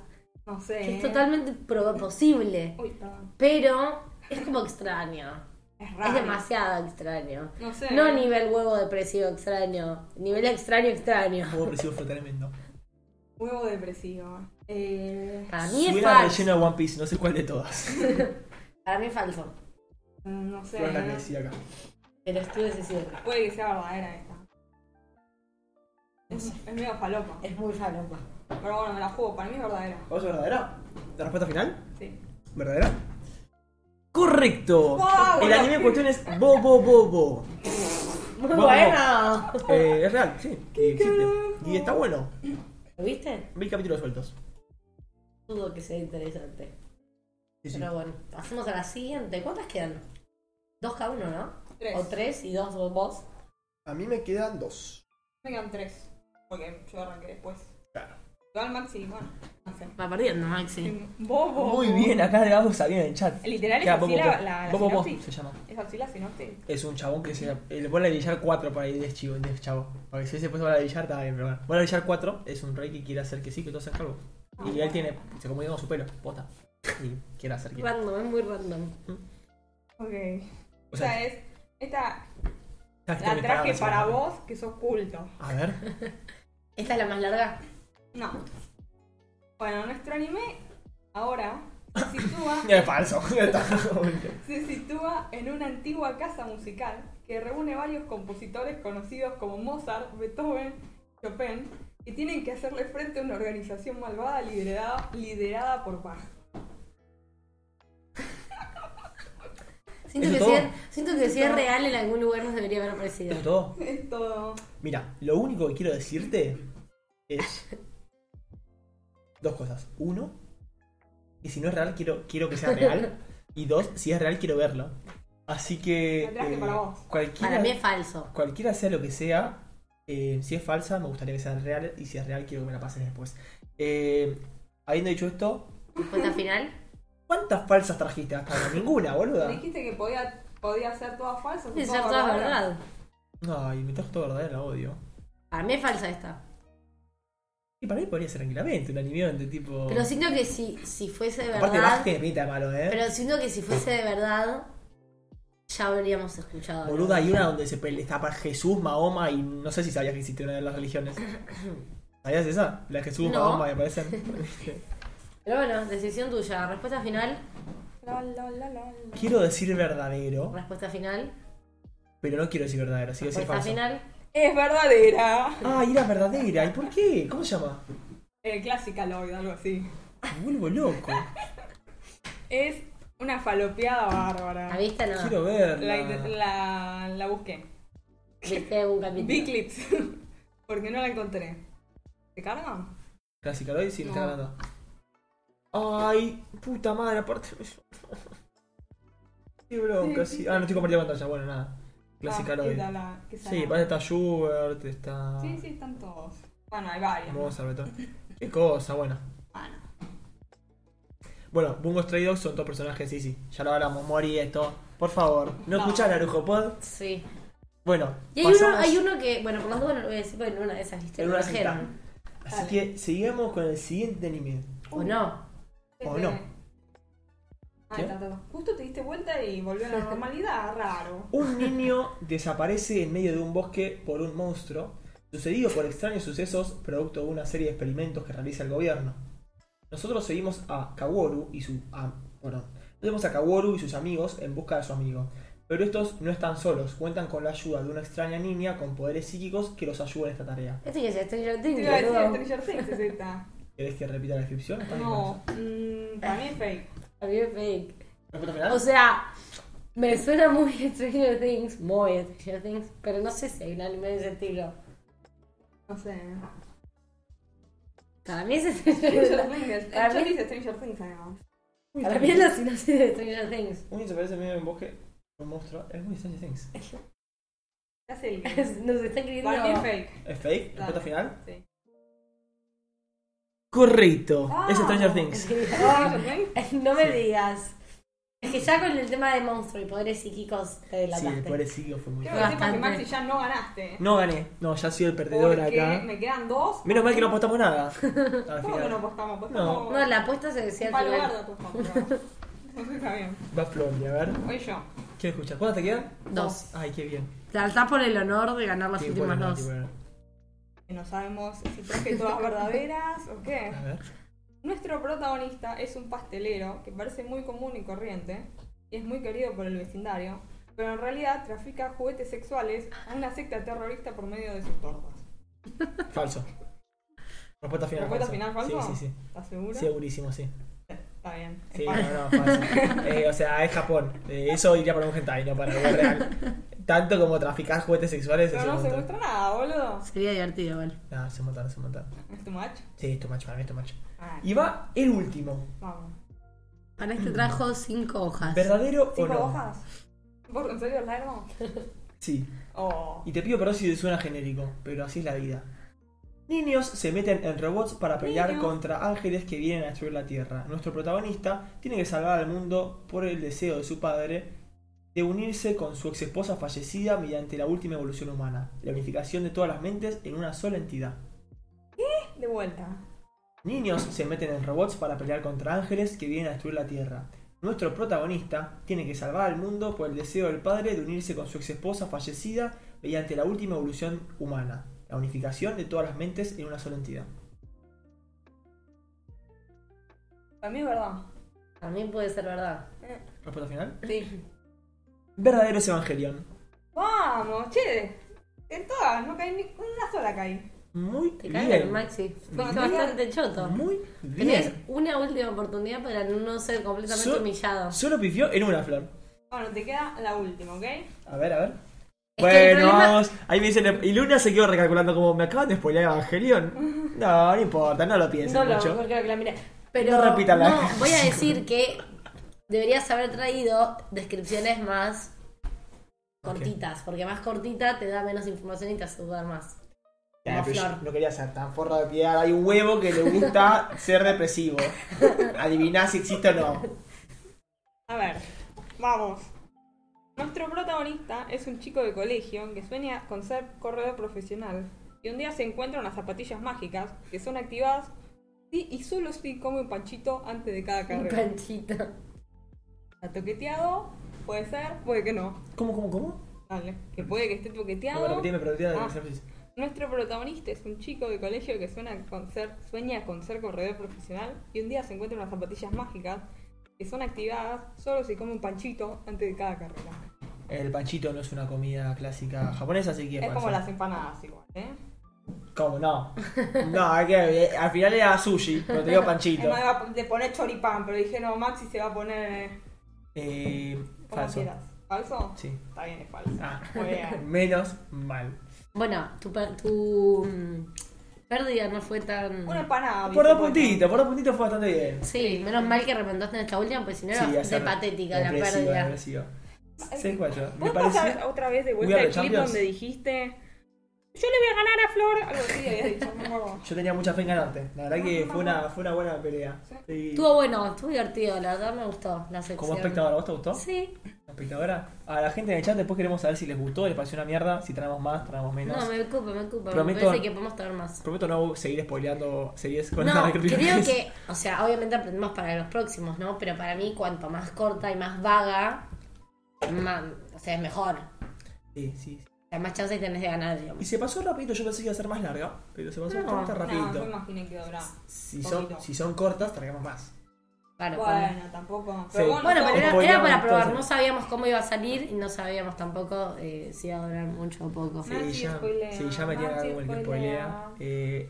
[SPEAKER 3] No sé.
[SPEAKER 2] que es
[SPEAKER 3] ¿eh?
[SPEAKER 2] totalmente pro- posible.
[SPEAKER 3] Uy, perdón.
[SPEAKER 2] Pero es como extraño.
[SPEAKER 3] Es
[SPEAKER 2] Es
[SPEAKER 3] raro.
[SPEAKER 2] demasiado extraño.
[SPEAKER 3] No sé.
[SPEAKER 2] No nivel huevo depresivo extraño. Nivel extraño extraño.
[SPEAKER 1] Hubo presión fue tremendo.
[SPEAKER 3] Huevo depresivo. Eh,
[SPEAKER 2] Para mí es
[SPEAKER 1] Suena
[SPEAKER 2] falso.
[SPEAKER 1] relleno de One Piece, no sé cuál de todas.
[SPEAKER 2] Para mí es falso.
[SPEAKER 3] no sé.
[SPEAKER 1] Flor la que decía acá.
[SPEAKER 2] Pero estoy decisivo.
[SPEAKER 3] Puede que sea verdadera esta. Es, es medio falopa.
[SPEAKER 2] Es muy falopa.
[SPEAKER 3] Pero bueno, me la juego. Para mí es verdadera.
[SPEAKER 1] ¿Vos sos verdadera? ¿La respuesta final?
[SPEAKER 3] Sí.
[SPEAKER 1] ¿Verdadera? ¡Correcto!
[SPEAKER 3] Wow,
[SPEAKER 1] El
[SPEAKER 3] la-
[SPEAKER 1] anime en cuestión es Bobo Bobo.
[SPEAKER 2] Muy
[SPEAKER 1] Vamos.
[SPEAKER 2] bueno.
[SPEAKER 1] Eh, es real, sí. Y existe. Y está bueno.
[SPEAKER 2] ¿Lo viste?
[SPEAKER 1] Mil capítulos sueltos.
[SPEAKER 2] Dudo que sea interesante.
[SPEAKER 1] Sí, sí.
[SPEAKER 2] Pero bueno, pasemos a la siguiente. ¿Cuántas quedan? Dos cada uno, ¿no?
[SPEAKER 3] Tres.
[SPEAKER 2] O tres y dos vos- vos.
[SPEAKER 1] A mí me quedan dos.
[SPEAKER 3] Me quedan tres. Porque yo arranqué después.
[SPEAKER 1] Claro.
[SPEAKER 3] Yo al Maxi, bueno. No sé.
[SPEAKER 2] Va perdiendo, Maxi.
[SPEAKER 3] Bobo.
[SPEAKER 1] Muy bien, acá le vamos a bien en el chat.
[SPEAKER 3] Literal es
[SPEAKER 1] Queda
[SPEAKER 3] así
[SPEAKER 1] Bobo
[SPEAKER 3] la,
[SPEAKER 1] Bobo.
[SPEAKER 3] la, la
[SPEAKER 1] Bobo Bobo
[SPEAKER 3] sinopsis.
[SPEAKER 1] se llama.
[SPEAKER 3] Es así la sinopsis.
[SPEAKER 1] Es un chabón que se. Le vuelve a billar 4 para ir de chivo, de chavo. Porque si se puso bola de billar, está bien, pero bueno. Bola de billar 4 es un rey que quiere hacer que sí, que todos sean calvos. Y él tiene. Se comunica con su pelo, posta. Y quiere hacer que.
[SPEAKER 2] Random, es muy random.
[SPEAKER 3] Ok.
[SPEAKER 1] O
[SPEAKER 3] O
[SPEAKER 1] sea,
[SPEAKER 3] sea, es. Esta
[SPEAKER 1] está
[SPEAKER 3] la
[SPEAKER 1] bien
[SPEAKER 3] traje
[SPEAKER 1] parado,
[SPEAKER 3] para
[SPEAKER 1] sí.
[SPEAKER 3] vos, que sos culto.
[SPEAKER 1] A ver. <laughs>
[SPEAKER 2] Esta es la más larga.
[SPEAKER 3] No. Bueno, nuestro anime ahora se sitúa,
[SPEAKER 1] Es falso. <laughs> Ya
[SPEAKER 2] <laughs>
[SPEAKER 1] está.
[SPEAKER 3] se sitúa en una antigua casa musical que reúne varios compositores conocidos como Mozart, Beethoven, Chopin, que tienen que hacerle frente a una organización malvada liderada, liderada por Bach. <laughs>
[SPEAKER 2] Siento
[SPEAKER 1] ¿Eso
[SPEAKER 2] que,
[SPEAKER 1] todo?
[SPEAKER 2] si es, siento que si es
[SPEAKER 3] todo?
[SPEAKER 2] real en algún lugar nos debería haber aparecido.
[SPEAKER 1] ¿Eso es todo?
[SPEAKER 3] Es todo.
[SPEAKER 1] Mira, lo único que quiero decirte es dos cosas. Uno, que si no es real, quiero, quiero que sea
[SPEAKER 3] <laughs>
[SPEAKER 1] real. Y dos, si es real, quiero verlo. Así que. eh,
[SPEAKER 3] Lo traje para vos.
[SPEAKER 1] Cualquiera,
[SPEAKER 2] Para mí es falso.
[SPEAKER 1] cualquiera sea lo que sea, eh, si es falsa, me gustaría que sea real. Y si es real, quiero que me la pasen después. Eh, habiendo dicho esto,
[SPEAKER 2] Cuenta final. <laughs>
[SPEAKER 1] ¿cuántas falsas trajiste hasta ahora? Ninguna, boluda.
[SPEAKER 3] Dijiste que podía, podía ser toda falsa.
[SPEAKER 2] Es ser toda verdad.
[SPEAKER 1] Ay, me trajo todo verdadero, la odio.
[SPEAKER 2] Para mí es falsa esta.
[SPEAKER 1] Y para mí podría ser tranquilamente un anime de tipo.
[SPEAKER 2] Pero siento que si, si fuese de
[SPEAKER 1] Oh. Aparte,
[SPEAKER 2] verdad.
[SPEAKER 1] Vázquez, pinta de malo, ¿eh?
[SPEAKER 2] Pero siento que si fuese de verdad, ya habríamos escuchado. hablar.
[SPEAKER 1] Boluda, hay una donde se pelea, está para Jesús, Mahoma y no sé si sabías que existía una de las
[SPEAKER 2] <coughs>
[SPEAKER 1] religiones. ¿Sabías esa? La de Jesús,
[SPEAKER 2] No.
[SPEAKER 1] Mahoma me
[SPEAKER 2] <laughs>
[SPEAKER 1] parecen.
[SPEAKER 2] Pero bueno, decisión tuya. Respuesta final.
[SPEAKER 3] La, la, la, la, la.
[SPEAKER 1] quiero decir verdadero,
[SPEAKER 2] Respuesta final.
[SPEAKER 1] pero no quiero decir verdadero, así que decir
[SPEAKER 2] Respuesta
[SPEAKER 1] falso.
[SPEAKER 2] final.
[SPEAKER 3] Es verdadera.
[SPEAKER 1] Ah, y era verdadera. ¿Y por qué? ¿Cómo se llama?
[SPEAKER 3] Eh, clásica Lloyd, algo así.
[SPEAKER 1] Me vuelvo loco.
[SPEAKER 3] Es una falopeada
[SPEAKER 2] ¿La
[SPEAKER 3] bárbara.
[SPEAKER 2] viste no?
[SPEAKER 1] Quiero
[SPEAKER 3] La,
[SPEAKER 1] verla.
[SPEAKER 3] la, la busqué.
[SPEAKER 2] ¿Viste algún
[SPEAKER 3] Vi
[SPEAKER 2] capítulo?
[SPEAKER 3] clips. <laughs> Porque no la encontré. ¿Se carga?
[SPEAKER 1] Clásica, lo sí, me está
[SPEAKER 3] No.
[SPEAKER 1] hablando. Ay, puta madre, aparte. Qué bronca, sí. Ah, no estoy compartiendo pantalla, bueno, nada. Clásica, lo
[SPEAKER 3] Ah, esa la- esa
[SPEAKER 1] Sí,
[SPEAKER 3] la-
[SPEAKER 1] parece está Schubert, está.
[SPEAKER 3] Sí, sí, están todos. Bueno, hay varias. ¿no?
[SPEAKER 1] Mozart, Beethoven. Qué cosa, bueno. Bueno, Bungo Stray Dogs son todos personajes, sí, sí. Ya lo hablamos, Mori, esto. Por favor, no escuchás Narujo Pod.
[SPEAKER 2] Sí.
[SPEAKER 1] Bueno,
[SPEAKER 2] Y hay uno,
[SPEAKER 1] pasamos
[SPEAKER 2] hay uno que, bueno, por las dudas no lo voy a decir, porque en una de esas, ¿viste?
[SPEAKER 1] en
[SPEAKER 2] Lo
[SPEAKER 1] una
[SPEAKER 2] trajeron.
[SPEAKER 1] cinta. Así que sigamos con el siguiente anime.
[SPEAKER 2] ¿O no?
[SPEAKER 1] ¿O no?
[SPEAKER 3] Este, Ah,
[SPEAKER 1] ¿Qué?
[SPEAKER 3] está, está, está. Justo te diste vuelta y volvió
[SPEAKER 1] <laughs>
[SPEAKER 3] a la normalidad, raro.
[SPEAKER 1] Un
[SPEAKER 2] <laughs>
[SPEAKER 1] niño desaparece en medio de un bosque por un monstruo, sucedido por extraños sucesos producto de una serie de experimentos que realiza el gobierno. Nosotros seguimos a Kaworu y su a- perdón. Vemos a Kaworu y sus amigos en busca de su amigo. Pero estos no están solos, cuentan con la ayuda de una extraña niña con poderes psíquicos que los ayuda en esta tarea.
[SPEAKER 2] Este que es Stranger
[SPEAKER 3] Te
[SPEAKER 2] Things,
[SPEAKER 3] iba a decir
[SPEAKER 2] boludo.
[SPEAKER 3] Stranger Things,
[SPEAKER 1] <laughs>
[SPEAKER 3] es esta.
[SPEAKER 1] ¿Querés que repita la descripción? ¿Estás bien con
[SPEAKER 3] No,
[SPEAKER 1] eso?
[SPEAKER 3] mm, para mí es fake.
[SPEAKER 2] A mí me fake.
[SPEAKER 1] ¿Respuesta final?
[SPEAKER 2] O sea, me suena muy <laughs> Stranger Things, muy Stranger Things, pero no sé si hay un anime de ese estilo.
[SPEAKER 1] <laughs>
[SPEAKER 3] No sé.
[SPEAKER 2] Para mí es
[SPEAKER 3] <laughs>
[SPEAKER 2] Stranger
[SPEAKER 3] Stranger
[SPEAKER 2] Things.
[SPEAKER 3] Things.
[SPEAKER 2] Para
[SPEAKER 3] Yo
[SPEAKER 2] mí-
[SPEAKER 3] dije Stranger Things, además.
[SPEAKER 2] Para mí es la sinopsis de Stranger Things.
[SPEAKER 1] Un niño desaparece en medio de un bosque por un monstruo. Es muy Stranger Things.
[SPEAKER 3] Ya
[SPEAKER 1] <laughs>
[SPEAKER 3] sé el que-
[SPEAKER 2] Nos está escribiendo.
[SPEAKER 3] Para mí es fake.
[SPEAKER 1] ¿Es fake? ¿Respuesta
[SPEAKER 3] Dale.
[SPEAKER 1] final? <laughs>
[SPEAKER 3] Sí.
[SPEAKER 1] Correcto. Es
[SPEAKER 3] Ah.
[SPEAKER 1] Stranger Things.
[SPEAKER 3] Stranger
[SPEAKER 2] <laughs>
[SPEAKER 3] Things.
[SPEAKER 2] No me digas. Es que ya con el tema de monstruos y poderes psíquicos te
[SPEAKER 1] Sí, el
[SPEAKER 2] delataste.
[SPEAKER 1] pobre Sigo fue muy
[SPEAKER 3] Quiero que sepas
[SPEAKER 2] Bastante.
[SPEAKER 3] que Maxi ya no ganaste.
[SPEAKER 1] No gané. No, ya soy el perdedor
[SPEAKER 3] Porque
[SPEAKER 1] acá.
[SPEAKER 3] me quedan dos.
[SPEAKER 1] Menos mal que no apostamos
[SPEAKER 3] <laughs>
[SPEAKER 1] nada. Al
[SPEAKER 3] ¿Cómo que
[SPEAKER 1] final.
[SPEAKER 3] no apostamos? Apostamos.
[SPEAKER 2] No, la apuesta se decía al
[SPEAKER 3] Palo verde
[SPEAKER 2] final.
[SPEAKER 3] apostamos. pero- <laughs> No sé, está bien.
[SPEAKER 1] Va Flori, a ver.
[SPEAKER 3] Hoy yo.
[SPEAKER 1] ¿Quién escucha? ¿Cuántas te quedan?
[SPEAKER 2] Dos.
[SPEAKER 1] Ay, qué bien.
[SPEAKER 2] Te alzás por el honor de ganar las
[SPEAKER 1] Qué
[SPEAKER 2] últimas
[SPEAKER 1] bueno,
[SPEAKER 2] dos.
[SPEAKER 1] qué bueno.
[SPEAKER 3] Que no sabemos si traje todas verdaderas o qué.
[SPEAKER 1] A ver.
[SPEAKER 3] Nuestro protagonista es un pastelero que parece muy común y corriente y es muy querido por el vecindario, pero en realidad trafica juguetes sexuales a una secta terrorista por medio de sus tortas.
[SPEAKER 1] Falso. Respuesta final.
[SPEAKER 3] ¿Respuesta final falso?
[SPEAKER 1] Sí, sí, sí.
[SPEAKER 3] ¿Estás seguro?
[SPEAKER 1] Segurísimo, sí.
[SPEAKER 3] Está bien. es
[SPEAKER 1] Sí, no,
[SPEAKER 3] falso.
[SPEAKER 1] no, falso.
[SPEAKER 3] <laughs>
[SPEAKER 1] Eh, o sea, es Japón. Eh, eso iría para un hentai, no para algo real. Tanto como traficar juguetes sexuales
[SPEAKER 3] Pero
[SPEAKER 1] es un
[SPEAKER 3] no se
[SPEAKER 1] montón.
[SPEAKER 3] muestra nada, boludo.
[SPEAKER 2] Sería divertido, igual.
[SPEAKER 1] No, es un montón, es un montón.
[SPEAKER 3] ¿Es tu match?
[SPEAKER 1] Sí, es tu macho, para mí es tu macho.
[SPEAKER 3] Ah,
[SPEAKER 1] Y va el último.
[SPEAKER 3] vamos.
[SPEAKER 2] Para
[SPEAKER 1] Mm.
[SPEAKER 2] este trajo cinco hojas.
[SPEAKER 1] ¿Verdadero o
[SPEAKER 3] ¿Cinco
[SPEAKER 1] no?
[SPEAKER 3] hojas? ¿Vos en serio largo?
[SPEAKER 1] Sí.
[SPEAKER 3] Oh.
[SPEAKER 1] Y te pido perdón si te suena genérico, pero así es la vida. Niños se meten en robots para pelear
[SPEAKER 3] Niños.
[SPEAKER 1] contra ángeles que vienen a destruir la Tierra. Nuestro protagonista tiene que salvar al mundo por el deseo de su padre de unirse con su ex esposa fallecida mediante la última evolución humana, la unificación de todas las mentes en una sola entidad.
[SPEAKER 3] De vuelta.
[SPEAKER 1] Niños se meten en robots para pelear contra ángeles que vienen a destruir la Tierra. Nuestro protagonista tiene que salvar al mundo por el deseo del padre de unirse con su exesposa fallecida mediante la última evolución humana, la unificación de todas las mentes en una sola entidad.
[SPEAKER 3] Para mí es verdad.
[SPEAKER 2] Para mí puede ser verdad.
[SPEAKER 1] Respuesta final.
[SPEAKER 3] Sí.
[SPEAKER 1] Verdadero es Evangelion.
[SPEAKER 3] Vamos, che. En todas, no caí ni una sola caí.
[SPEAKER 1] Muy
[SPEAKER 2] Te cagan,
[SPEAKER 1] bien.
[SPEAKER 2] Maxi. Fuiste
[SPEAKER 3] Bien.
[SPEAKER 2] bastante choto.
[SPEAKER 1] Muy
[SPEAKER 2] Tenés
[SPEAKER 1] bien.
[SPEAKER 2] una última oportunidad para no ser completamente
[SPEAKER 1] So-
[SPEAKER 2] humillado.
[SPEAKER 1] Solo pifió en una flor.
[SPEAKER 3] Bueno, te queda la última, ¿ok?
[SPEAKER 1] A ver, a ver.
[SPEAKER 2] que el
[SPEAKER 1] Bueno,
[SPEAKER 2] problema-
[SPEAKER 1] vamos. Ahí me dicen. Y Luna se quedó recalculando como me acaban de spoilear
[SPEAKER 2] <laughs>
[SPEAKER 1] Evangelion. No, no importa, no lo piensen
[SPEAKER 2] No, no,
[SPEAKER 1] mucho.
[SPEAKER 2] mejor creo que la miré. Pero
[SPEAKER 1] No
[SPEAKER 2] no,
[SPEAKER 1] repitan la-
[SPEAKER 2] voy a decir que deberías haber traído descripciones más cortitas, porque más cortita te da menos información y te hace dudar más.
[SPEAKER 1] Ya,
[SPEAKER 2] Como
[SPEAKER 1] pero yo
[SPEAKER 2] Flor.
[SPEAKER 1] no quería ser tan forra de piedad. Hay un huevo que le gusta <laughs> ser represivo. Adiviná si existe o no.
[SPEAKER 3] A ver, vamos. Nuestro protagonista es un chico de colegio que sueña con ser corredor profesional y un día se encuentra unas zapatillas mágicas que son activadas sí y solo si come un panchito antes de cada
[SPEAKER 2] Un
[SPEAKER 3] carrera.
[SPEAKER 2] panchito.
[SPEAKER 3] Está toqueteado, puede ser, puede que no.
[SPEAKER 1] ¿Cómo, cómo, cómo?
[SPEAKER 3] Dale, que puede que esté
[SPEAKER 1] Bueno,
[SPEAKER 3] toqueteado.
[SPEAKER 1] repetime, pero repetime la
[SPEAKER 3] Ah.
[SPEAKER 1] sinopsis.
[SPEAKER 3] Nuestro protagonista es un chico de colegio que suena con ser- sueña con ser corredor profesional y un día se encuentra unas zapatillas mágicas que son activadas solo si come un panchito antes de cada carrera.
[SPEAKER 1] El panchito no es una comida clásica japonesa, así que.
[SPEAKER 3] Es
[SPEAKER 1] bueno,
[SPEAKER 3] como
[SPEAKER 1] sí.
[SPEAKER 3] las empanadas igual, ¿eh?
[SPEAKER 1] ¿Cómo
[SPEAKER 3] <laughs>
[SPEAKER 1] no? No, es que eh, al final era sushi, pero te digo
[SPEAKER 3] Es
[SPEAKER 1] panchito.
[SPEAKER 3] más, iba a- de poner choripán, pero dije, no, Maxi se va a poner
[SPEAKER 1] Eh,
[SPEAKER 3] como
[SPEAKER 1] falso.
[SPEAKER 3] quieras. ¿Falso?
[SPEAKER 1] Sí.
[SPEAKER 3] Está bien, es falso.
[SPEAKER 1] Ah.
[SPEAKER 3] Muy
[SPEAKER 1] <laughs>
[SPEAKER 3] bien.
[SPEAKER 1] Menos mal.
[SPEAKER 2] Bueno, tu, per- tu mm, pérdida no fue tan...
[SPEAKER 3] Una empanada.
[SPEAKER 1] Por dos
[SPEAKER 3] dice,
[SPEAKER 1] puntitos, por dos puntitos fue bastante bien.
[SPEAKER 2] Sí, menos mal que remontaste en esta última, porque si no era
[SPEAKER 1] Sí,
[SPEAKER 2] bastante
[SPEAKER 1] hacer
[SPEAKER 2] patética la
[SPEAKER 1] represiva,
[SPEAKER 2] pérdida.
[SPEAKER 1] represiva.
[SPEAKER 3] bueno.
[SPEAKER 1] 6-4. Me
[SPEAKER 3] ¿Puedo
[SPEAKER 1] parece.
[SPEAKER 3] pasar otra vez de
[SPEAKER 1] We
[SPEAKER 3] vuelta
[SPEAKER 1] are
[SPEAKER 3] al
[SPEAKER 1] the
[SPEAKER 3] clip
[SPEAKER 1] champions.
[SPEAKER 3] donde dijiste, yo le voy a ganar a Flor? Algo así habías dicho, no me acuerdo.
[SPEAKER 1] Yo tenía mucha fe en ganarte. La verdad que fue una, fue una buena pelea. Y
[SPEAKER 2] Estuvo bueno, estuvo divertido, la verdad me gustó la sección.
[SPEAKER 1] como espectadora, ¿vos te gustó?
[SPEAKER 2] Sí,
[SPEAKER 1] Espectadora. A la gente en el chat después queremos saber si les gustó, les pareció una mierda, si traemos más, traemos menos.
[SPEAKER 2] no, me ocupa, me ocupa.
[SPEAKER 1] Prometo-
[SPEAKER 2] Me parece que podemos tener más.
[SPEAKER 1] Prometo no seguir spoileando series con
[SPEAKER 2] No,
[SPEAKER 1] la
[SPEAKER 2] creo que, o sea, obviamente aprendemos para los próximos, ¿no? Pero para mí, cuanto más corta y más vaga, más, o sea, es mejor. O
[SPEAKER 1] Sí, sí.
[SPEAKER 2] sea, más chances tenés de ganar,
[SPEAKER 1] Y
[SPEAKER 2] digamos.
[SPEAKER 1] se pasó rapidito, yo pensé que iba a ser más larga, pero se pasó
[SPEAKER 2] No,
[SPEAKER 1] bastante
[SPEAKER 3] No, yo
[SPEAKER 1] rapidito.
[SPEAKER 3] imaginé que duraba.
[SPEAKER 1] si, son,
[SPEAKER 3] poquito.
[SPEAKER 1] si son cortas, traigamos más.
[SPEAKER 2] Claro, para-
[SPEAKER 3] Bueno, tampoco. Pero
[SPEAKER 1] Sí.
[SPEAKER 3] bueno,
[SPEAKER 2] Bueno,
[SPEAKER 3] todo-
[SPEAKER 2] pero era- era,
[SPEAKER 1] Spoileamos
[SPEAKER 2] para probar,
[SPEAKER 1] todo.
[SPEAKER 2] no sabíamos cómo iba a salir y no sabíamos tampoco eh, si iba a durar mucho o poco.
[SPEAKER 1] Sí,
[SPEAKER 3] Maxi
[SPEAKER 1] ya,
[SPEAKER 3] spoilea,
[SPEAKER 1] sí, ya me tiene
[SPEAKER 3] Maxi
[SPEAKER 1] algo el que
[SPEAKER 3] spoilea.
[SPEAKER 1] spoilea. Eh,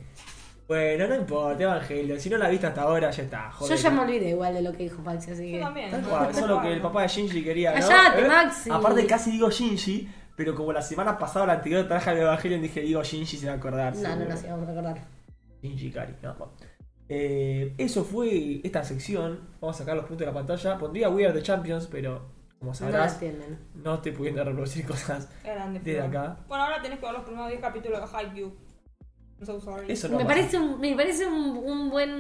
[SPEAKER 1] bueno, no importa, Evangelio. Si no la viste hasta ahora, ya está.
[SPEAKER 2] Yo
[SPEAKER 1] Joder.
[SPEAKER 2] ya me olvidé igual de lo que dijo Paxi, así
[SPEAKER 3] Yo
[SPEAKER 2] que...
[SPEAKER 3] también.
[SPEAKER 1] Tal cual, solo que el papá de Shinji quería. ¿no? Eh,
[SPEAKER 2] Callate, Maxi.
[SPEAKER 1] Aparte, casi digo Shinji, pero como la semana pasada o la anterior traje el Evangelio, dije, digo Shinji, se va a acordar.
[SPEAKER 2] No, no
[SPEAKER 1] seguro.
[SPEAKER 2] nos íbamos a recordar.
[SPEAKER 1] Shinji Kari, no, bueno. Eh, eso fue esta sección. Vamos a sacar los puntos de la pantalla. Pondría We Are the Champions, pero como
[SPEAKER 2] No la
[SPEAKER 1] sabrás,
[SPEAKER 2] entienden.
[SPEAKER 1] no estoy pudiendo reproducir cosas
[SPEAKER 3] Grande,
[SPEAKER 1] desde
[SPEAKER 3] Flor.
[SPEAKER 1] acá.
[SPEAKER 3] Bueno, ahora tenés que ver los primeros 10 capítulos de Haikyuu. I'm so sorry.
[SPEAKER 1] Eso no
[SPEAKER 2] Me
[SPEAKER 1] pasa.
[SPEAKER 2] parece un, me parece un, un buen...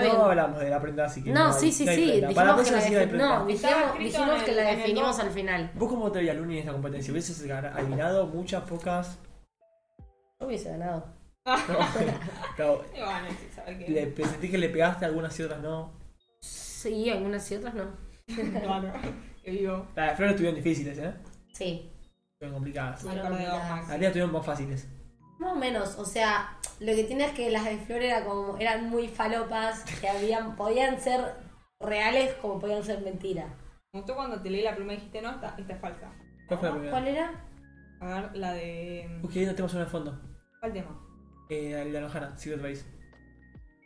[SPEAKER 1] No
[SPEAKER 2] bien.
[SPEAKER 1] hablamos de la prenda, así que.
[SPEAKER 2] No,
[SPEAKER 1] hay-
[SPEAKER 2] sí, sí,
[SPEAKER 1] hay
[SPEAKER 2] sí.
[SPEAKER 1] prenda.
[SPEAKER 2] Dijimos
[SPEAKER 1] Para la
[SPEAKER 2] que
[SPEAKER 1] próxima
[SPEAKER 2] la
[SPEAKER 1] sí hay
[SPEAKER 2] defi-
[SPEAKER 1] prenda.
[SPEAKER 2] no, dijimos,
[SPEAKER 3] Estaba escrito
[SPEAKER 2] dijimos
[SPEAKER 3] en
[SPEAKER 2] que
[SPEAKER 3] el-
[SPEAKER 2] la
[SPEAKER 3] en el
[SPEAKER 2] definimos
[SPEAKER 3] dos.
[SPEAKER 2] al final.
[SPEAKER 1] ¿Vos cómo te veías Luni en esta competencia? ¿Hubieses gan- adivinado muchas, pocas? <laughs>
[SPEAKER 2] Yo hubiese ganado. <laughs>
[SPEAKER 1] No, no,
[SPEAKER 3] Y bueno, sí, sabés que-
[SPEAKER 1] le, sentí que le pegaste algunas y otras no.
[SPEAKER 2] Sí, algunas y otras no.
[SPEAKER 3] Claro,
[SPEAKER 2] <laughs>
[SPEAKER 3] que vivo.
[SPEAKER 1] Las de Flor estuvieron difíciles, ¿eh?
[SPEAKER 2] Sí.
[SPEAKER 1] Estuvieron complicadas.
[SPEAKER 2] Sí.
[SPEAKER 1] Las
[SPEAKER 3] Al perdedor, Max.
[SPEAKER 1] de Lía estuvieron más fáciles.
[SPEAKER 2] Más o menos, o sea, lo que tiene es que las de Flor era como, eran muy falopas, que habían, podían ser reales como podían ser mentiras.
[SPEAKER 3] Me gustó cuando te leí la primera y dijiste, no, esta, esta es falsa.
[SPEAKER 1] ¿Cuál fue la primera?
[SPEAKER 2] ¿Cuál era?
[SPEAKER 3] A ver, la de...
[SPEAKER 1] Uy, qué lindo tema suena de fondo.
[SPEAKER 3] ¿Cuál tema?
[SPEAKER 1] Eh, la de la Lojana, Secret Base.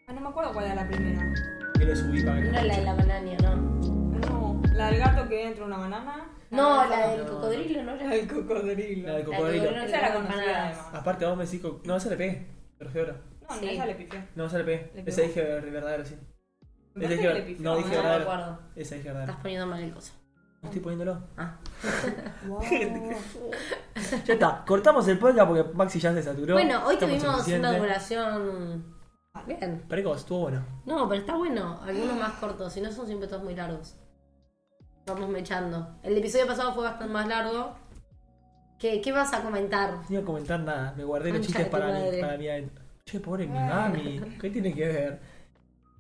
[SPEAKER 3] Ah, no me acuerdo cuál era la primera.
[SPEAKER 1] Yo lo subí para que
[SPEAKER 2] No era la de la banania, no.
[SPEAKER 3] No, la del gato que entra una banana.
[SPEAKER 2] No, la
[SPEAKER 3] de
[SPEAKER 2] del cocodrilo, ¿no?
[SPEAKER 3] La
[SPEAKER 2] era?
[SPEAKER 3] del cocodrilo.
[SPEAKER 1] La del
[SPEAKER 2] La del
[SPEAKER 1] cocodrilo.
[SPEAKER 2] cocodrilo.
[SPEAKER 3] Esa la conocía
[SPEAKER 2] Empanadas.
[SPEAKER 3] además.
[SPEAKER 1] Aparte, vos me decís. co- No, esa le pegué. Pero fue ahora.
[SPEAKER 3] No, no,
[SPEAKER 2] Sí.
[SPEAKER 3] esa le pifié.
[SPEAKER 1] No, esa le pegué.
[SPEAKER 3] Le
[SPEAKER 1] Esa
[SPEAKER 3] pegó.
[SPEAKER 1] dije ver- verdadero, sí.
[SPEAKER 3] Me
[SPEAKER 1] Esa
[SPEAKER 3] parece que le
[SPEAKER 1] dije.
[SPEAKER 3] pifió,
[SPEAKER 1] No, dije
[SPEAKER 3] ¿eh?
[SPEAKER 2] No me
[SPEAKER 1] verdadero.
[SPEAKER 2] acuerdo.
[SPEAKER 1] Esa dije
[SPEAKER 2] Estás
[SPEAKER 1] verdadero.
[SPEAKER 2] poniendo mal el coso.
[SPEAKER 1] No estoy poniéndolo.
[SPEAKER 2] <laughs>
[SPEAKER 1] <laughs>
[SPEAKER 2] Ah.
[SPEAKER 1] Ya está, cortamos el podcast porque Maxi ya se saturó.
[SPEAKER 2] Bueno, hoy
[SPEAKER 1] Estamos
[SPEAKER 2] tuvimos una
[SPEAKER 1] suficiente.
[SPEAKER 2] duración... ah, Bien.
[SPEAKER 1] Precoz, estuvo bueno.
[SPEAKER 2] No, pero está bueno. Algunos más cortos, si no son siempre todos muy largos. Vamos mechando. El episodio pasado fue bastante más largo. ¿Qué, qué vas a comentar?
[SPEAKER 1] No iba a comentar nada, me guardé los
[SPEAKER 2] Concha
[SPEAKER 1] chistes
[SPEAKER 2] de tu
[SPEAKER 1] para mí.
[SPEAKER 2] madre.
[SPEAKER 1] Para mí adentro. che, pobre Minami, ¿qué tiene que
[SPEAKER 3] <laughs>
[SPEAKER 1] ver?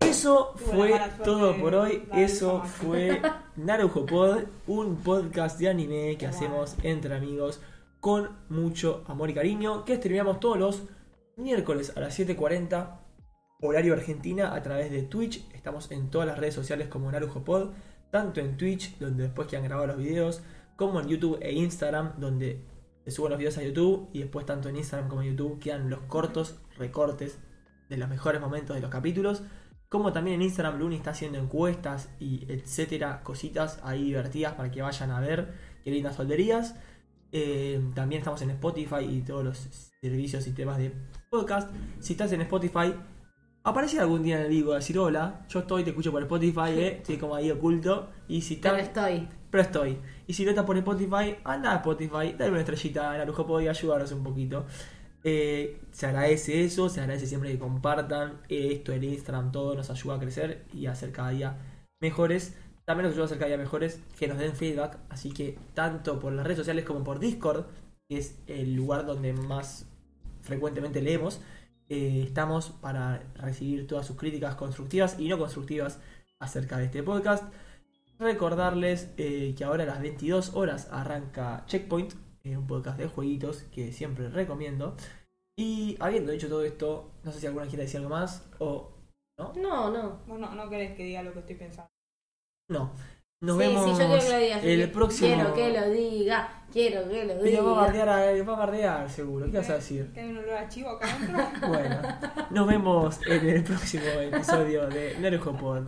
[SPEAKER 1] Eso
[SPEAKER 3] Tuve la
[SPEAKER 1] fue
[SPEAKER 3] mala suerte
[SPEAKER 1] todo
[SPEAKER 3] de
[SPEAKER 1] por hoy.
[SPEAKER 3] darle
[SPEAKER 1] Eso
[SPEAKER 3] fama.
[SPEAKER 1] fue Narujo Pod, un podcast de anime que
[SPEAKER 3] Qué
[SPEAKER 1] hacemos entre amigos con mucho amor y cariño. Que streameamos todos los miércoles a las 7.40, horario Argentina, a través de Twitch. Estamos en todas las redes sociales como Narujo Pod, tanto en Twitch, donde después quedan grabados los videos, como en YouTube e Instagram, donde se suben los videos a YouTube y después tanto en Instagram como en YouTube quedan los cortos recortes de los mejores momentos de los capítulos. Como también en Instagram Luni está haciendo encuestas y etcétera, cositas ahí divertidas para que vayan a ver. Qué lindas solderías. Eh, también estamos en Spotify y todos los servicios y temas de podcast. Si estás en Spotify, aparece algún día en el vivo a decir hola, yo estoy, te escucho por Spotify, eh, estoy como ahí oculto. Y si
[SPEAKER 5] Pero
[SPEAKER 1] estás,
[SPEAKER 5] estoy.
[SPEAKER 1] pero estoy. Y si no estás por Spotify, anda a Spotify, dale una estrellita, la lujo podría ayudarnos un poquito. Eh, se agradece eso, se agradece siempre que compartan eh, esto, el Instagram, todo nos ayuda a crecer y a ser cada día mejores. También nos ayuda a ser cada día mejores que nos den feedback, así que tanto por las redes sociales como por Discord, que es el lugar donde más frecuentemente leemos, eh, estamos para recibir todas sus críticas constructivas y no constructivas acerca de este podcast. Recordarles eh, que ahora a las 22 horas arranca Checkpoint, eh, un podcast de jueguitos que siempre recomiendo. Y habiendo dicho todo esto, no sé si alguna quiere decir algo más o
[SPEAKER 5] No, no.
[SPEAKER 3] Vos no, no querés que diga lo que estoy pensando.
[SPEAKER 1] no. Nos
[SPEAKER 5] sí,
[SPEAKER 1] vemos
[SPEAKER 5] sí, yo quiero que lo digas.
[SPEAKER 1] el
[SPEAKER 5] Quiero-
[SPEAKER 1] próximo.
[SPEAKER 5] Quiero que lo diga. Quiero que lo
[SPEAKER 1] Pero va a
[SPEAKER 5] diga.
[SPEAKER 1] bardear, a- va a bardear seguro. ¿Qué vas a decir?
[SPEAKER 3] Que hay un olor a chivo acá
[SPEAKER 5] <laughs>
[SPEAKER 3] adentro.
[SPEAKER 1] Bueno, nos vemos en el próximo episodio de Nerujopod.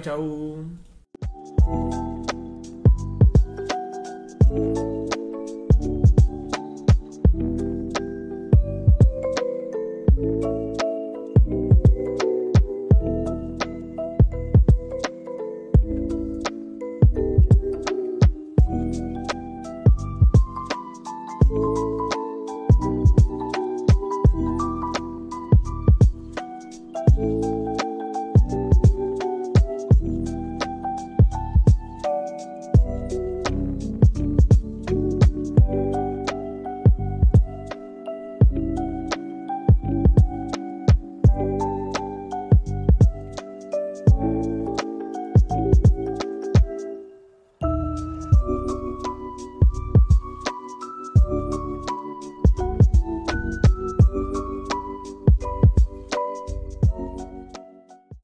[SPEAKER 1] Chau, chau.